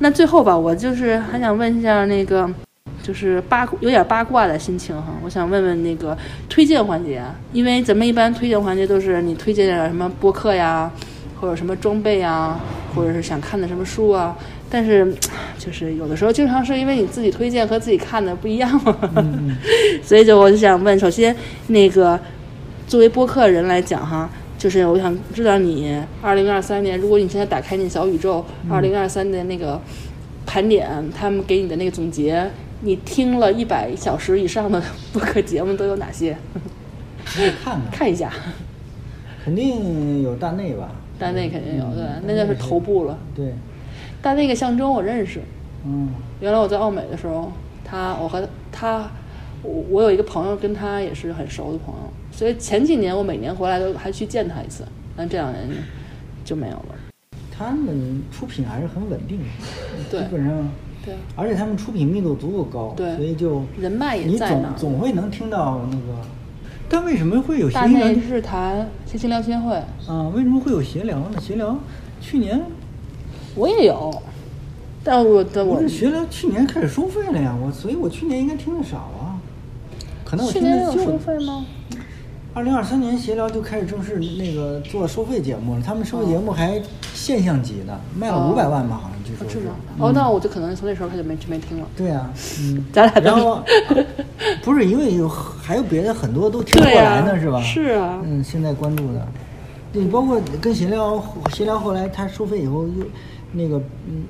Speaker 1: 那最后吧，我就是还想问一下那个，就是八有点八卦的心情哈，我想问问那个推荐环节，啊因为咱们一般推荐环节都是你推荐点什么播客呀，或者什么装备呀，或者是想看的什么书啊，但是就是有的时候经常是因为你自己推荐和自己看的不一样嘛， 所以就我就想问，首先那个作为播客人来讲哈，就是我想知道你二零二三年，如果你现在打开你小宇宙二零二三的那个盘点，他们给你的那个总结，你听了一百小时以上的播客节目都有哪些？
Speaker 2: 我也看看，
Speaker 1: 看一下，
Speaker 2: 肯定有大内吧？
Speaker 1: 大内肯定有，对
Speaker 2: 嗯，
Speaker 1: 那就是头部了。
Speaker 2: 对，
Speaker 1: 大内个象征我认识，
Speaker 2: 嗯
Speaker 1: 原来我在奥美的时候，他我和他，我我有一个朋友跟他也是很熟的朋友，所以前几年我每年回来都还去见他一次，但这两年就没有了。
Speaker 2: 他们出品还是很稳定的，
Speaker 1: 对
Speaker 2: 基本上，
Speaker 1: 对，
Speaker 2: 而且他们出品密度足够高，
Speaker 1: 对
Speaker 2: 所以就
Speaker 1: 人脉也
Speaker 2: 你
Speaker 1: 在那
Speaker 2: 总
Speaker 1: 儿
Speaker 2: 总会能听到那个。但为什么会有
Speaker 1: 大
Speaker 2: 闲聊
Speaker 1: 内？日坛新星聊天会，
Speaker 2: 啊，为什么会有闲聊呢？闲聊去年
Speaker 1: 我也有，但我但我
Speaker 2: 不是闲聊，去年开始收费了呀，我所以我去年应该听的少啊，可能我
Speaker 1: 去
Speaker 2: 听
Speaker 1: 年
Speaker 2: 的
Speaker 1: 有
Speaker 2: 就
Speaker 1: 收费吗？
Speaker 2: 二零二三年闲聊就开始正式那个做收费节目了，他们收费节目还现象级的，卖了
Speaker 1: 哦
Speaker 2: 五百万吧，好像据
Speaker 1: 哦
Speaker 2: 说
Speaker 1: 是
Speaker 2: 是
Speaker 1: 吗？哦，那我就可能从那时候开始没就没听了。
Speaker 2: 对啊，嗯
Speaker 1: ，咱俩都
Speaker 2: 然后不是因为有还有别的很多都听不
Speaker 1: 对
Speaker 2: 过
Speaker 1: 呀
Speaker 2: 来呢，是吧？
Speaker 1: 是啊
Speaker 2: 嗯，现在关注的，对，包括跟闲聊闲聊后来他收费以后又那个嗯，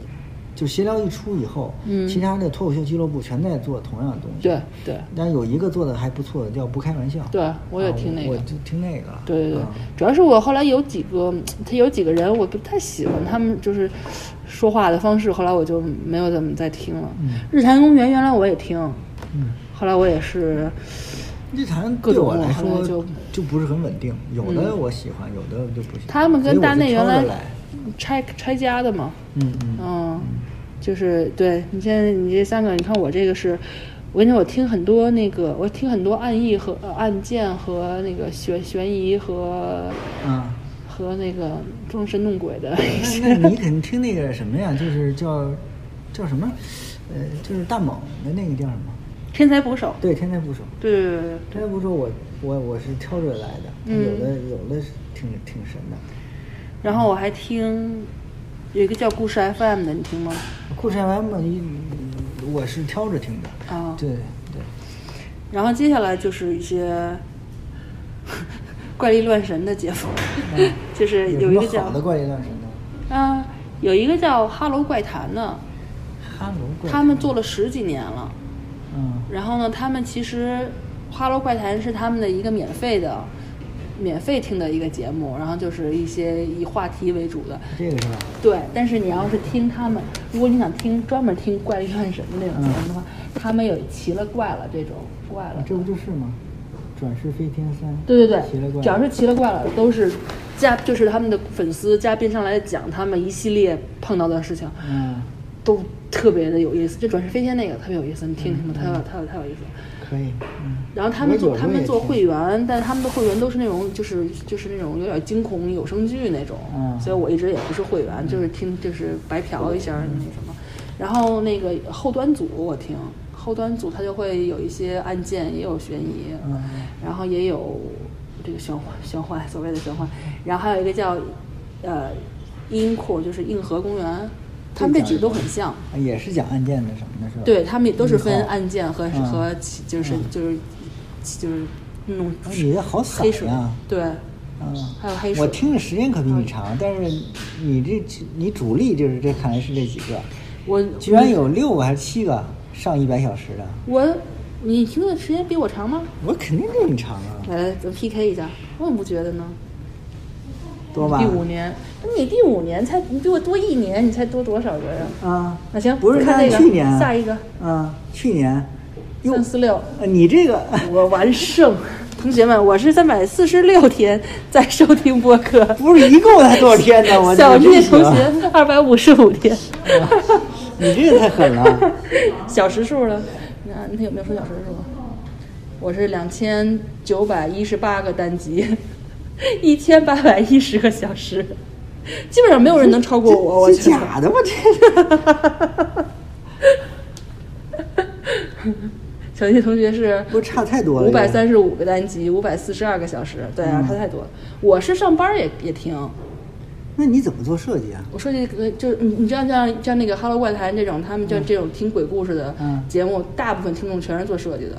Speaker 2: 就闲聊一出以后，
Speaker 1: 嗯
Speaker 2: 其他的脱口秀俱乐部全在做同样的东西，
Speaker 1: 对对
Speaker 2: 但有一个做的还不错的叫不开玩笑，
Speaker 1: 对我也
Speaker 2: 啊
Speaker 1: 听那
Speaker 2: 我
Speaker 1: 个
Speaker 2: 就听那个了，
Speaker 1: 对对对
Speaker 2: 啊，
Speaker 1: 主要是我后来有几个，他有几个人我不太喜欢他们就是说话的方式，后来我就没有怎么再听了。
Speaker 2: 嗯
Speaker 1: 日坛公园原来我也听，
Speaker 2: 嗯。
Speaker 1: 后来我也是，
Speaker 2: 日坛
Speaker 1: 各
Speaker 2: 对
Speaker 1: 种
Speaker 2: 我来
Speaker 1: 后
Speaker 2: 说
Speaker 1: 来就
Speaker 2: 就不是很稳定，有的
Speaker 1: 嗯
Speaker 2: 我喜欢，有的就不喜欢。
Speaker 1: 他们
Speaker 2: 所以
Speaker 1: 跟
Speaker 2: 我
Speaker 1: 大
Speaker 2: 就
Speaker 1: 内原
Speaker 2: 挑着
Speaker 1: 来
Speaker 2: 来，
Speaker 1: 拆拆家的嘛，
Speaker 2: 嗯嗯，
Speaker 1: 嗯，就是对你现在你这三个，你看我这个是，我跟你说，我听很多那个，我听很多案例和、呃案件和那个悬悬疑和
Speaker 2: 啊，
Speaker 1: 和那个装神弄鬼的 一些，
Speaker 2: 那那你肯定听那个什么呀？就是叫叫什么？呃，就是大猛的那个叫什么？
Speaker 1: 天才捕手，
Speaker 2: 对，天才捕手。
Speaker 1: 对对对对对。
Speaker 2: 天才捕手我，我我是挑着来的，
Speaker 1: 嗯
Speaker 2: 有的有的是挺挺神的。
Speaker 1: 然后我还听有一个叫故事 FM 的，你听吗？
Speaker 2: 酷帅 FM 一我是挑着听的，
Speaker 1: 啊
Speaker 2: 对对，
Speaker 1: 然后接下来就是一些 怪力乱神的节目，就是
Speaker 2: 嗯有
Speaker 1: 一个
Speaker 2: 什么
Speaker 1: 叫
Speaker 2: 好的怪力乱神的，
Speaker 1: 啊，有一个叫《哈喽怪谈》的，
Speaker 2: 哈罗怪
Speaker 1: 他们
Speaker 2: 谈
Speaker 1: 做了十几年了。
Speaker 2: 嗯
Speaker 1: 然后呢，他们其实《哈喽怪谈》是他们的一个免费的、免费听的一个节目，然后就是一些以话题为主的。
Speaker 2: 这个是吧？
Speaker 1: 对，但是你要是听他们，如果你想听专门听怪力乱神的那种节目的话，他们有奇了怪了这种怪了。
Speaker 2: 这不就是吗？转世飞天三，
Speaker 1: 对对
Speaker 2: 奇了怪
Speaker 1: 对，
Speaker 2: 了，
Speaker 1: 只要是奇了怪了，都是嘉就是他们的粉丝嘉宾上来讲他们一系列碰到的事情，
Speaker 2: 嗯，嗯
Speaker 1: 都特别的有意思。这转世飞天那个特别有意思，你听听吧，太有太有太有意思了。
Speaker 2: 可以，嗯，
Speaker 1: 然后他们做
Speaker 2: 我也
Speaker 1: 他们做
Speaker 2: 我也听
Speaker 1: 会员，但他们的会员都是那种就是就是那种有点惊恐有声剧那种，
Speaker 2: 嗯
Speaker 1: 所以我一直也不是会员，就是听就是白嫖一下儿那什么。然后那个后端组我听，后端组它就会有一些案件，也有悬疑，
Speaker 2: 嗯
Speaker 1: 然后也有这个玄幻玄幻所谓的玄幻，然后还有一个叫呃音库，就是硬核公园，他们这几个都很像。
Speaker 2: 也是讲案件的什么的，是吧？
Speaker 1: 对他们也都是
Speaker 2: 你
Speaker 1: 分
Speaker 2: 好
Speaker 1: 案件和、
Speaker 2: 嗯
Speaker 1: 和起就是
Speaker 2: 嗯
Speaker 1: 就是就是弄
Speaker 2: 啊你这好散
Speaker 1: 黑水
Speaker 2: 呀
Speaker 1: 对，
Speaker 2: 嗯，
Speaker 1: 还有黑水嗯
Speaker 2: 我听的时间可比你长，但是你这你主力就是这，看来是这几个，
Speaker 1: 我
Speaker 2: 居然有六个还是七个上一百小时的，
Speaker 1: 我你听的时间比我长吗？
Speaker 2: 我肯定比你长啊，
Speaker 1: 来来，咱们 PK 一下，我怎么不觉得呢？
Speaker 2: 多吧
Speaker 1: 第？五年，那你第五年才你比我多一年，你才多多少个呀？
Speaker 2: 啊，
Speaker 1: 那行，
Speaker 2: 不是
Speaker 1: 看
Speaker 2: 看
Speaker 1: 这个
Speaker 2: 去年啊
Speaker 1: 下一个
Speaker 2: 啊，去年，哟
Speaker 1: 三，四六，
Speaker 2: 啊你这个
Speaker 1: 我完胜。同学们，我是三百四十六天在收听播客，
Speaker 2: 不是一共才多少天呢？我
Speaker 1: 小
Speaker 2: 我
Speaker 1: 聂
Speaker 2: 真
Speaker 1: 同
Speaker 2: 服
Speaker 1: 学二百五十五天。
Speaker 2: 啊你这个太狠了，
Speaker 1: 小时数了，那那有没有说小时数？啊我是两千九百一十八个单集，一千八百一十个小时，基本上没有人能超过 我。我
Speaker 2: 这
Speaker 1: 觉得
Speaker 2: 假的吗？这个
Speaker 1: 小谢同学是
Speaker 2: 不差太多了，嗯
Speaker 1: 五百
Speaker 2: 这个
Speaker 1: 三十五个单集，五百四十二个小时，对啊，差太多了。我是上班也也听，
Speaker 2: 那你怎么做设计啊？
Speaker 1: 我说这个就是你你知道像像那个《Hello 怪谈》这种，他们像这种听鬼故事的
Speaker 2: 嗯
Speaker 1: 节目，大部分听众全是做设计的，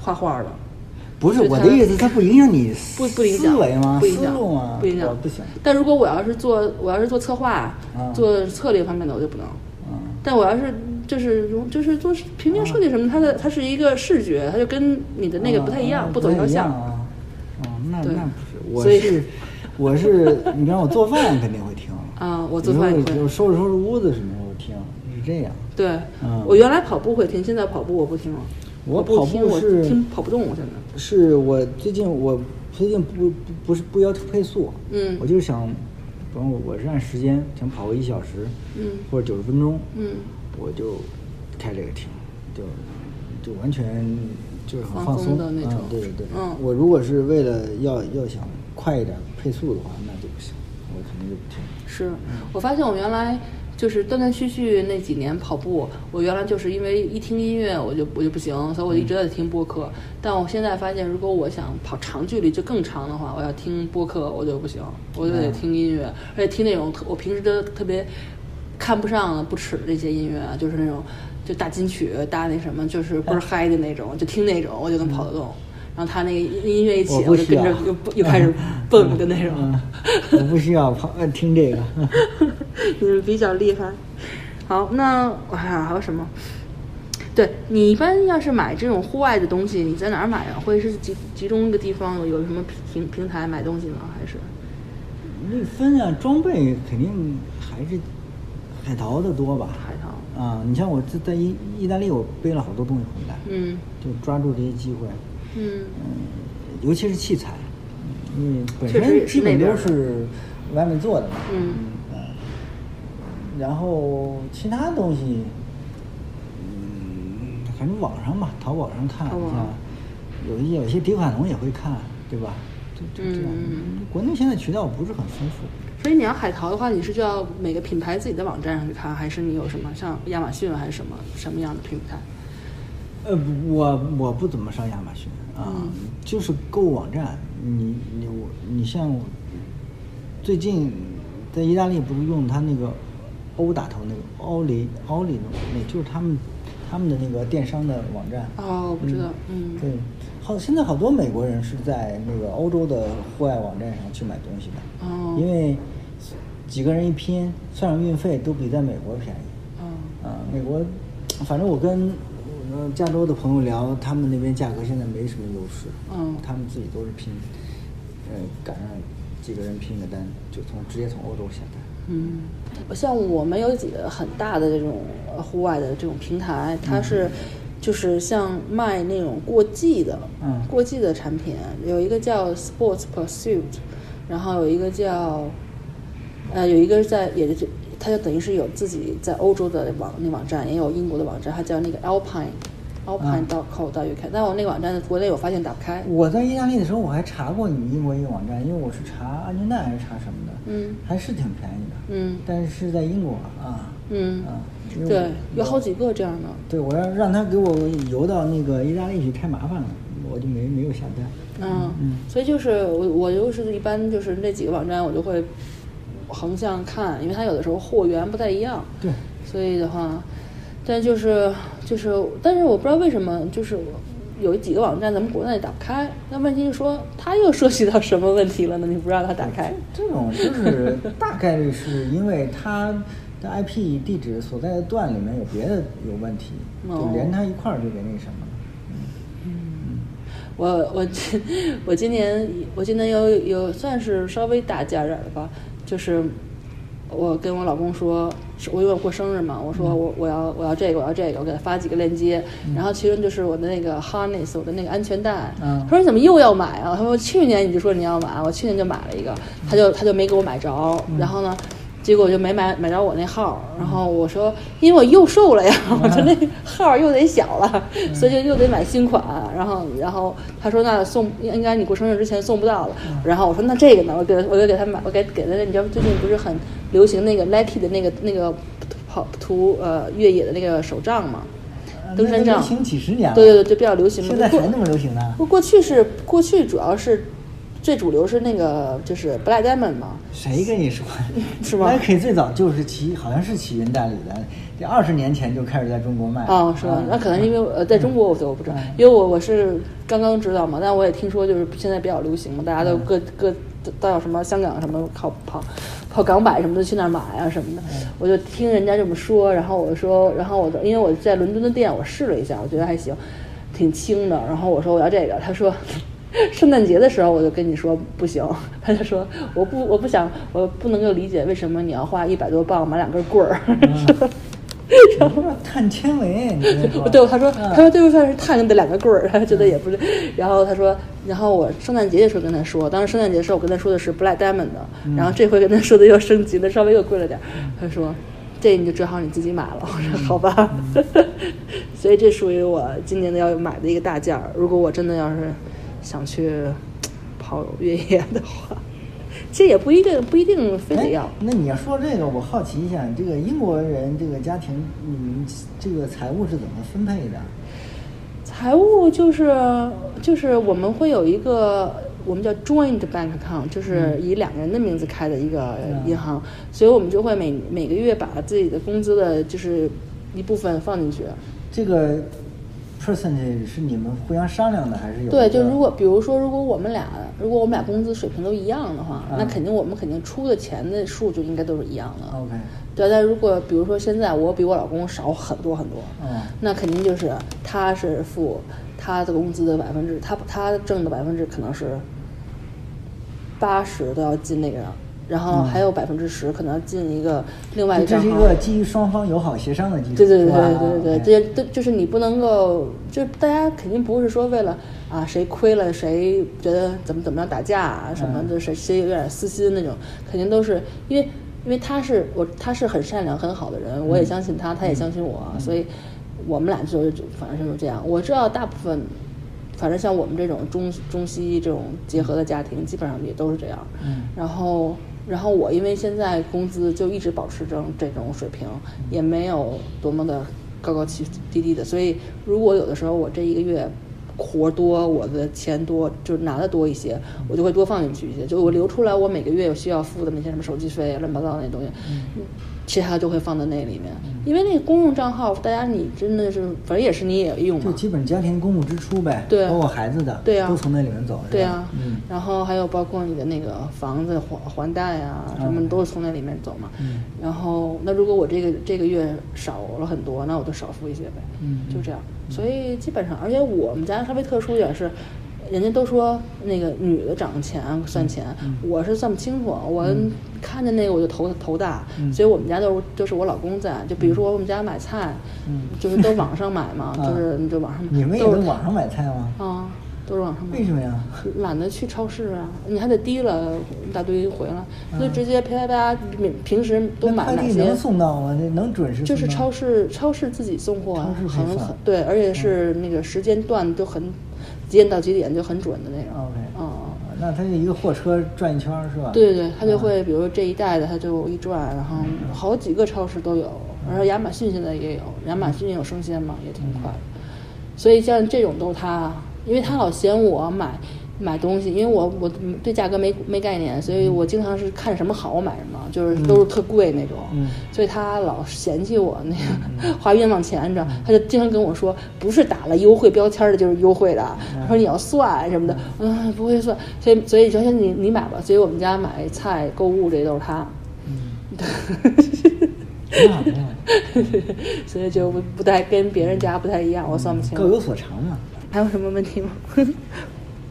Speaker 1: 画画的。
Speaker 2: 不是
Speaker 1: 就
Speaker 2: 我
Speaker 1: 它
Speaker 2: 的意思，它不影响你
Speaker 1: 不不影响
Speaker 2: 思维吗？
Speaker 1: 不影响
Speaker 2: 思路吗？
Speaker 1: 不影
Speaker 2: 我
Speaker 1: 响，
Speaker 2: 不行。
Speaker 1: 但如果我要是做我要是做策划、
Speaker 2: 啊
Speaker 1: 做策略方面的，我就不能。
Speaker 2: 嗯，
Speaker 1: 但我要是就是用就是做平面设计什么，它的它是一个视觉，它就跟你的那个不太一样，
Speaker 2: 嗯
Speaker 1: 不走一条
Speaker 2: 一样
Speaker 1: 巷。
Speaker 2: 啊。哦，那那不
Speaker 1: 对
Speaker 2: 是，我
Speaker 1: 所以
Speaker 2: 是我是，你让我做饭肯定会听
Speaker 1: 啊我做饭也会
Speaker 2: 有时候有收拾收拾屋子什么时候听，是这样。
Speaker 1: 对
Speaker 2: 嗯，
Speaker 1: 我原来跑步会听，现在跑步我不听了。
Speaker 2: 我
Speaker 1: 不
Speaker 2: 跑
Speaker 1: 听，
Speaker 2: 步
Speaker 1: 我
Speaker 2: 是
Speaker 1: 听跑不动，我现在。
Speaker 2: 是我最近我最近不不不是不要求配速，
Speaker 1: 嗯
Speaker 2: 我就是想，反正我我是按时间想跑个一小时，
Speaker 1: 嗯
Speaker 2: 或者九十分钟，
Speaker 1: 嗯，
Speaker 2: 我就开这个听，就就完全就是很
Speaker 1: 放
Speaker 2: 放
Speaker 1: 松
Speaker 2: 松
Speaker 1: 的那种
Speaker 2: 嗯对对对，
Speaker 1: 嗯
Speaker 2: 我如果是为了要要想快一点配速的话，那就不行，我肯定就不听。
Speaker 1: 是我发现我原来就是断断续续那几年跑步，我原来就是因为一听音乐我就我就不行，所以我就一直在听播客。
Speaker 2: 嗯
Speaker 1: 但我现在发现，如果我想跑长距离就更长的话，我要听播客我就不行，我就得
Speaker 2: 嗯
Speaker 1: 听音乐，而且听那种特我平时都特别看不上的、不耻的那些音乐啊，就是那种就大金曲、大那什么，就是
Speaker 2: 嗯
Speaker 1: 倍儿嗨的那种，就听那种我就能跑得动。然后他那个音音乐一
Speaker 2: 我
Speaker 1: 起，
Speaker 2: 不
Speaker 1: 我就
Speaker 2: 需
Speaker 1: 跟
Speaker 2: 要
Speaker 1: 着又又开 始蹦的那种。
Speaker 2: 嗯，我不需要跑呃听这个，
Speaker 1: 你们比较厉害。好，那我看看还有什么？对你一般要是买这种户外的东西，你在哪儿买啊？会是集集中一个地方有有什么平平台买东西吗？还是
Speaker 2: 那分啊装备肯定还是海淘的多吧。
Speaker 1: 海淘？
Speaker 2: 啊，你像我在在意意大利，我背了好多东西回来，
Speaker 1: 嗯
Speaker 2: 就抓住这些机会，
Speaker 1: 嗯
Speaker 2: 嗯，尤其是器材，嗯，本
Speaker 1: 确实也
Speaker 2: 身
Speaker 1: 是
Speaker 2: 基本
Speaker 1: 那边
Speaker 2: 都
Speaker 1: 儿的
Speaker 2: 是外面做的嘛，
Speaker 1: 嗯
Speaker 2: 嗯，然后其他东西，嗯，反正网上吧，淘宝上看一
Speaker 1: 淘宝
Speaker 2: 下，有一有一些迪卡侬也会看，对吧？就就这样
Speaker 1: 嗯，
Speaker 2: 国内现在渠道不是很丰富，
Speaker 1: 所以你要海淘的话，你是就要每个品牌自己的网站上去看，还是你有什么像亚马逊啊还是什么什么样的平台？
Speaker 2: 呃，不我我不怎么上亚马逊啊，
Speaker 1: 嗯
Speaker 2: 就是购物网站。你你我你像我最近在意大利不是用他那个欧打头那个欧里欧里那，那就是他们他们的那个电商的网站。
Speaker 1: 哦，我不知道，嗯，
Speaker 2: 对，好，现在好多美国人是在那个欧洲的户外网站上去买东西的，
Speaker 1: 哦
Speaker 2: 因为几个人一拼，算上运费都比在美国便宜。
Speaker 1: 哦，
Speaker 2: 啊，美国，反正我跟我加州的朋友聊，他们那边价格现在没什么优势，
Speaker 1: 嗯
Speaker 2: 他们自己都是拼，呃，赶上几个人拼个单，就从直接从欧洲下单，
Speaker 1: 嗯，像我们有几个很大的这种呃户外的这种平台，它是就是像卖那种过季的，
Speaker 2: 嗯
Speaker 1: 过季的产品，有一个叫 Sports Pursuit，然后有一个叫呃，有一个在也就嗯它就等于是有自己在欧洲的网那网站，也有英国的网站，它叫那个 Alpine。 Alpine.co.uk，、但我那个网站国内我发现打不开。
Speaker 2: 我在意大利的时候，我还查过你英国一个网站，因为我是查安全带还是查什么的，
Speaker 1: 嗯，
Speaker 2: 还是挺便宜的，
Speaker 1: 嗯
Speaker 2: 但是是在英国啊，
Speaker 1: 嗯，
Speaker 2: 啊，因为
Speaker 1: 对，有
Speaker 2: 我
Speaker 1: 好几个这样的。
Speaker 2: 对，我要让他给我邮到那个意大利去，太麻烦了，我就没没有下单。
Speaker 1: 嗯，所以就是我我就是一般就是那几个网站我就会横向看，因为它有的时候货源不太一样，
Speaker 2: 对，
Speaker 1: 所以的话，但就是就是，但是我不知道为什么就是有几个网站咱们国内打不开，那问题是说它又涉及到什么问题了呢？你不让它打开，
Speaker 2: 这种就是大概率是因为它的 IP 地址所在的段里面有别的有问题，
Speaker 1: 哦
Speaker 2: 就连它一块儿就给那什么了。
Speaker 1: 我我我今年我今年有有算是稍微大家点儿了吧，就是我跟我老公说，是我因为我过生日嘛，我说我我要我要这个我要这个，我给他发几个链接，然后其中就是我的那个 harness 我的那个安全带，
Speaker 2: 嗯
Speaker 1: 他说你怎么又要买啊？他说去年你就说你要买，我去年就买了一个，他就他就没给我买着，
Speaker 2: 嗯
Speaker 1: 然后呢。结果我就没买买着我那号儿，然后我说，因为我又瘦了呀，我说那号儿又得小了，
Speaker 2: 嗯
Speaker 1: 所以就又得买新款。然后，然后他说那送应应该你过生日之前送不到了。
Speaker 2: 嗯
Speaker 1: 然后我说那这个呢，我给我就给他买，我给给他，你知道最近不是很流行那个 Nike 的那个那个跑图呃越野的那个手杖嘛，
Speaker 2: 啊
Speaker 1: 登
Speaker 2: 那
Speaker 1: 山
Speaker 2: 都
Speaker 1: 杖
Speaker 2: 流行几十年了，
Speaker 1: 对对对，就比较流行嘛。
Speaker 2: 啊现在
Speaker 1: 不
Speaker 2: 还
Speaker 1: 过
Speaker 2: 那么流行呢？
Speaker 1: 不过去是过去主要是最主流是那个就是 Black Diamond 嘛，
Speaker 2: 谁跟你说？
Speaker 1: 是吗
Speaker 2: n i k 最早就是起，好像是起源代理的，这二十年前就开始在中国卖了。
Speaker 1: 哦，是吧
Speaker 2: 啊？
Speaker 1: 那可能是因为呃，在中国我就我不知道，因为我我是刚刚知道嘛，但我也听说就是现在比较流行嘛，大家都各各都到什么香港什么跑跑跑港百什么的去那儿买啊什么的，我就听人家这么说，然后我说，然后我因为我在伦敦的店我试了一下，我觉得还行，挺轻的，然后我说我要这个，他说。圣诞节的时候我就跟你说不行，他就说我不我不想我不能够理解为什么你要花一百多磅买两根棍儿，
Speaker 2: 你不知道碳纤维，你跟他 说
Speaker 1: 对，他说，他说这就算是烫的两个棍儿，他觉得也不是。然后他说，然后我圣诞节的时候跟他说，当时圣诞节的时候我跟他说的是 Black Diamond 的，然后这回跟他说的又升级了，稍微又贵了点儿。他说，这你就只好你自己买了。我说好吧， 所以这属于我今年的要买的一个大件儿。如果我真的要是想去跑越野的话，这也不一定不一定非得要
Speaker 2: 哎。。那你要说这个，我好奇一下，这个英国人这个家庭，你们这个财务是怎么分配的？
Speaker 1: 财务就是就是我们会有一个我们叫 joint bank account，就是
Speaker 2: 嗯
Speaker 1: 以两个人的名字开的一个银行，所以我们就会每每个月把自己的工资的就是一部分放进去。
Speaker 2: 这个 percentage 是你们互相商量的，还是有一
Speaker 1: 对，
Speaker 2: 个？
Speaker 1: 就如果比如说，如果我们俩如果我们俩工资水平都一样的话，
Speaker 2: 嗯
Speaker 1: 那肯定我们肯定出的钱的数就应该都是一样的。
Speaker 2: OK，
Speaker 1: 对，但如果比如说现在我比我老公少很多很多，
Speaker 2: 嗯
Speaker 1: 那肯定就是他是付他的工资的百分之，他他挣的百分之可能是八十都要进那个，然后还有百分之十可能要进一个另外一
Speaker 2: 这
Speaker 1: 个账
Speaker 2: 嗯这是一
Speaker 1: 号。
Speaker 2: 个基于双方友好协商的基础，
Speaker 1: 对对对
Speaker 2: 是吧哎
Speaker 1: 对对对，
Speaker 2: OK
Speaker 1: 这些都就是你不能够，就大家肯定不是说为了啊谁亏了谁觉得怎么怎么样打架啊什么
Speaker 2: 嗯
Speaker 1: 的，谁谁有点私心那种，肯定都是因为因为他是我他是很善良很好的人，
Speaker 2: 嗯
Speaker 1: 我也相信他，他也相信我，所以我们俩就就反正就是这样。我知道大部分。反正像我们这种中中西医这种结合的家庭，基本上也都是这样。
Speaker 2: 嗯
Speaker 1: 然后，然后我因为现在工资就一直保持这种这种水平，也没有多么的高高起低低的，所以如果有的时候我这一个月活多，我的钱多，就是拿的多一些，我就会多放进去一些，就我留出来，我每个月有需要付的那些什么手机费、乱七八糟的那些东西，其他就会放在那里面。因为那个公用账号，大家你真的是，反正也是你也用
Speaker 2: 就
Speaker 1: 嘛，
Speaker 2: 基本家庭公共支出呗，
Speaker 1: 对啊
Speaker 2: 包括孩子的，
Speaker 1: 对啊
Speaker 2: 都从那里面走，是吧
Speaker 1: 对啊，
Speaker 2: 嗯，
Speaker 1: 然后还有包括你的那个房子还还贷啊，什么都是从那里面走嘛。
Speaker 2: 嗯
Speaker 1: 然后那如果我这个这个月少了很多，那我就少付一些呗。
Speaker 2: 嗯
Speaker 1: 就这样。所以基本上，而且我们家稍微特殊一点是。人家都说那个女的涨钱算钱，
Speaker 2: 嗯
Speaker 1: 我是算不清楚，我看见那个我就头头大，
Speaker 2: 嗯
Speaker 1: 所以我们家都就是我老公在，就比如说我们家买菜，
Speaker 2: 嗯
Speaker 1: 就是都网上买嘛，
Speaker 2: 啊
Speaker 1: 就是你就网上买，
Speaker 2: 你们也
Speaker 1: 都
Speaker 2: 都
Speaker 1: 是
Speaker 2: 网上买菜吗？
Speaker 1: 啊，都是网上买
Speaker 2: 为。什么呀？
Speaker 1: 懒得去超市啊，你还得提了一大堆回来，所以直接啪啪啪，平平时都
Speaker 2: 嗯那
Speaker 1: 买
Speaker 2: 快
Speaker 1: 哪
Speaker 2: 递
Speaker 1: 些
Speaker 2: 能？送到吗？那能准时？
Speaker 1: 就是超
Speaker 2: 市。
Speaker 1: 市超市自己送货啊
Speaker 2: 超市，自己
Speaker 1: 好像
Speaker 2: 送
Speaker 1: 很对，而且是那个时间段就很几点到几点就很准的那种。
Speaker 2: OK。
Speaker 1: 嗯，
Speaker 2: 那它就一个货车转一嗯圈儿是吧？啊
Speaker 1: 对对，他就会比如说这一带的，他就一转，然后好几个超市都有，然后亚马逊现在也有，亚马逊也有生鲜嘛，也挺快的。
Speaker 2: 嗯
Speaker 1: 所以像这种都是他，因为他老嫌我买买东西，因为我我对价格没没概念，所
Speaker 2: 嗯
Speaker 1: 以我经常是看什么好我买什么，就是都是特贵那种。
Speaker 2: 嗯
Speaker 1: 所以他老嫌弃我那个 花冤枉钱，你知道，
Speaker 2: 嗯
Speaker 1: 他就经常跟我说，不是打了优惠标签儿的就是优惠的，
Speaker 2: 嗯
Speaker 1: 他说你要算什么的，嗯，不会算，所以所以首先你你买吧，所以我们家买菜购物这都是他，
Speaker 2: 嗯。挺好挺好，
Speaker 1: 所以就不不太跟别人家不太一样，我算不清。
Speaker 2: 各有所长嘛。
Speaker 1: 还有什么问题 吗？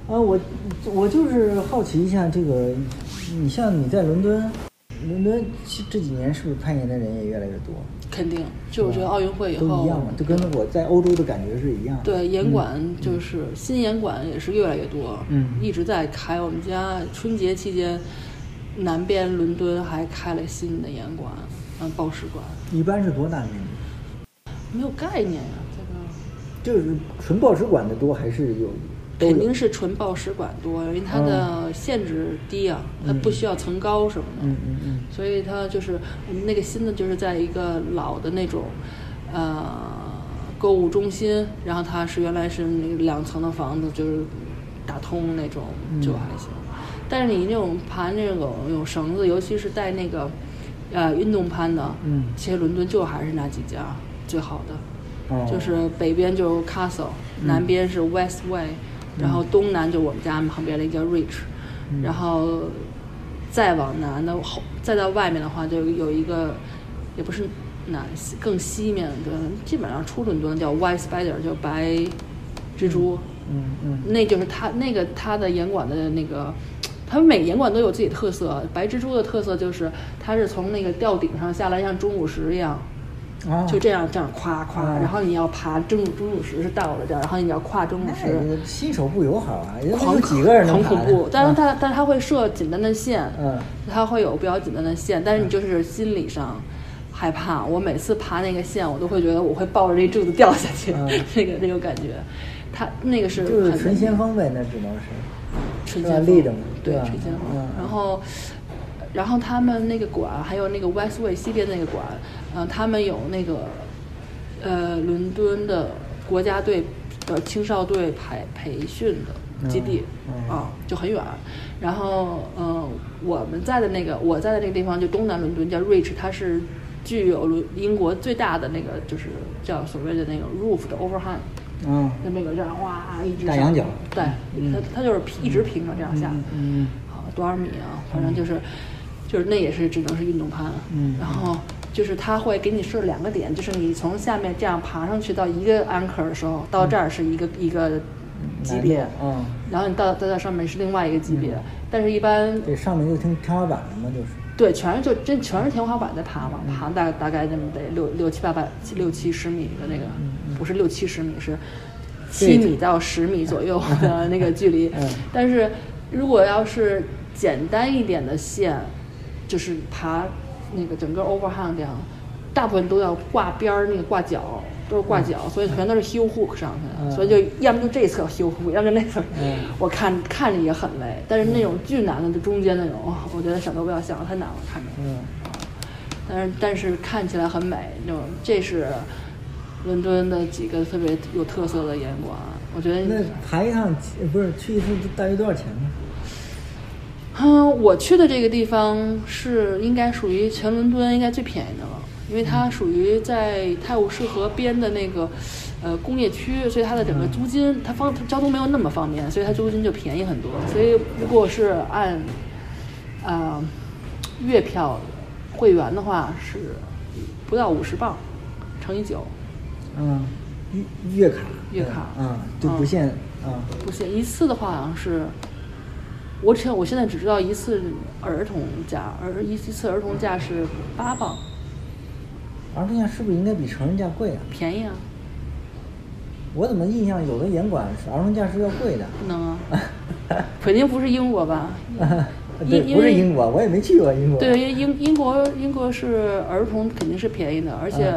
Speaker 2: 啊，我我就是好奇一下，这个你像你在伦敦，伦敦其这几年是不是攀岩的人也越来越多？
Speaker 1: 肯定，就我觉得奥运会以
Speaker 2: 都
Speaker 1: 后
Speaker 2: 一样嘛，就跟我在欧洲的感觉是一样的。
Speaker 1: 对，严管就是新严管也是越来越多，
Speaker 2: 嗯
Speaker 1: 一直在开。我们家春节期间，南边伦敦还开了新的严管，嗯，报时馆，
Speaker 2: 一般是多大面积？
Speaker 1: 没有概念啊，这个
Speaker 2: 就是纯报纸馆的多还是有？都有
Speaker 1: 肯定是纯报时馆多，因为它的限制低啊，它不需要层高什么的，
Speaker 2: 嗯嗯嗯，
Speaker 1: 所以它就是我们那个新的就是在一个老的那种，呃，购物中心，然后它是原来是那个两层的房子，就是打通那种就还行。
Speaker 2: 嗯
Speaker 1: 但是你那种盘那种有绳子，尤其是带那个呃运动攀的，
Speaker 2: 嗯
Speaker 1: 其实伦敦就还是那几家最好的。
Speaker 2: 哦，嗯
Speaker 1: 就是北边就是 Castle，、南边是 Westway，然后东南就我们家旁边的一个叫 Rich，、然
Speaker 2: 嗯
Speaker 1: 后再往南的后，再到外面的话，就有一个也不是南西，更西面的，基本上出伦敦叫 White Spider，叫白蜘蛛，
Speaker 2: 嗯嗯
Speaker 1: 那就是它那个它的严管的那个。他们每个严管都有自己的特色，白蜘蛛的特色就是它是从那个吊顶上下来，像钟乳石一样，
Speaker 2: 啊，
Speaker 1: 就这样这样夸夸，
Speaker 2: 啊
Speaker 1: 然后你要爬蒸乳蒸乳石是倒着的，然后你要跨蒸乳
Speaker 2: 哎
Speaker 1: 石，
Speaker 2: 新手不友好啊，也
Speaker 1: 狂
Speaker 2: 有几个人能
Speaker 1: 很
Speaker 2: 爬
Speaker 1: 恐
Speaker 2: 的
Speaker 1: 怖。但是
Speaker 2: 啊
Speaker 1: 它但是它会设简单的线，
Speaker 2: 嗯，
Speaker 1: 它会有比较简单的线，但是你就是心理上害怕。我每次爬那个线，我都会觉得我会抱着这柱子掉下去，
Speaker 2: 嗯
Speaker 1: 那个那种感觉。它那个是
Speaker 2: 就是
Speaker 1: 很
Speaker 2: 纯先锋呗，那只能是。
Speaker 1: 纯
Speaker 2: 是
Speaker 1: 先
Speaker 2: 吧
Speaker 1: 锋
Speaker 2: 立着嘛
Speaker 1: 对，
Speaker 2: 对吧
Speaker 1: 纯先锋
Speaker 2: 嗯。
Speaker 1: 然后，然后他们那个馆，还有那个 Westway 西边那个馆，嗯、他们有那个呃伦敦的国家队的青少队培培训的基地
Speaker 2: 嗯嗯
Speaker 1: 啊、就很远。然后，嗯、我们在的那个我在的那个地方就东南伦敦叫 Rich，它是具有伦英国最大的那个就是叫所谓的那个 roof 的 overhang。
Speaker 2: 嗯
Speaker 1: 那边有这样哇，一直
Speaker 2: 大
Speaker 1: 上
Speaker 2: 羊角
Speaker 1: 对，它它就是平一直平着这样下，
Speaker 2: 嗯嗯
Speaker 1: 好多少米啊，反正就是就是那也是只能是运动攀，
Speaker 2: 嗯
Speaker 1: 然后就是它会给你设两个点，就是你从下面这样爬上去到一个 anchor 的时候，到这儿是一个一个级
Speaker 2: 嗯难
Speaker 1: 别
Speaker 2: 度，嗯
Speaker 1: 然后你到到这上面是另外一个级别，但是一般
Speaker 2: 对，上面就听天花板了嘛，就是。
Speaker 1: 对，全是就真全是天花板在爬嘛，爬大大概那么得六六七八百七六七十米的那个，
Speaker 2: 嗯
Speaker 1: 不是六七十米，是七米到十米左右的那个距离
Speaker 2: 嗯。
Speaker 1: 但是如果要是简单一点的线，就是爬那个整个 overhang 这样，大部分都要挂边儿那个挂角。都是挂角，所以全都是 heel hook 上去的，
Speaker 2: 嗯
Speaker 1: 所以就要么就这侧 heel hook，要么就那侧。
Speaker 2: 嗯
Speaker 1: 我看看着也很累，但是那种巨难的，就中间那种，哇我觉得想都不要想，太难了，看着。
Speaker 2: 嗯，
Speaker 1: 但是但是看起来很美，那种这是伦敦的几个特别有特色的岩馆，我觉得
Speaker 2: 那爬一趟呃不是去一次大约多少钱呢？
Speaker 1: 嗯，我去的这个地方是应该属于全伦敦应该最便宜的了，因为它属于在泰晤士河边的那个呃工业区，所以它的整个租金，它方它交通没有那么方便，所以它租金就便宜很多。所以如果是按呃月票会员的话，是不到五十镑乘以九，
Speaker 2: 嗯，月月卡，
Speaker 1: 月卡嗯
Speaker 2: 嗯，就不限啊。
Speaker 1: 不行，一次的话好像是，我只我现在只知道一次儿童价，儿一一次儿童价是八磅，
Speaker 2: 儿童价是不是应该比成人价贵啊？
Speaker 1: 便宜啊。
Speaker 2: 我怎么印象有的严管是儿童价是要贵的？
Speaker 1: 能 啊，肯定不是英国吧？
Speaker 2: 对，
Speaker 1: 嗯因
Speaker 2: 不是
Speaker 1: 因为
Speaker 2: 英国，我也没去过英国。
Speaker 1: 对，因为英英国英国是儿童肯定是便宜的，而且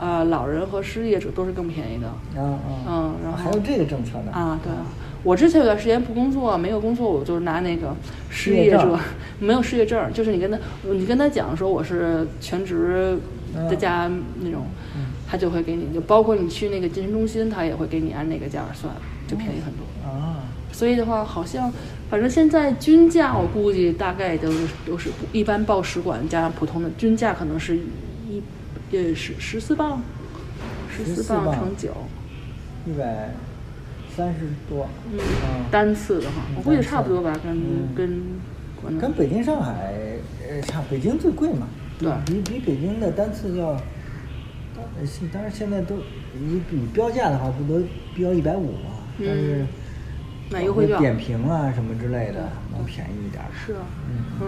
Speaker 2: 嗯
Speaker 1: 呃老人和失业者都是更便宜的。
Speaker 2: 啊啊，
Speaker 1: 嗯然后
Speaker 2: 还有这个政策呢？
Speaker 1: 啊，对啊，我之前有段时间不工作，没有工作，我就拿那个失业
Speaker 2: 失业
Speaker 1: 者
Speaker 2: 证
Speaker 1: 没有失业证儿，就是你跟他你跟他讲说我是全职在家那种，他就会给你，就包括你去那个健身中心，他也会给你按那个价儿算，就便宜很多。
Speaker 2: 啊，
Speaker 1: 所以的话，好像反正现在均价我估计大概都是都是一般报使馆加上普通的均价可能是一呃十十四磅，十四
Speaker 2: 14
Speaker 1: 磅
Speaker 2: 磅
Speaker 1: 乘九，
Speaker 2: 一百三十多。
Speaker 1: 嗯
Speaker 2: 啊，
Speaker 1: 单次的话，我估计差不多吧，跟、
Speaker 2: 嗯
Speaker 1: 跟国内
Speaker 2: 跟北京、上海呃差，北京最贵嘛，比
Speaker 1: 对
Speaker 2: 啊比比北京的单次要，呃是当然现在都你你标价的话不都标一百五嘛，但是
Speaker 1: 嗯买优惠券
Speaker 2: 点评啊什么之类的能便宜一点儿。
Speaker 1: 是啊，
Speaker 2: 嗯
Speaker 1: 嗯，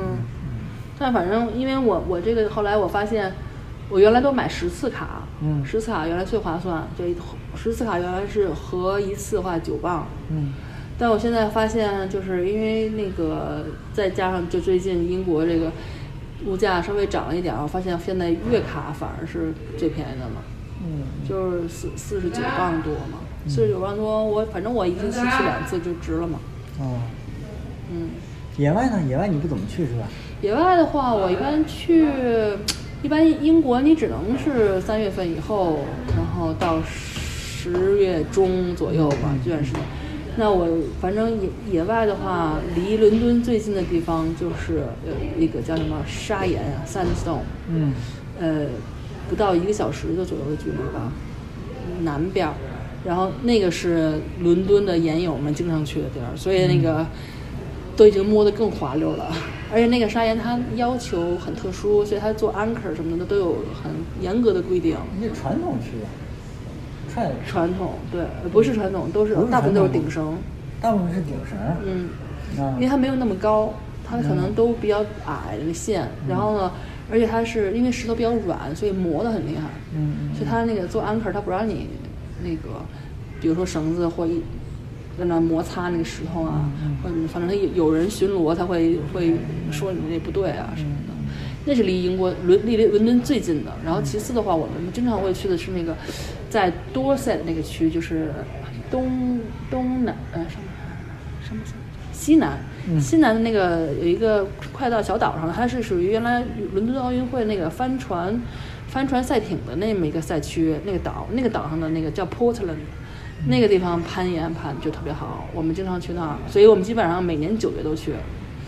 Speaker 1: 但反正因为我我这个后来我发现，我原来都买十次卡，
Speaker 2: 嗯
Speaker 1: 十次卡原来最划算，就一十次卡原来是合一次的话九磅，
Speaker 2: 嗯
Speaker 1: 但我现在发现，就是因为那个，再加上就最近英国这个物价稍微涨了一点儿，我发现现在月卡反而是最便宜的了，
Speaker 2: 嗯，
Speaker 1: 就是四四十九磅多嘛，四十九磅多，我反正我一星期去两次就值了嘛。
Speaker 2: 哦，
Speaker 1: 嗯，
Speaker 2: 野外呢？野外你不怎么去是吧？
Speaker 1: 野外的话，我一般去，一般英国你只能是三月份以后，然后到十月中左右吧，这段时间。那我反正野野外的话，离伦敦最近的地方就是呃那个叫什么砂岩啊，sandstone，
Speaker 2: 嗯
Speaker 1: 呃，不到一个小时的左右的距离吧，南边儿。然后那个是伦敦的岩友们经常去的地儿，所以
Speaker 2: 嗯
Speaker 1: 那个都已经摸得更滑溜了。 而且那个砂岩它要求很特殊，所以它做 anchor 什么的都有很严格的规定。
Speaker 2: 你这传统去的，踹
Speaker 1: 传统对，呃不是传统，都是
Speaker 2: 不是
Speaker 1: 大部分都是
Speaker 2: 传统
Speaker 1: 顶绳。
Speaker 2: 大部分是顶绳儿。
Speaker 1: 嗯，
Speaker 2: 啊
Speaker 1: 因为它没有那么高，它可
Speaker 2: 嗯
Speaker 1: 能都比较矮那个线。然后呢，而且它是因为石头比较软，所以磨得很厉害。
Speaker 2: 嗯嗯
Speaker 1: 所以它那个做 anchor，它不让你那个，比如说绳子或一在那摩擦那个石头啊，或者反正它有有人巡逻，他会会说你这不对啊什么的。那是离英国伦离伦敦最近的。然后其次的话，我们经常会去的是那个在 Dorset 那个区，就是东东南呃什么什么什么西南。
Speaker 2: 嗯
Speaker 1: 西南的那个有一个快到小岛上了，它是属于原来伦敦奥运会那个帆船帆船赛艇的那么一个赛区，那个岛那个岛上的那个叫 Portland，那个地方攀岩攀就特别好，我们经常去那儿，所以我们基本上每年九月都去。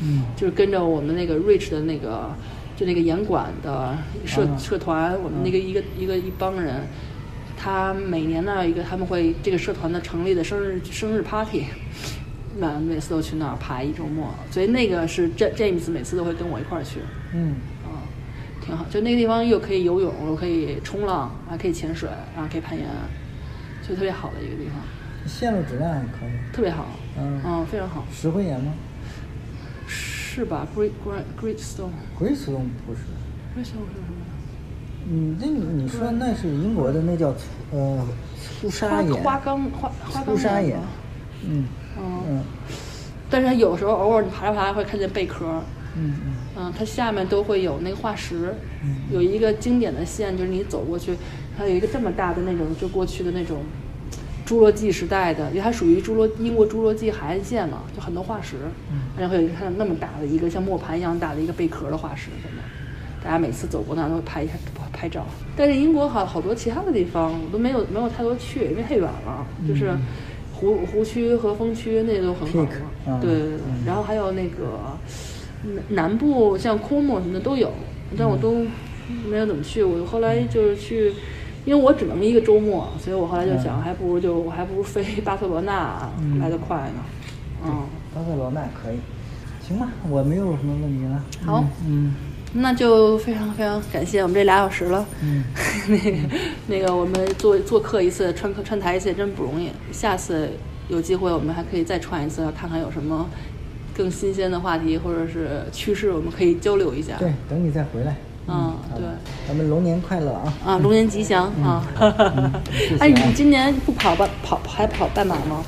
Speaker 2: 嗯
Speaker 1: 就是跟着我们那个 Rich 的那个，就那个严管的社、
Speaker 2: 啊
Speaker 1: 社团，我们那个一个、一个一帮人，他每年那儿有一个他们会这个社团的成立的生日生日 party，那每次都去那儿排一周末，所以那个是 Ja- James 每次都会跟我一块儿去，
Speaker 2: 嗯
Speaker 1: 啊，挺好，就那个地方又可以游泳，又可以冲浪，还可以潜水，然后可以攀岩，就特别好的一个地方，
Speaker 2: 线路质量还可以，
Speaker 1: 特别好，
Speaker 2: 嗯
Speaker 1: 嗯，非常好，
Speaker 2: 石灰岩吗？
Speaker 1: 是吧？Great Great Great Stone。
Speaker 2: 回石洞不是。
Speaker 1: 那小我是什么？
Speaker 2: 你这你说嗯那是英国的，那叫粗呃粗砂岩，
Speaker 1: 嗯花花岗花花岗
Speaker 2: 粗砂
Speaker 1: 岩
Speaker 2: 岩
Speaker 1: 吧。
Speaker 2: 嗯
Speaker 1: 嗯，
Speaker 2: 嗯
Speaker 1: 但是它有时候偶尔你爬着爬着会看见贝壳，
Speaker 2: 嗯嗯
Speaker 1: 嗯，它下面都会有那个化石
Speaker 2: 嗯，
Speaker 1: 有一个经典的线就是你走过去，它有一个这么大的那种就过去的那种侏罗纪时代的，因为它属于侏罗英国侏罗纪海岸线嘛，就很多化石，
Speaker 2: 嗯
Speaker 1: 然后有一个看那么大的一个像磨盘一样大的一个贝壳的化石在那儿。大家每次走过那儿都会拍一下拍照，但是英国好好多其他的地方我都没有没有太多去，因为太远了，就是湖湖区和风区那都很好
Speaker 2: 嗯 Peak，
Speaker 1: 嘛
Speaker 2: 嗯，
Speaker 1: 对对对，然后还有那个南南部像库姆什么的都有，但我都没有怎么去。我后来就是去，因为我只能一个周末，所以我后来就想，还不如就我还不如飞巴塞罗那来得快呢。嗯，
Speaker 2: 巴塞罗那可以，行吧，我没有什么问题了。
Speaker 1: 好
Speaker 2: 嗯
Speaker 1: 那就非常非常感谢我们这俩小时了。
Speaker 2: 嗯，
Speaker 1: 那个那个，我们做做客一次，串客串台一次，真不容易。下次有机会，我们还可以再串一次，看看有什么更新鲜的话题或者是趋势，我们可以交流一下。
Speaker 2: 对，等你再回来，
Speaker 1: 嗯，对。
Speaker 2: 咱们龙年快乐啊！
Speaker 1: 啊，龙年吉祥啊！
Speaker 2: 嗯谢谢啊
Speaker 1: 哎，你今年不跑半跑还跑半马吗？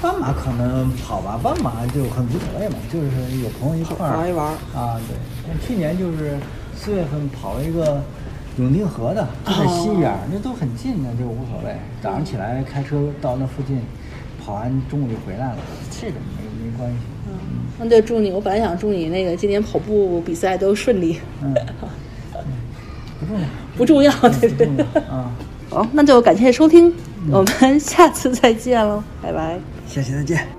Speaker 2: 斑马可能跑吧，斑马就很无所谓嘛，就是有朋友一块儿
Speaker 1: 玩一玩
Speaker 2: 啊。对，但去年就是四月份跑了一个永定河的，就在西边儿，那都很近的，就无所谓。早上起来开车到那附近，跑完中午就回来了，这个没没关系。
Speaker 1: 那就祝你，我本来想祝你那个今年跑步比赛都顺利，
Speaker 2: 嗯，不重要，
Speaker 1: 不重要，对
Speaker 2: 不
Speaker 1: 对
Speaker 2: 重
Speaker 1: 对。
Speaker 2: 要 啊。
Speaker 1: 好，那就感谢收听，我们下次再见喽，拜拜。
Speaker 2: 下期再见。